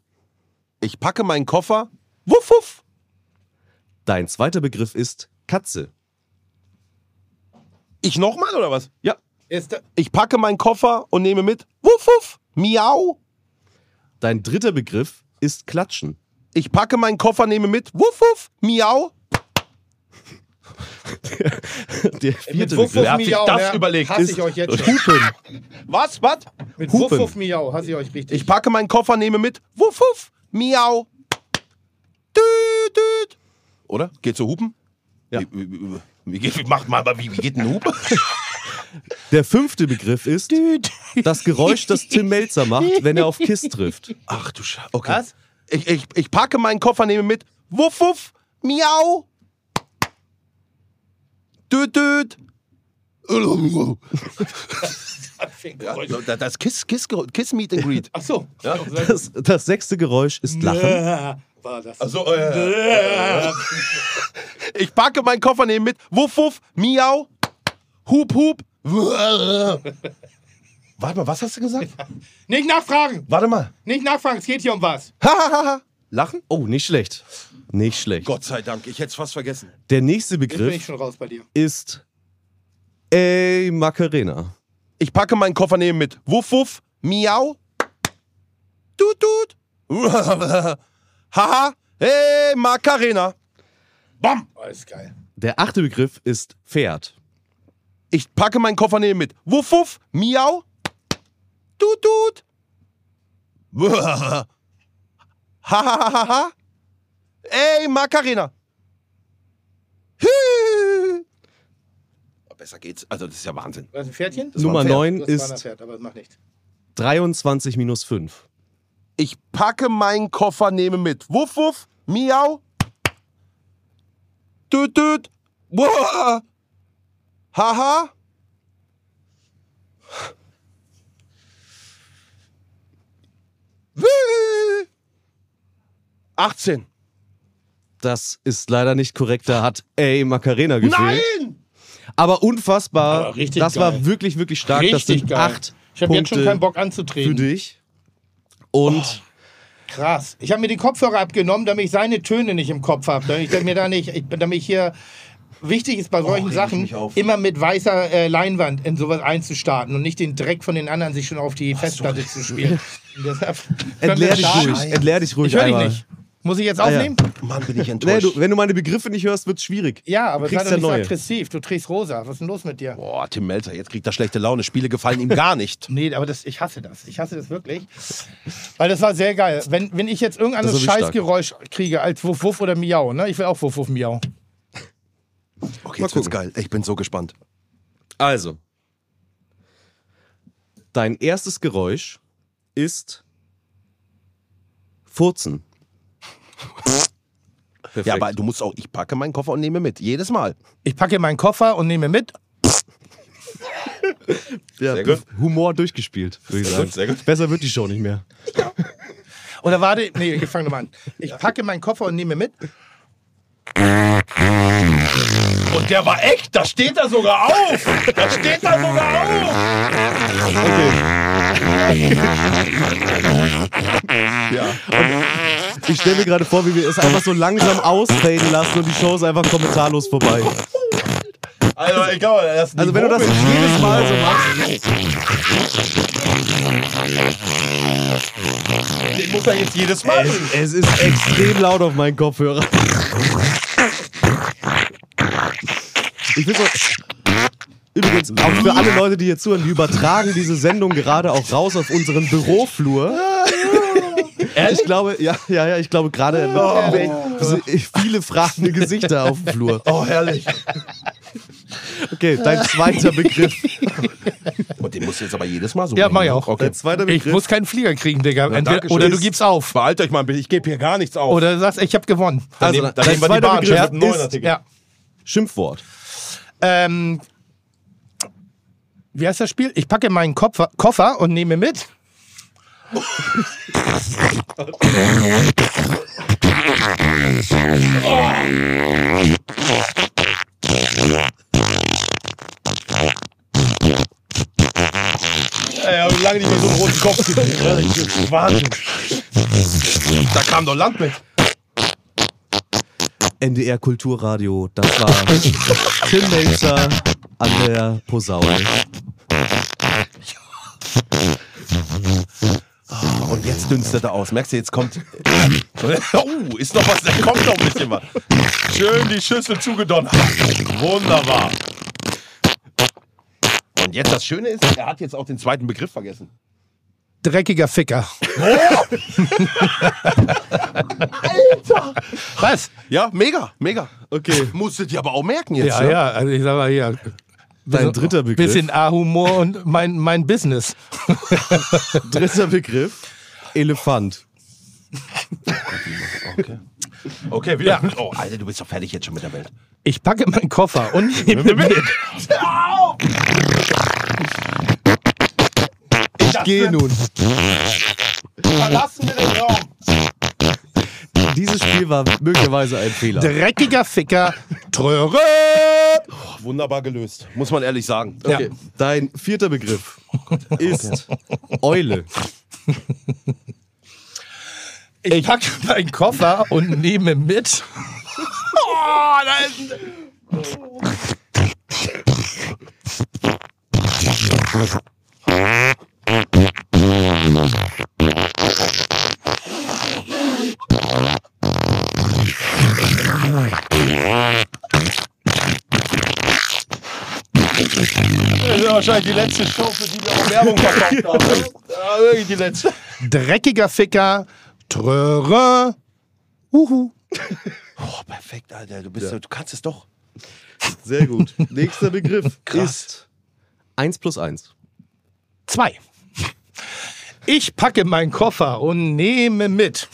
Speaker 3: Ich packe meinen Koffer. Wuff, wuff.
Speaker 6: Dein zweiter Begriff ist Katze.
Speaker 3: Ich nochmal oder was?
Speaker 6: Ja.
Speaker 4: äh,
Speaker 3: Ich packe meinen Koffer und nehme mit. Wuff, wuff. Miau.
Speaker 6: Dein dritter Begriff ist Klatschen.
Speaker 3: Ich packe meinen Koffer, nehme mit. Wuff, wuff. Miau.
Speaker 6: Der vierte
Speaker 4: Wuff,
Speaker 6: Begriff
Speaker 4: Wuff, Miau,
Speaker 3: das
Speaker 4: ne?
Speaker 3: überlegt?
Speaker 4: Hasse
Speaker 3: Ist-
Speaker 4: ich euch jetzt schon.
Speaker 6: Hupen.
Speaker 3: Was, was?
Speaker 4: Mit
Speaker 6: Hupen.
Speaker 4: Wuff, Wuff, Miau, hasse ich euch richtig.
Speaker 3: Ich packe meinen Koffer, nehme mit. Wuff, wuff. Miau. Düt, düt. Oder? Geht zu hupen?
Speaker 6: Ja.
Speaker 3: Wie, wie, wie, wie, geht- wie, macht mal, wie, wie geht ein Hupe?
Speaker 6: Der fünfte Begriff ist das Geräusch, das Tim Melzer macht, wenn er auf Kiss trifft.
Speaker 3: Ach du Scheiße. Okay.
Speaker 4: Was?
Speaker 3: Ich, ich, ich packe meinen Koffer, nehme mit. Wuff, wuff. Miau. Düt, düt.
Speaker 4: Fickgeräusch.
Speaker 3: Ja, Das Kiss, Kiss, Kiss Meet and Greet.
Speaker 4: Ach so.
Speaker 6: Das, das sechste Geräusch ist Lachen.
Speaker 4: Äh, War das.
Speaker 3: Also, Ich packe meinen Koffer neben mit. Wuff, wuff, miau, hup, hup. Warte mal, was hast du gesagt?
Speaker 4: Nicht nachfragen!
Speaker 3: Warte mal.
Speaker 4: Nicht nachfragen, es geht hier um was.
Speaker 3: Hahaha. Lachen?
Speaker 6: Oh, nicht schlecht. Nicht schlecht.
Speaker 3: Gott sei Dank, ich hätte es fast vergessen.
Speaker 6: Der nächste
Speaker 4: Jetzt bin ich
Speaker 6: Begriff
Speaker 4: schon raus bei dir.
Speaker 6: ist Ey Macarena.
Speaker 3: Ich packe meinen Koffer neben mit. Wuff, wuff, miau. Tut, tut. Haha. Hey, Macarena.
Speaker 4: Alles Oh, geil.
Speaker 6: Der achte Begriff ist Pferd.
Speaker 3: Ich packe meinen Koffer neben mit. Wuff, wuff, miau. Tut, tut. Hahaha. Ey, Macarena. Hü. Besser geht's. Also, das ist ja Wahnsinn.
Speaker 4: Was ein Pferdchen?
Speaker 6: Nummer
Speaker 3: Pferd.
Speaker 6: 9
Speaker 4: Das war ein
Speaker 6: ist
Speaker 4: Pferd, aber das macht nichts.
Speaker 6: 23 minus 5.
Speaker 3: Ich packe meinen Koffer, nehme mit. Wuff, wuff, miau. Tüt, tüt. Uah. Haha. Wuh. 18.
Speaker 6: Das ist leider nicht korrekt. Da hat Ey Macarena gefehlt.
Speaker 3: Nein!
Speaker 6: Aber unfassbar.
Speaker 4: Aber richtig
Speaker 6: das
Speaker 4: geil.
Speaker 6: war wirklich, wirklich stark. das
Speaker 4: Richtig
Speaker 6: sind
Speaker 4: geil.
Speaker 6: acht
Speaker 4: Ich habe
Speaker 6: Punkte
Speaker 4: jetzt schon keinen Bock Oh.
Speaker 6: für
Speaker 4: anzutreten.
Speaker 6: dich. Und
Speaker 4: Krass. Ich habe mir den Kopfhörer abgenommen, damit ich seine Töne nicht im Kopf habe. Damit ich mir da nicht, ich, damit ich hier. Wichtig ist bei solchen Sachen immer mit weißer äh, Leinwand in sowas einzustarten und nicht den Dreck von den anderen sich schon auf die Festplatte zu spielen. Deshalb
Speaker 6: entleer dich
Speaker 4: Schade.
Speaker 6: ruhig. Entleer dich ruhig
Speaker 4: Ich höre dich
Speaker 6: einmal.
Speaker 4: nicht. Muss ich jetzt
Speaker 6: Ah ja.
Speaker 4: aufnehmen?
Speaker 3: Mann, bin ich enttäuscht.
Speaker 6: Nee, du, wenn du meine Begriffe nicht hörst, wird's schwierig.
Speaker 4: Ja, aber
Speaker 6: du
Speaker 4: sei
Speaker 6: kriegst
Speaker 4: doch
Speaker 6: ja
Speaker 4: nicht so
Speaker 6: neue.
Speaker 4: aggressiv. Du trägst rosa. Was ist denn los mit dir?
Speaker 3: Boah, Tim Melzer, jetzt kriegt er schlechte Laune. Spiele gefallen ihm gar nicht.
Speaker 4: Nee, aber das, ich hasse das. Ich hasse das wirklich. Weil das war sehr geil. Wenn, wenn ich jetzt irgendein
Speaker 6: Das ist
Speaker 4: anderes
Speaker 6: wirklich stark.
Speaker 4: Scheißgeräusch kriege als Wuff Wuff oder Miau, ne? Ich will auch Wuff Wuff Miau.
Speaker 3: Okay, jetzt wird's geil. Ich bin so gespannt.
Speaker 6: Also, dein erstes Geräusch ist Furzen. Perfekt.
Speaker 3: Ja, aber du musst auch, ich packe meinen Koffer und nehme mit. Jedes Mal.
Speaker 4: Ich packe meinen Koffer und nehme mit.
Speaker 6: Ja, Be- Humor durchgespielt, würde ich sagen. Besser wird die Show nicht mehr.
Speaker 4: Oder warte, nee, ich fange nochmal an. Ich packe meinen Koffer und nehme mit.
Speaker 8: Und der war echt, da steht er sogar auf. Da steht er sogar auf.
Speaker 6: Ich stelle mir gerade vor, wie wir es einfach so langsam ausfaden lassen und die Show ist einfach kommentarlos vorbei.
Speaker 8: Also, ich glaube, das
Speaker 6: Also wenn du das nicht jedes Mal so machst,
Speaker 8: ich muss er jetzt jedes Mal.
Speaker 6: es ist extrem laut auf meinen Kopfhörer. Ich bin so. Übrigens, auch für alle Leute, die hier zuhören, wir übertragen diese Sendung gerade auch raus auf unseren Büroflur. Ich glaube, ja, ja, ja, ich glaube gerade
Speaker 3: Oh.
Speaker 6: äh, viele fragende Gesichter auf dem Flur.
Speaker 3: Oh, herrlich.
Speaker 6: Okay, dein zweiter Begriff.
Speaker 3: Und den musst du jetzt aber jedes Mal so
Speaker 4: Ja,
Speaker 3: bringen,
Speaker 4: mach ich
Speaker 3: ne?
Speaker 4: auch.
Speaker 3: Okay.
Speaker 6: Dein zweiter
Speaker 4: Ich
Speaker 6: Begriff.
Speaker 4: muss keinen Flieger kriegen, Digga. Entweder,
Speaker 3: Dankeschön.
Speaker 4: oder du gibst auf.
Speaker 3: Behaltet euch mal, bitte. ich gebe hier gar nichts auf.
Speaker 4: Oder du sagst, ich habe gewonnen.
Speaker 6: also,
Speaker 3: nehmen- dann
Speaker 6: dein
Speaker 3: nehmen wir die
Speaker 6: zweiter
Speaker 3: Bahn,
Speaker 6: Begriff
Speaker 3: Chef, mit einem
Speaker 6: ist
Speaker 3: Neuner-Ticket.
Speaker 4: Ja.
Speaker 6: Schimpfwort.
Speaker 4: Ähm, wie heißt das Spiel? Ich packe meinen Koffer, Koffer und nehme mit.
Speaker 3: Äh, Ey, hab lange nicht mehr so einen roten Kopf gekriegt. ne? Das ist Wahnsinn. Da kam doch Land mit.
Speaker 6: NDR Kulturradio, das war Tim Melzer an der Posaune.
Speaker 3: Und jetzt dünstet er aus. Merkst du, jetzt kommt. Oh, ist noch was. Da kommt noch ein bisschen was. Schön die Schüssel zugedonnert. Wunderbar. Und jetzt das Schöne ist, er hat jetzt auch den zweiten Begriff vergessen.
Speaker 4: Dreckiger Ficker. Alter! Was?
Speaker 3: Ja, mega, mega.
Speaker 6: Okay.
Speaker 3: Musstet ihr aber auch merken jetzt.
Speaker 4: Ja,
Speaker 3: ne?
Speaker 4: ja, also ich sag mal hier.
Speaker 6: Dein dritter Begriff.
Speaker 4: Bisschen A-Humor und mein, mein Business.
Speaker 6: Dritter Begriff. Elefant.
Speaker 3: Okay, wieder. Oh, Alter, du bist doch fertig jetzt schon mit der Welt.
Speaker 4: Ich packe meinen Koffer und nehme mit. das
Speaker 9: geh
Speaker 4: für-
Speaker 9: nun.
Speaker 4: Verlassen wir den Raum.
Speaker 6: Dieses Spiel war möglicherweise ein Fehler.
Speaker 4: Dreckiger Ficker. Tröre.
Speaker 3: Wunderbar gelöst, muss man ehrlich sagen.
Speaker 4: Ja.
Speaker 6: Okay. Dein vierter Begriff ist Eule.
Speaker 4: Ich packe meinen Koffer und nehme mit. oh, da ist ein
Speaker 3: Das ist wahrscheinlich die letzte Show, für die wir auch Werbung verkauft haben. ne? Ja, wirklich die letzte.
Speaker 4: dreckiger Ficker. Tröre. Uhu.
Speaker 3: Oh, perfekt, Alter. Du, bist, du kannst es doch.
Speaker 6: Sehr gut. Nächster Begriff ist 1 plus 1.
Speaker 4: Zwei. Ich packe meinen Koffer und nehme mit.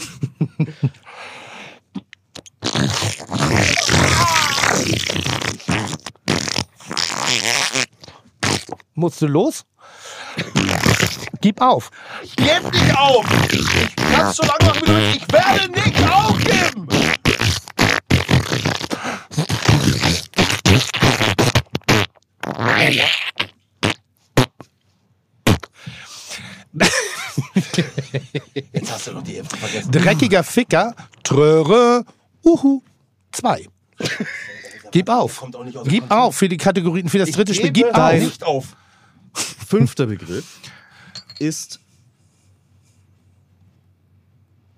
Speaker 4: Musst du los? Gib auf.
Speaker 3: Gebt nicht auf! Ich kann's schon lange machen, wie du- ich werde nicht aufgeben!
Speaker 4: Dreckiger Ficker. Tröre. Uhu. Zwei. Gib auf. Gib auf für die Kategorien, für das dritte Spiel. Gib
Speaker 3: halt
Speaker 4: auf.
Speaker 6: nicht
Speaker 3: auf.
Speaker 6: Fünfter Begriff ist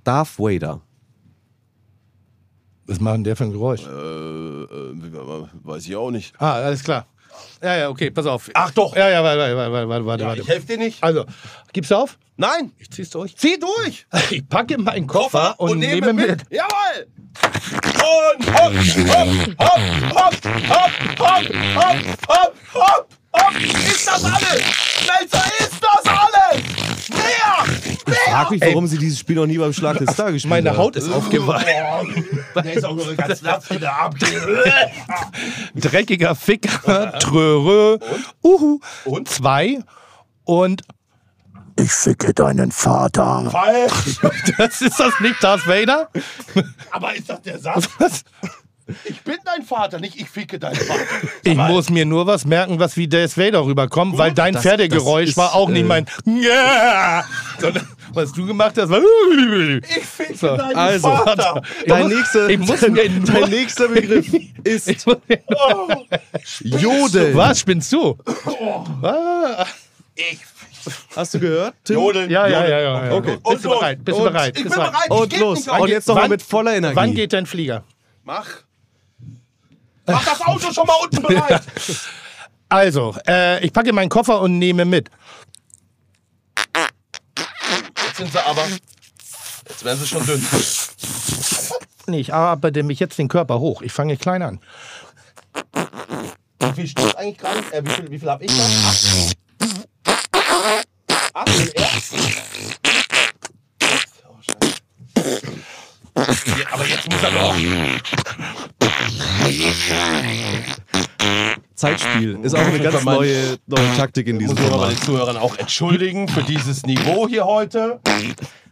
Speaker 6: Darth Vader.
Speaker 4: Was machen der für ein Geräusch?
Speaker 3: Äh, Weiß ich auch nicht.
Speaker 4: Ah, alles klar. Ja, ja, okay, pass auf.
Speaker 3: Ach doch.
Speaker 4: Ja, ja, warte, warte, warte, warte, warte. warte.
Speaker 3: Ich helfe dir nicht.
Speaker 4: Also, gib's auf?
Speaker 3: Nein,
Speaker 4: Ich zieh's durch.
Speaker 3: zieh durch!
Speaker 4: Ich packe meinen Koffer, und, nehme mit.
Speaker 3: Jawohl! Und hopp, hopp, hopp, hopp, hopp, hopp, hopp, hopp, hopp, hopp! Ist das alles? Melzer, ist das alles? Mehr!
Speaker 6: Frag mich, warum sie dieses Spiel noch nie beim Schlag des Star gespielt
Speaker 4: Meine
Speaker 6: hat.
Speaker 4: Haut ist aufgeweicht.
Speaker 3: Oh, Der ist auch nur ganz nass wieder ab.
Speaker 4: Dreckiger Ficker, Tröre, Uhu, und? zwei und ich ficke deinen Vater.
Speaker 3: Falsch!
Speaker 4: Das ist das nicht Darth Vader?
Speaker 3: Aber ist das der Satz?
Speaker 4: Was?
Speaker 3: Ich bin dein Vater, nicht ich ficke deinen Vater.
Speaker 4: Ich muss mir nur was merken, was wie Darth Vader rüberkommt, weil dein
Speaker 6: das-
Speaker 4: Pferdegeräusch
Speaker 6: das ist,
Speaker 4: war auch
Speaker 6: äh,
Speaker 4: nicht mein. sondern was du gemacht hast, war.
Speaker 3: Ich ficke
Speaker 4: So,
Speaker 3: deinen
Speaker 6: Also,
Speaker 3: Vater.
Speaker 6: dein nächster,
Speaker 4: Ich muss
Speaker 6: dein,
Speaker 4: mir nur-
Speaker 6: dein nächster Begriff ist
Speaker 3: Oh,
Speaker 6: Jodel.
Speaker 4: Was spinnst du? Ah,
Speaker 3: ich
Speaker 6: Hast du gehört? Tim?
Speaker 3: jodel.
Speaker 4: ja, ja, ja, ja, ja.
Speaker 6: Okay.
Speaker 4: Bist du
Speaker 3: Und los.
Speaker 4: bereit? Bist du
Speaker 6: Und
Speaker 4: bereit?
Speaker 3: Ich bin
Speaker 4: Bist du
Speaker 3: bereit. ich
Speaker 6: Und
Speaker 3: geb
Speaker 6: los.
Speaker 3: nicht auf.
Speaker 6: Und jetzt nochmal
Speaker 4: Wann-
Speaker 6: mit voller Energie.
Speaker 4: Wann geht dein Flieger?
Speaker 3: Mach. Mach das Auto schon mal unten bereit.
Speaker 4: Also, äh, ich packe meinen Koffer und nehme mit.
Speaker 3: Jetzt sind sie aber. Jetzt werden sie schon dünn.
Speaker 4: Nee, ich arbeite mich jetzt den Körper hoch. Ich fange klein an.
Speaker 3: Wie viel steht eigentlich gerade? Äh, wie viel, wie viel hab ich noch? Acht. Acht im ersten. Oh, Scheiße. Ja, aber jetzt muss er doch.
Speaker 6: Zeitspiel. Ist auch eine ganz
Speaker 3: Mein-
Speaker 6: neue, neue Taktik in diesem
Speaker 3: Muss ich aber bei
Speaker 6: Format.
Speaker 3: den Zuhörern auch entschuldigen für dieses Niveau hier heute.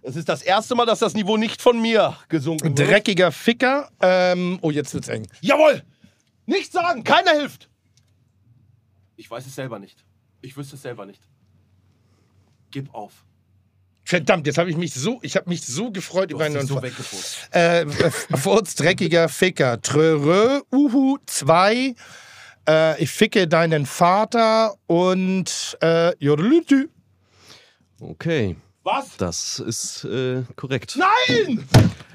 Speaker 3: Es ist das erste Mal, dass das Niveau nicht von mir gesunken wird.
Speaker 4: Dreckiger Ficker. Ähm, oh, jetzt wird's eng.
Speaker 3: Jawohl! Nichts sagen, keiner hilft! Ich weiß es selber nicht. Ich wüsste es selber nicht. Gib auf.
Speaker 4: Verdammt, jetzt habe ich mich so, ich habe mich so gefreut über einen neuen
Speaker 3: weggefurzt.
Speaker 4: äh, äh, Furz, dreckiger Ficker. Trörö, Uhu, zwei. Äh, ich ficke deinen Vater und äh, Jodelütü.
Speaker 6: Okay,
Speaker 3: Was?
Speaker 6: das ist äh, korrekt.
Speaker 3: Nein!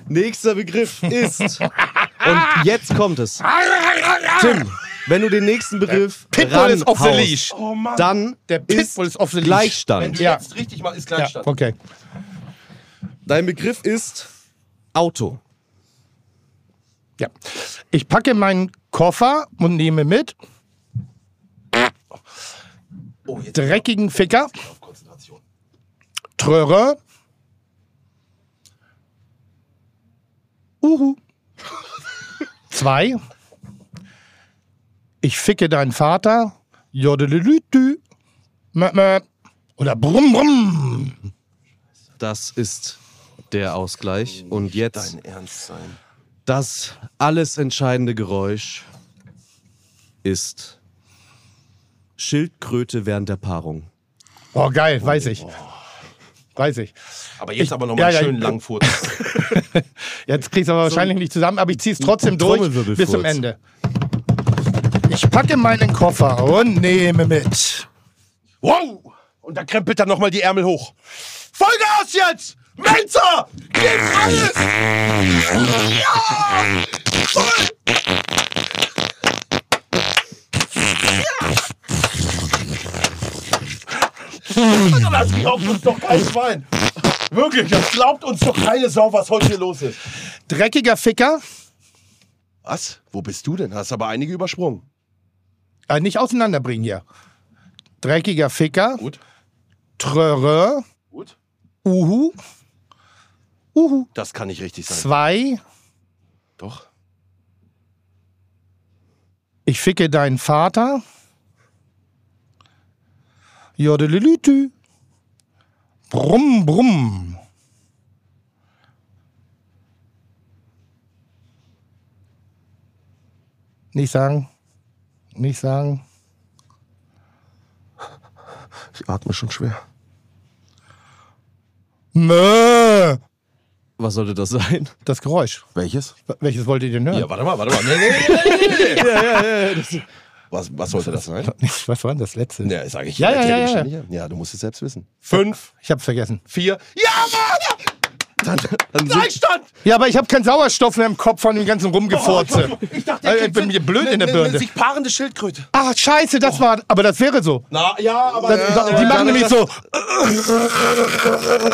Speaker 6: Nächster Begriff ist. und jetzt kommt es. Tim, wenn du den nächsten Begriff.
Speaker 4: Pitbull ist off the
Speaker 6: ranhaust,
Speaker 4: leash.
Speaker 3: Oh Mann!
Speaker 6: Dann
Speaker 4: Der Pitbull ist off the leash.
Speaker 3: Wenn
Speaker 6: Gleichstand.
Speaker 3: du
Speaker 4: Ja.
Speaker 3: jetzt richtig mal ist
Speaker 4: Ja,
Speaker 3: Kleinstadt.
Speaker 4: okay.
Speaker 6: Dein Begriff ist Auto.
Speaker 4: Ja. Ich packe meinen Koffer und nehme mit.
Speaker 3: Oh,
Speaker 4: Dreckigen Ficker. Tröre. Uhu. Zwei. Ich ficke deinen Vater. Jodelülütü. Möp, möp. Oder brumm, brumm.
Speaker 6: Das ist der Ausgleich. Und jetzt
Speaker 10: Dein Ernst sein.
Speaker 6: das alles entscheidende Geräusch ist Schildkröte während der Paarung.
Speaker 4: Oh, geil, weiß ich. Weiß ich.
Speaker 3: Aber jetzt
Speaker 4: Ich-
Speaker 3: aber nochmal
Speaker 4: ja, ja,
Speaker 3: schön
Speaker 4: ich-
Speaker 3: lang furzen.
Speaker 4: Jetzt kriegst du aber wahrscheinlich nicht zusammen, aber ich zieh's trotzdem durch
Speaker 6: Trommelwirbelfurz.
Speaker 4: bis zum Ende. Ich packe meinen Koffer und nehme mit.
Speaker 3: Wow! Und da krempelt er nochmal die Ärmel hoch. Vollgas jetzt! Melzer! Gib alles! Ja! Voll! Ja! Also Das glaubt uns doch kein Schwein. Wirklich, das glaubt uns doch keine Sau, was heute hier los ist.
Speaker 4: Dreckiger Ficker.
Speaker 3: Was? Wo bist du denn? Hast aber einige übersprungen.
Speaker 4: Äh, nicht auseinanderbringen hier. Dreckiger Ficker.
Speaker 3: Gut.
Speaker 4: Tröre.
Speaker 3: Gut.
Speaker 4: Uhu. Uhu.
Speaker 3: Das kann nicht richtig sein.
Speaker 4: Zwei.
Speaker 3: Doch.
Speaker 4: Ich ficke deinen Vater. Jodelelütü. Brumm, brumm. Nicht sagen. Nicht sagen.
Speaker 10: Ich atme schon schwer.
Speaker 4: Mö.
Speaker 6: Was sollte das sein?
Speaker 4: Das Geräusch.
Speaker 10: Welches?
Speaker 4: Welches wollt ihr denn hören?
Speaker 3: Ja, warte mal, warte mal. Nee, nee, nee, nee, nee. Was, was sollte das sein?
Speaker 4: Was war denn das letzte?
Speaker 3: Ja, sag ich.
Speaker 4: Ja, ja,
Speaker 3: erzähl
Speaker 4: ja,
Speaker 3: die
Speaker 4: ja.
Speaker 3: Geschichte nicht. ja, du musst es selbst wissen. Fünf,
Speaker 4: Ich hab's vergessen.
Speaker 3: vier. Ja, Mann!
Speaker 6: Dann sind-
Speaker 3: Gleichstand!
Speaker 4: Ja, aber ich habe keinen Sauerstoff mehr im Kopf von dem ganzen Rumgefurze.
Speaker 3: Oh, Ich dachte, der
Speaker 4: Äh,
Speaker 3: kriegt
Speaker 4: ich bin
Speaker 3: Sinn.
Speaker 4: hier blöd in der
Speaker 3: Eine- eine
Speaker 4: Birne.
Speaker 3: sich paarende Schildkröte.
Speaker 4: Ach, Ah, scheiße, das war. Aber das wäre so.
Speaker 3: Na, ja, aber.
Speaker 4: Das,
Speaker 3: ja,
Speaker 4: die
Speaker 3: aber-
Speaker 4: machen nämlich so.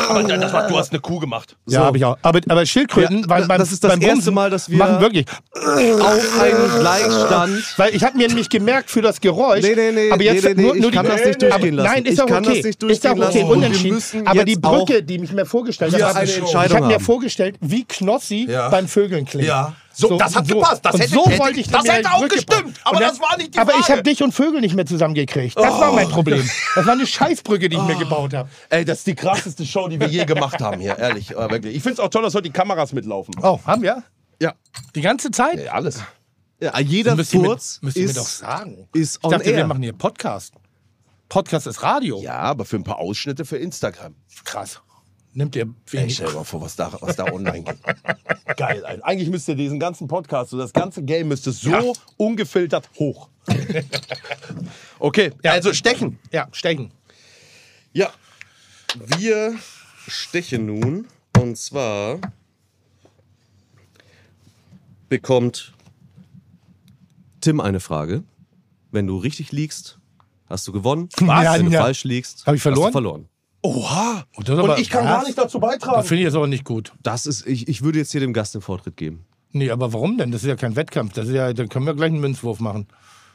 Speaker 3: Aber nein, das war, du hast eine Kuh gemacht.
Speaker 4: Ja, habe ich auch. Aber, aber Schildkröten,
Speaker 6: Ja,
Speaker 4: weil man,
Speaker 6: das ist das
Speaker 4: beim
Speaker 6: erste
Speaker 4: Bumsen
Speaker 6: Mal, dass wir-
Speaker 4: machen wirklich.
Speaker 6: Auch ein Gleichstand.
Speaker 4: Weil ich habe mir nämlich gemerkt für das Geräusch.
Speaker 6: Nee, nee, nee,
Speaker 4: aber jetzt
Speaker 6: nee, nee,
Speaker 4: nur,
Speaker 6: ich
Speaker 4: nur
Speaker 6: kann
Speaker 4: die,
Speaker 6: das nicht durchgehen
Speaker 4: aber,
Speaker 6: lassen.
Speaker 4: Nein, ist
Speaker 6: Ich
Speaker 4: doch
Speaker 6: kann das
Speaker 4: okay.
Speaker 6: nicht durchgehen
Speaker 4: ist doch okay,
Speaker 6: lassen. Und wir
Speaker 4: unentschieden.
Speaker 6: müssen
Speaker 4: Aber
Speaker 6: jetzt
Speaker 4: die Brücke, die ich mir vorgestellt
Speaker 6: hier
Speaker 4: habe,
Speaker 6: eine
Speaker 4: ich
Speaker 6: Entscheidung
Speaker 4: habe mir
Speaker 6: haben.
Speaker 4: vorgestellt, wie Knossi
Speaker 3: Ja.
Speaker 4: beim Vögeln klingt.
Speaker 3: Ja. So, das hat
Speaker 4: und
Speaker 3: gepasst. Das
Speaker 4: und
Speaker 3: hätte-
Speaker 4: so
Speaker 3: hätte-
Speaker 4: wollte ich
Speaker 3: das
Speaker 4: mir
Speaker 3: hätte auch
Speaker 4: Brücke
Speaker 3: gestimmt.
Speaker 4: bauen.
Speaker 3: Aber
Speaker 4: Und
Speaker 3: das war nicht die
Speaker 4: Aber ich
Speaker 3: Frage.
Speaker 4: habe dich und Vögel nicht mehr zusammengekriegt. Das war
Speaker 6: Oh.
Speaker 4: mein Problem. Das war eine Scheißbrücke, die ich
Speaker 6: Ah.
Speaker 4: mir gebaut habe.
Speaker 3: Ey, das ist die krasseste Show, die wir je gemacht haben hier, ehrlich. äh, wirklich. Ich find's auch toll, dass heute die Kameras mitlaufen.
Speaker 4: Oh, haben wir?
Speaker 3: Ja.
Speaker 4: Die ganze Zeit?
Speaker 3: Ey, alles.
Speaker 6: Ja, jeder
Speaker 4: Müsst ihr mir,
Speaker 6: Furz
Speaker 4: müsst ihr mir doch
Speaker 6: Äh, ist,
Speaker 4: sagen.
Speaker 6: ist
Speaker 4: Ich
Speaker 6: on
Speaker 4: dachte, wir
Speaker 6: air.
Speaker 4: machen hier Podcast. Podcast ist Radio.
Speaker 3: Ja, aber für ein paar Ausschnitte für Instagram.
Speaker 4: Krass. Nimmt ihr
Speaker 3: Ey,
Speaker 4: wenig.
Speaker 3: stell dir mal vor, was da, was da online geht. Geil, Alter. Eigentlich müsste diesen ganzen Podcast, so das ganze Game müsste so ungefiltert hoch. okay, also stechen.
Speaker 4: Ja, stechen.
Speaker 6: Ja. Wir stechen nun. Und zwar bekommt Tim eine Frage. Wenn du richtig liegst, hast du gewonnen.
Speaker 4: Ja,
Speaker 6: Wenn du
Speaker 4: ja.
Speaker 6: falsch liegst,
Speaker 4: Hab ich
Speaker 6: hast
Speaker 4: verloren?
Speaker 6: du verloren.
Speaker 3: Oha.
Speaker 4: Und, das aber-
Speaker 3: ich kann gar
Speaker 4: Was?
Speaker 3: nicht dazu beitragen.
Speaker 4: Da finde ich das aber nicht gut.
Speaker 6: Das ist, ich, ich würde jetzt hier dem Gast den Vortritt geben.
Speaker 4: Nee, aber warum denn? Das ist ja kein Wettkampf. Das ist ja, dann können wir gleich einen Münzwurf machen.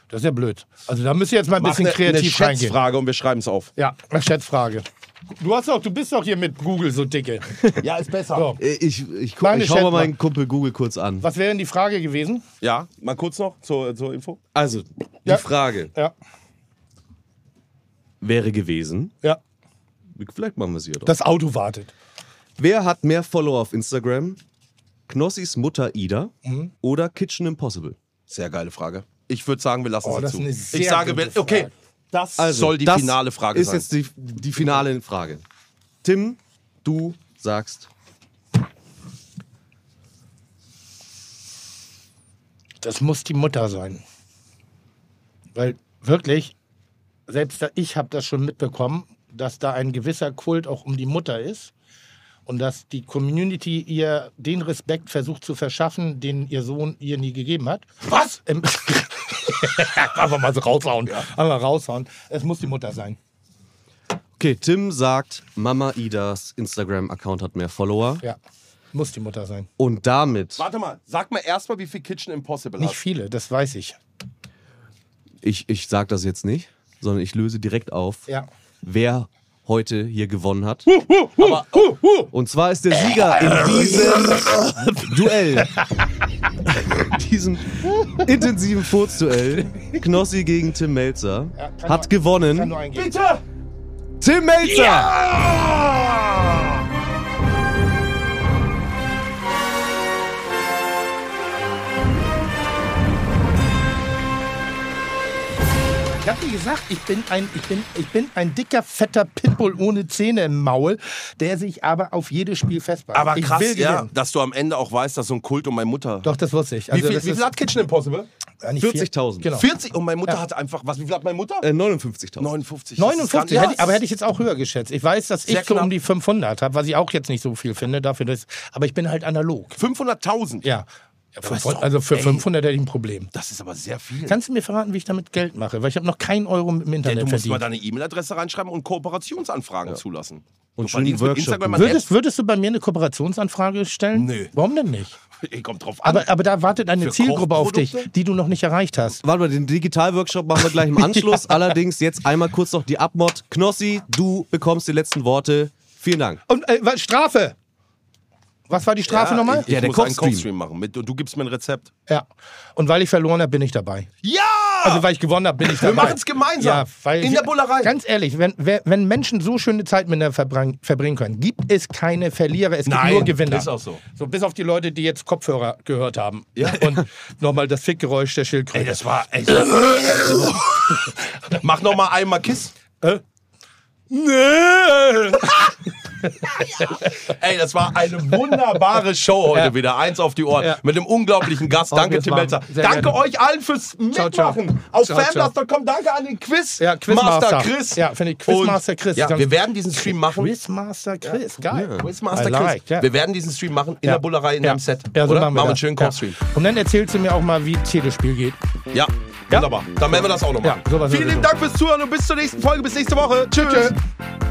Speaker 4: Das ist ja blöd. Also da müsst ihr jetzt mal ein bisschen kreativ
Speaker 3: eine
Speaker 4: reingehen.
Speaker 3: Schätzfrage und wir schreiben es auf.
Speaker 4: Ja, eine Schätzfrage. Du hast doch, du bist doch hier mit Google so dicke.
Speaker 3: Ja, ist besser.
Speaker 4: So.
Speaker 6: Äh, Ich, ich, gu-
Speaker 4: Kleine
Speaker 6: ich schau mal
Speaker 4: Chatma-
Speaker 6: meinen Kumpel Google kurz an.
Speaker 4: Was wäre denn die Frage gewesen?
Speaker 3: Ja, mal kurz noch zur, zur Info.
Speaker 6: Also, die
Speaker 4: Ja.
Speaker 6: Frage
Speaker 4: Ja,
Speaker 6: wäre gewesen,
Speaker 4: ja.
Speaker 6: vielleicht machen wir sie ja doch.
Speaker 4: Das Auto wartet.
Speaker 6: Wer hat mehr Follower auf Instagram? Knossis Mutter Ida oder Kitchen Impossible?
Speaker 3: Sehr geile Frage. Ich würde sagen, wir lassen
Speaker 4: Oh,
Speaker 3: sie
Speaker 4: das
Speaker 3: zu.
Speaker 4: ist eine
Speaker 3: ich
Speaker 4: sehr
Speaker 3: sage,
Speaker 4: gute
Speaker 3: wir- okay,
Speaker 4: Frage. Also,
Speaker 3: das soll die
Speaker 6: Also, das
Speaker 3: finale Frage
Speaker 6: ist
Speaker 3: sein.
Speaker 6: jetzt die, die finale Frage. Tim, du sagst
Speaker 4: Das muss die Mutter sein. Weil wirklich, selbst da, ich habe das schon mitbekommen, dass da ein gewisser Kult auch um die Mutter ist und dass die Community ihr den Respekt versucht zu verschaffen, den ihr Sohn ihr nie gegeben hat.
Speaker 3: Was?
Speaker 4: Ähm, Einfach mal so raushauen. Einfach raushauen. Es muss die Mutter sein.
Speaker 6: Okay, Tim sagt, Mama Idas Instagram-Account hat mehr Follower.
Speaker 4: Ja, muss die Mutter sein.
Speaker 6: Und damit,
Speaker 3: Warte mal, sag mal erstmal, wie viel Kitchen Impossible
Speaker 4: Nicht
Speaker 3: hast.
Speaker 4: viele, das weiß ich.
Speaker 6: ich, ich sag das jetzt nicht, sondern ich löse direkt auf,
Speaker 4: Ja.
Speaker 6: wer heute hier gewonnen hat. Und zwar ist der Sieger in diesem Duell, diesem intensiven Furzduell, Knossi gegen Tim Melzer,
Speaker 4: Ja, kann
Speaker 6: hat
Speaker 4: nur-
Speaker 6: gewonnen.
Speaker 4: Kann nur eingehen.
Speaker 3: Bitte!
Speaker 6: Tim Melzer!
Speaker 4: Ich hab dir gesagt, ich bin ein, ich bin, ich bin ein dicker, fetter Pitbull ohne Zähne im Maul, der sich aber auf jedes Spiel festbeißt.
Speaker 3: Aber
Speaker 4: ich
Speaker 3: krass,
Speaker 4: will
Speaker 3: ja,
Speaker 4: gewinnen.
Speaker 3: dass du am Ende auch weißt, dass so ein Kult um meine Mutter.
Speaker 4: Doch, das wusste ich.
Speaker 3: wie,
Speaker 4: Also,
Speaker 3: viel,
Speaker 4: das
Speaker 3: wie viel
Speaker 4: ist
Speaker 3: hat Kitchen Impossible?
Speaker 4: eigentlich vier-
Speaker 6: 40.000?
Speaker 4: Genau.
Speaker 3: 40 und meine Mutter hatte einfach, was, wie viel hat meine Mutter?
Speaker 6: Äh,
Speaker 3: 59.
Speaker 6: 59.000.
Speaker 3: Das ist
Speaker 4: 59,
Speaker 3: gar-
Speaker 4: hätte, ich- aber hätte ich jetzt auch höher geschätzt. Ich weiß, dass
Speaker 3: Sehr
Speaker 4: ich so
Speaker 3: knapp.
Speaker 4: um die 500 habe, was ich auch jetzt nicht so viel finde dafür, dass, aber ich bin halt analog.
Speaker 3: 500.000.
Speaker 4: Ja.
Speaker 3: ist doch-
Speaker 4: also für
Speaker 3: ey.
Speaker 4: 500 hätte ich ein Problem.
Speaker 3: Das ist aber sehr viel.
Speaker 4: Kannst du mir verraten, wie ich damit Geld mache? Weil ich habe noch keinen Euro im
Speaker 3: ja, du
Speaker 4: Internet
Speaker 3: musst mal
Speaker 4: verdient.
Speaker 3: deine E-Mail-Adresse reinschreiben und Kooperationsanfragen zulassen.
Speaker 11: Und
Speaker 3: du
Speaker 11: schönen
Speaker 3: verdienst mit
Speaker 11: Workshop.
Speaker 3: Instagram an
Speaker 4: Würdest, würdest du bei mir eine Kooperationsanfrage stellen?
Speaker 3: Nö.
Speaker 4: Warum denn nicht?
Speaker 3: Apps. Ey, kommt drauf an.
Speaker 4: Aber, aber da wartet eine
Speaker 3: Für
Speaker 4: Zielgruppe auf dich,
Speaker 3: Kochprodukte?
Speaker 4: die du noch nicht erreicht hast.
Speaker 6: Warte mal, den Digital-Workshop machen wir gleich im Anschluss. Allerdings jetzt einmal kurz noch die Abmod. Knossi, du bekommst die letzten Worte. Vielen Dank.
Speaker 4: Und äh, was- Strafe! Was war die Strafe nochmal?
Speaker 3: Ich, ich
Speaker 6: Ja, der
Speaker 3: muss einen
Speaker 6: Kochstream.
Speaker 3: Kochstream machen. Mit, und du gibst mir ein Rezept.
Speaker 4: Ja. Und weil ich verloren habe, bin ich dabei.
Speaker 3: Ja!
Speaker 4: Also weil ich gewonnen habe, bin ich
Speaker 3: Ah! wir
Speaker 4: dabei.
Speaker 3: machen's gemeinsam.
Speaker 4: Ja, weil
Speaker 3: In der Bullerei.
Speaker 4: Ganz ehrlich, wenn, wer- wenn Menschen so schöne Zeit miteinander verbring, verbringen können, gibt es keine Verlierer, es
Speaker 3: Nein,
Speaker 4: gibt nur Gewinner.
Speaker 3: ist auch so.
Speaker 4: So bis auf die Leute, die jetzt Kopfhörer gehört haben. Ja. Und nochmal das Fickgeräusch der Schildkröte.
Speaker 3: Ey, das war echt. Mach noch mal einmal Kiss.
Speaker 4: Nö.
Speaker 3: Ey, das war eine wunderbare Show heute
Speaker 4: Ja.
Speaker 3: wieder. Eins auf die Ohren.
Speaker 4: Ja.
Speaker 3: Mit dem unglaublichen Gast.
Speaker 4: Oh,
Speaker 3: Danke,
Speaker 4: das
Speaker 3: Tim
Speaker 4: war-
Speaker 3: Melzer.
Speaker 4: sehr
Speaker 3: Danke
Speaker 4: gerne.
Speaker 3: euch allen fürs
Speaker 4: Ciao, ciao.
Speaker 3: Mitmachen. Auf
Speaker 4: Ciao, ciao.
Speaker 3: fanblast.com. Danke an den Quiz.
Speaker 4: Ja, Quizmaster.
Speaker 3: Master Chris.
Speaker 4: Ja, finde ich, Quizmaster
Speaker 3: Und-
Speaker 4: Chris.
Speaker 3: Ja,
Speaker 4: Ganz-
Speaker 3: wir werden diesen Stream machen.
Speaker 4: Quizmaster Chris, geil.
Speaker 3: Quizmaster
Speaker 4: I like,
Speaker 3: Chris.
Speaker 4: ja.
Speaker 3: Wir werden diesen Stream machen in der Bullerei in
Speaker 4: ja.
Speaker 3: einem Set.
Speaker 4: Ja, so
Speaker 3: oder?
Speaker 4: machen wir
Speaker 3: wir einen
Speaker 4: das.
Speaker 3: schönen Kochstream.
Speaker 4: Ja. Und dann erzählst du mir auch mal, wie Telespiel geht.
Speaker 3: Ja.
Speaker 4: Ja.
Speaker 3: wunderbar. Dann werden wir das auch noch
Speaker 4: Ja,
Speaker 3: machen.
Speaker 4: sowas
Speaker 3: Vielen lieben
Speaker 4: sowieso.
Speaker 3: Dank fürs Zuhören und bis zur nächsten Folge. Bis nächste Woche. Tschüss.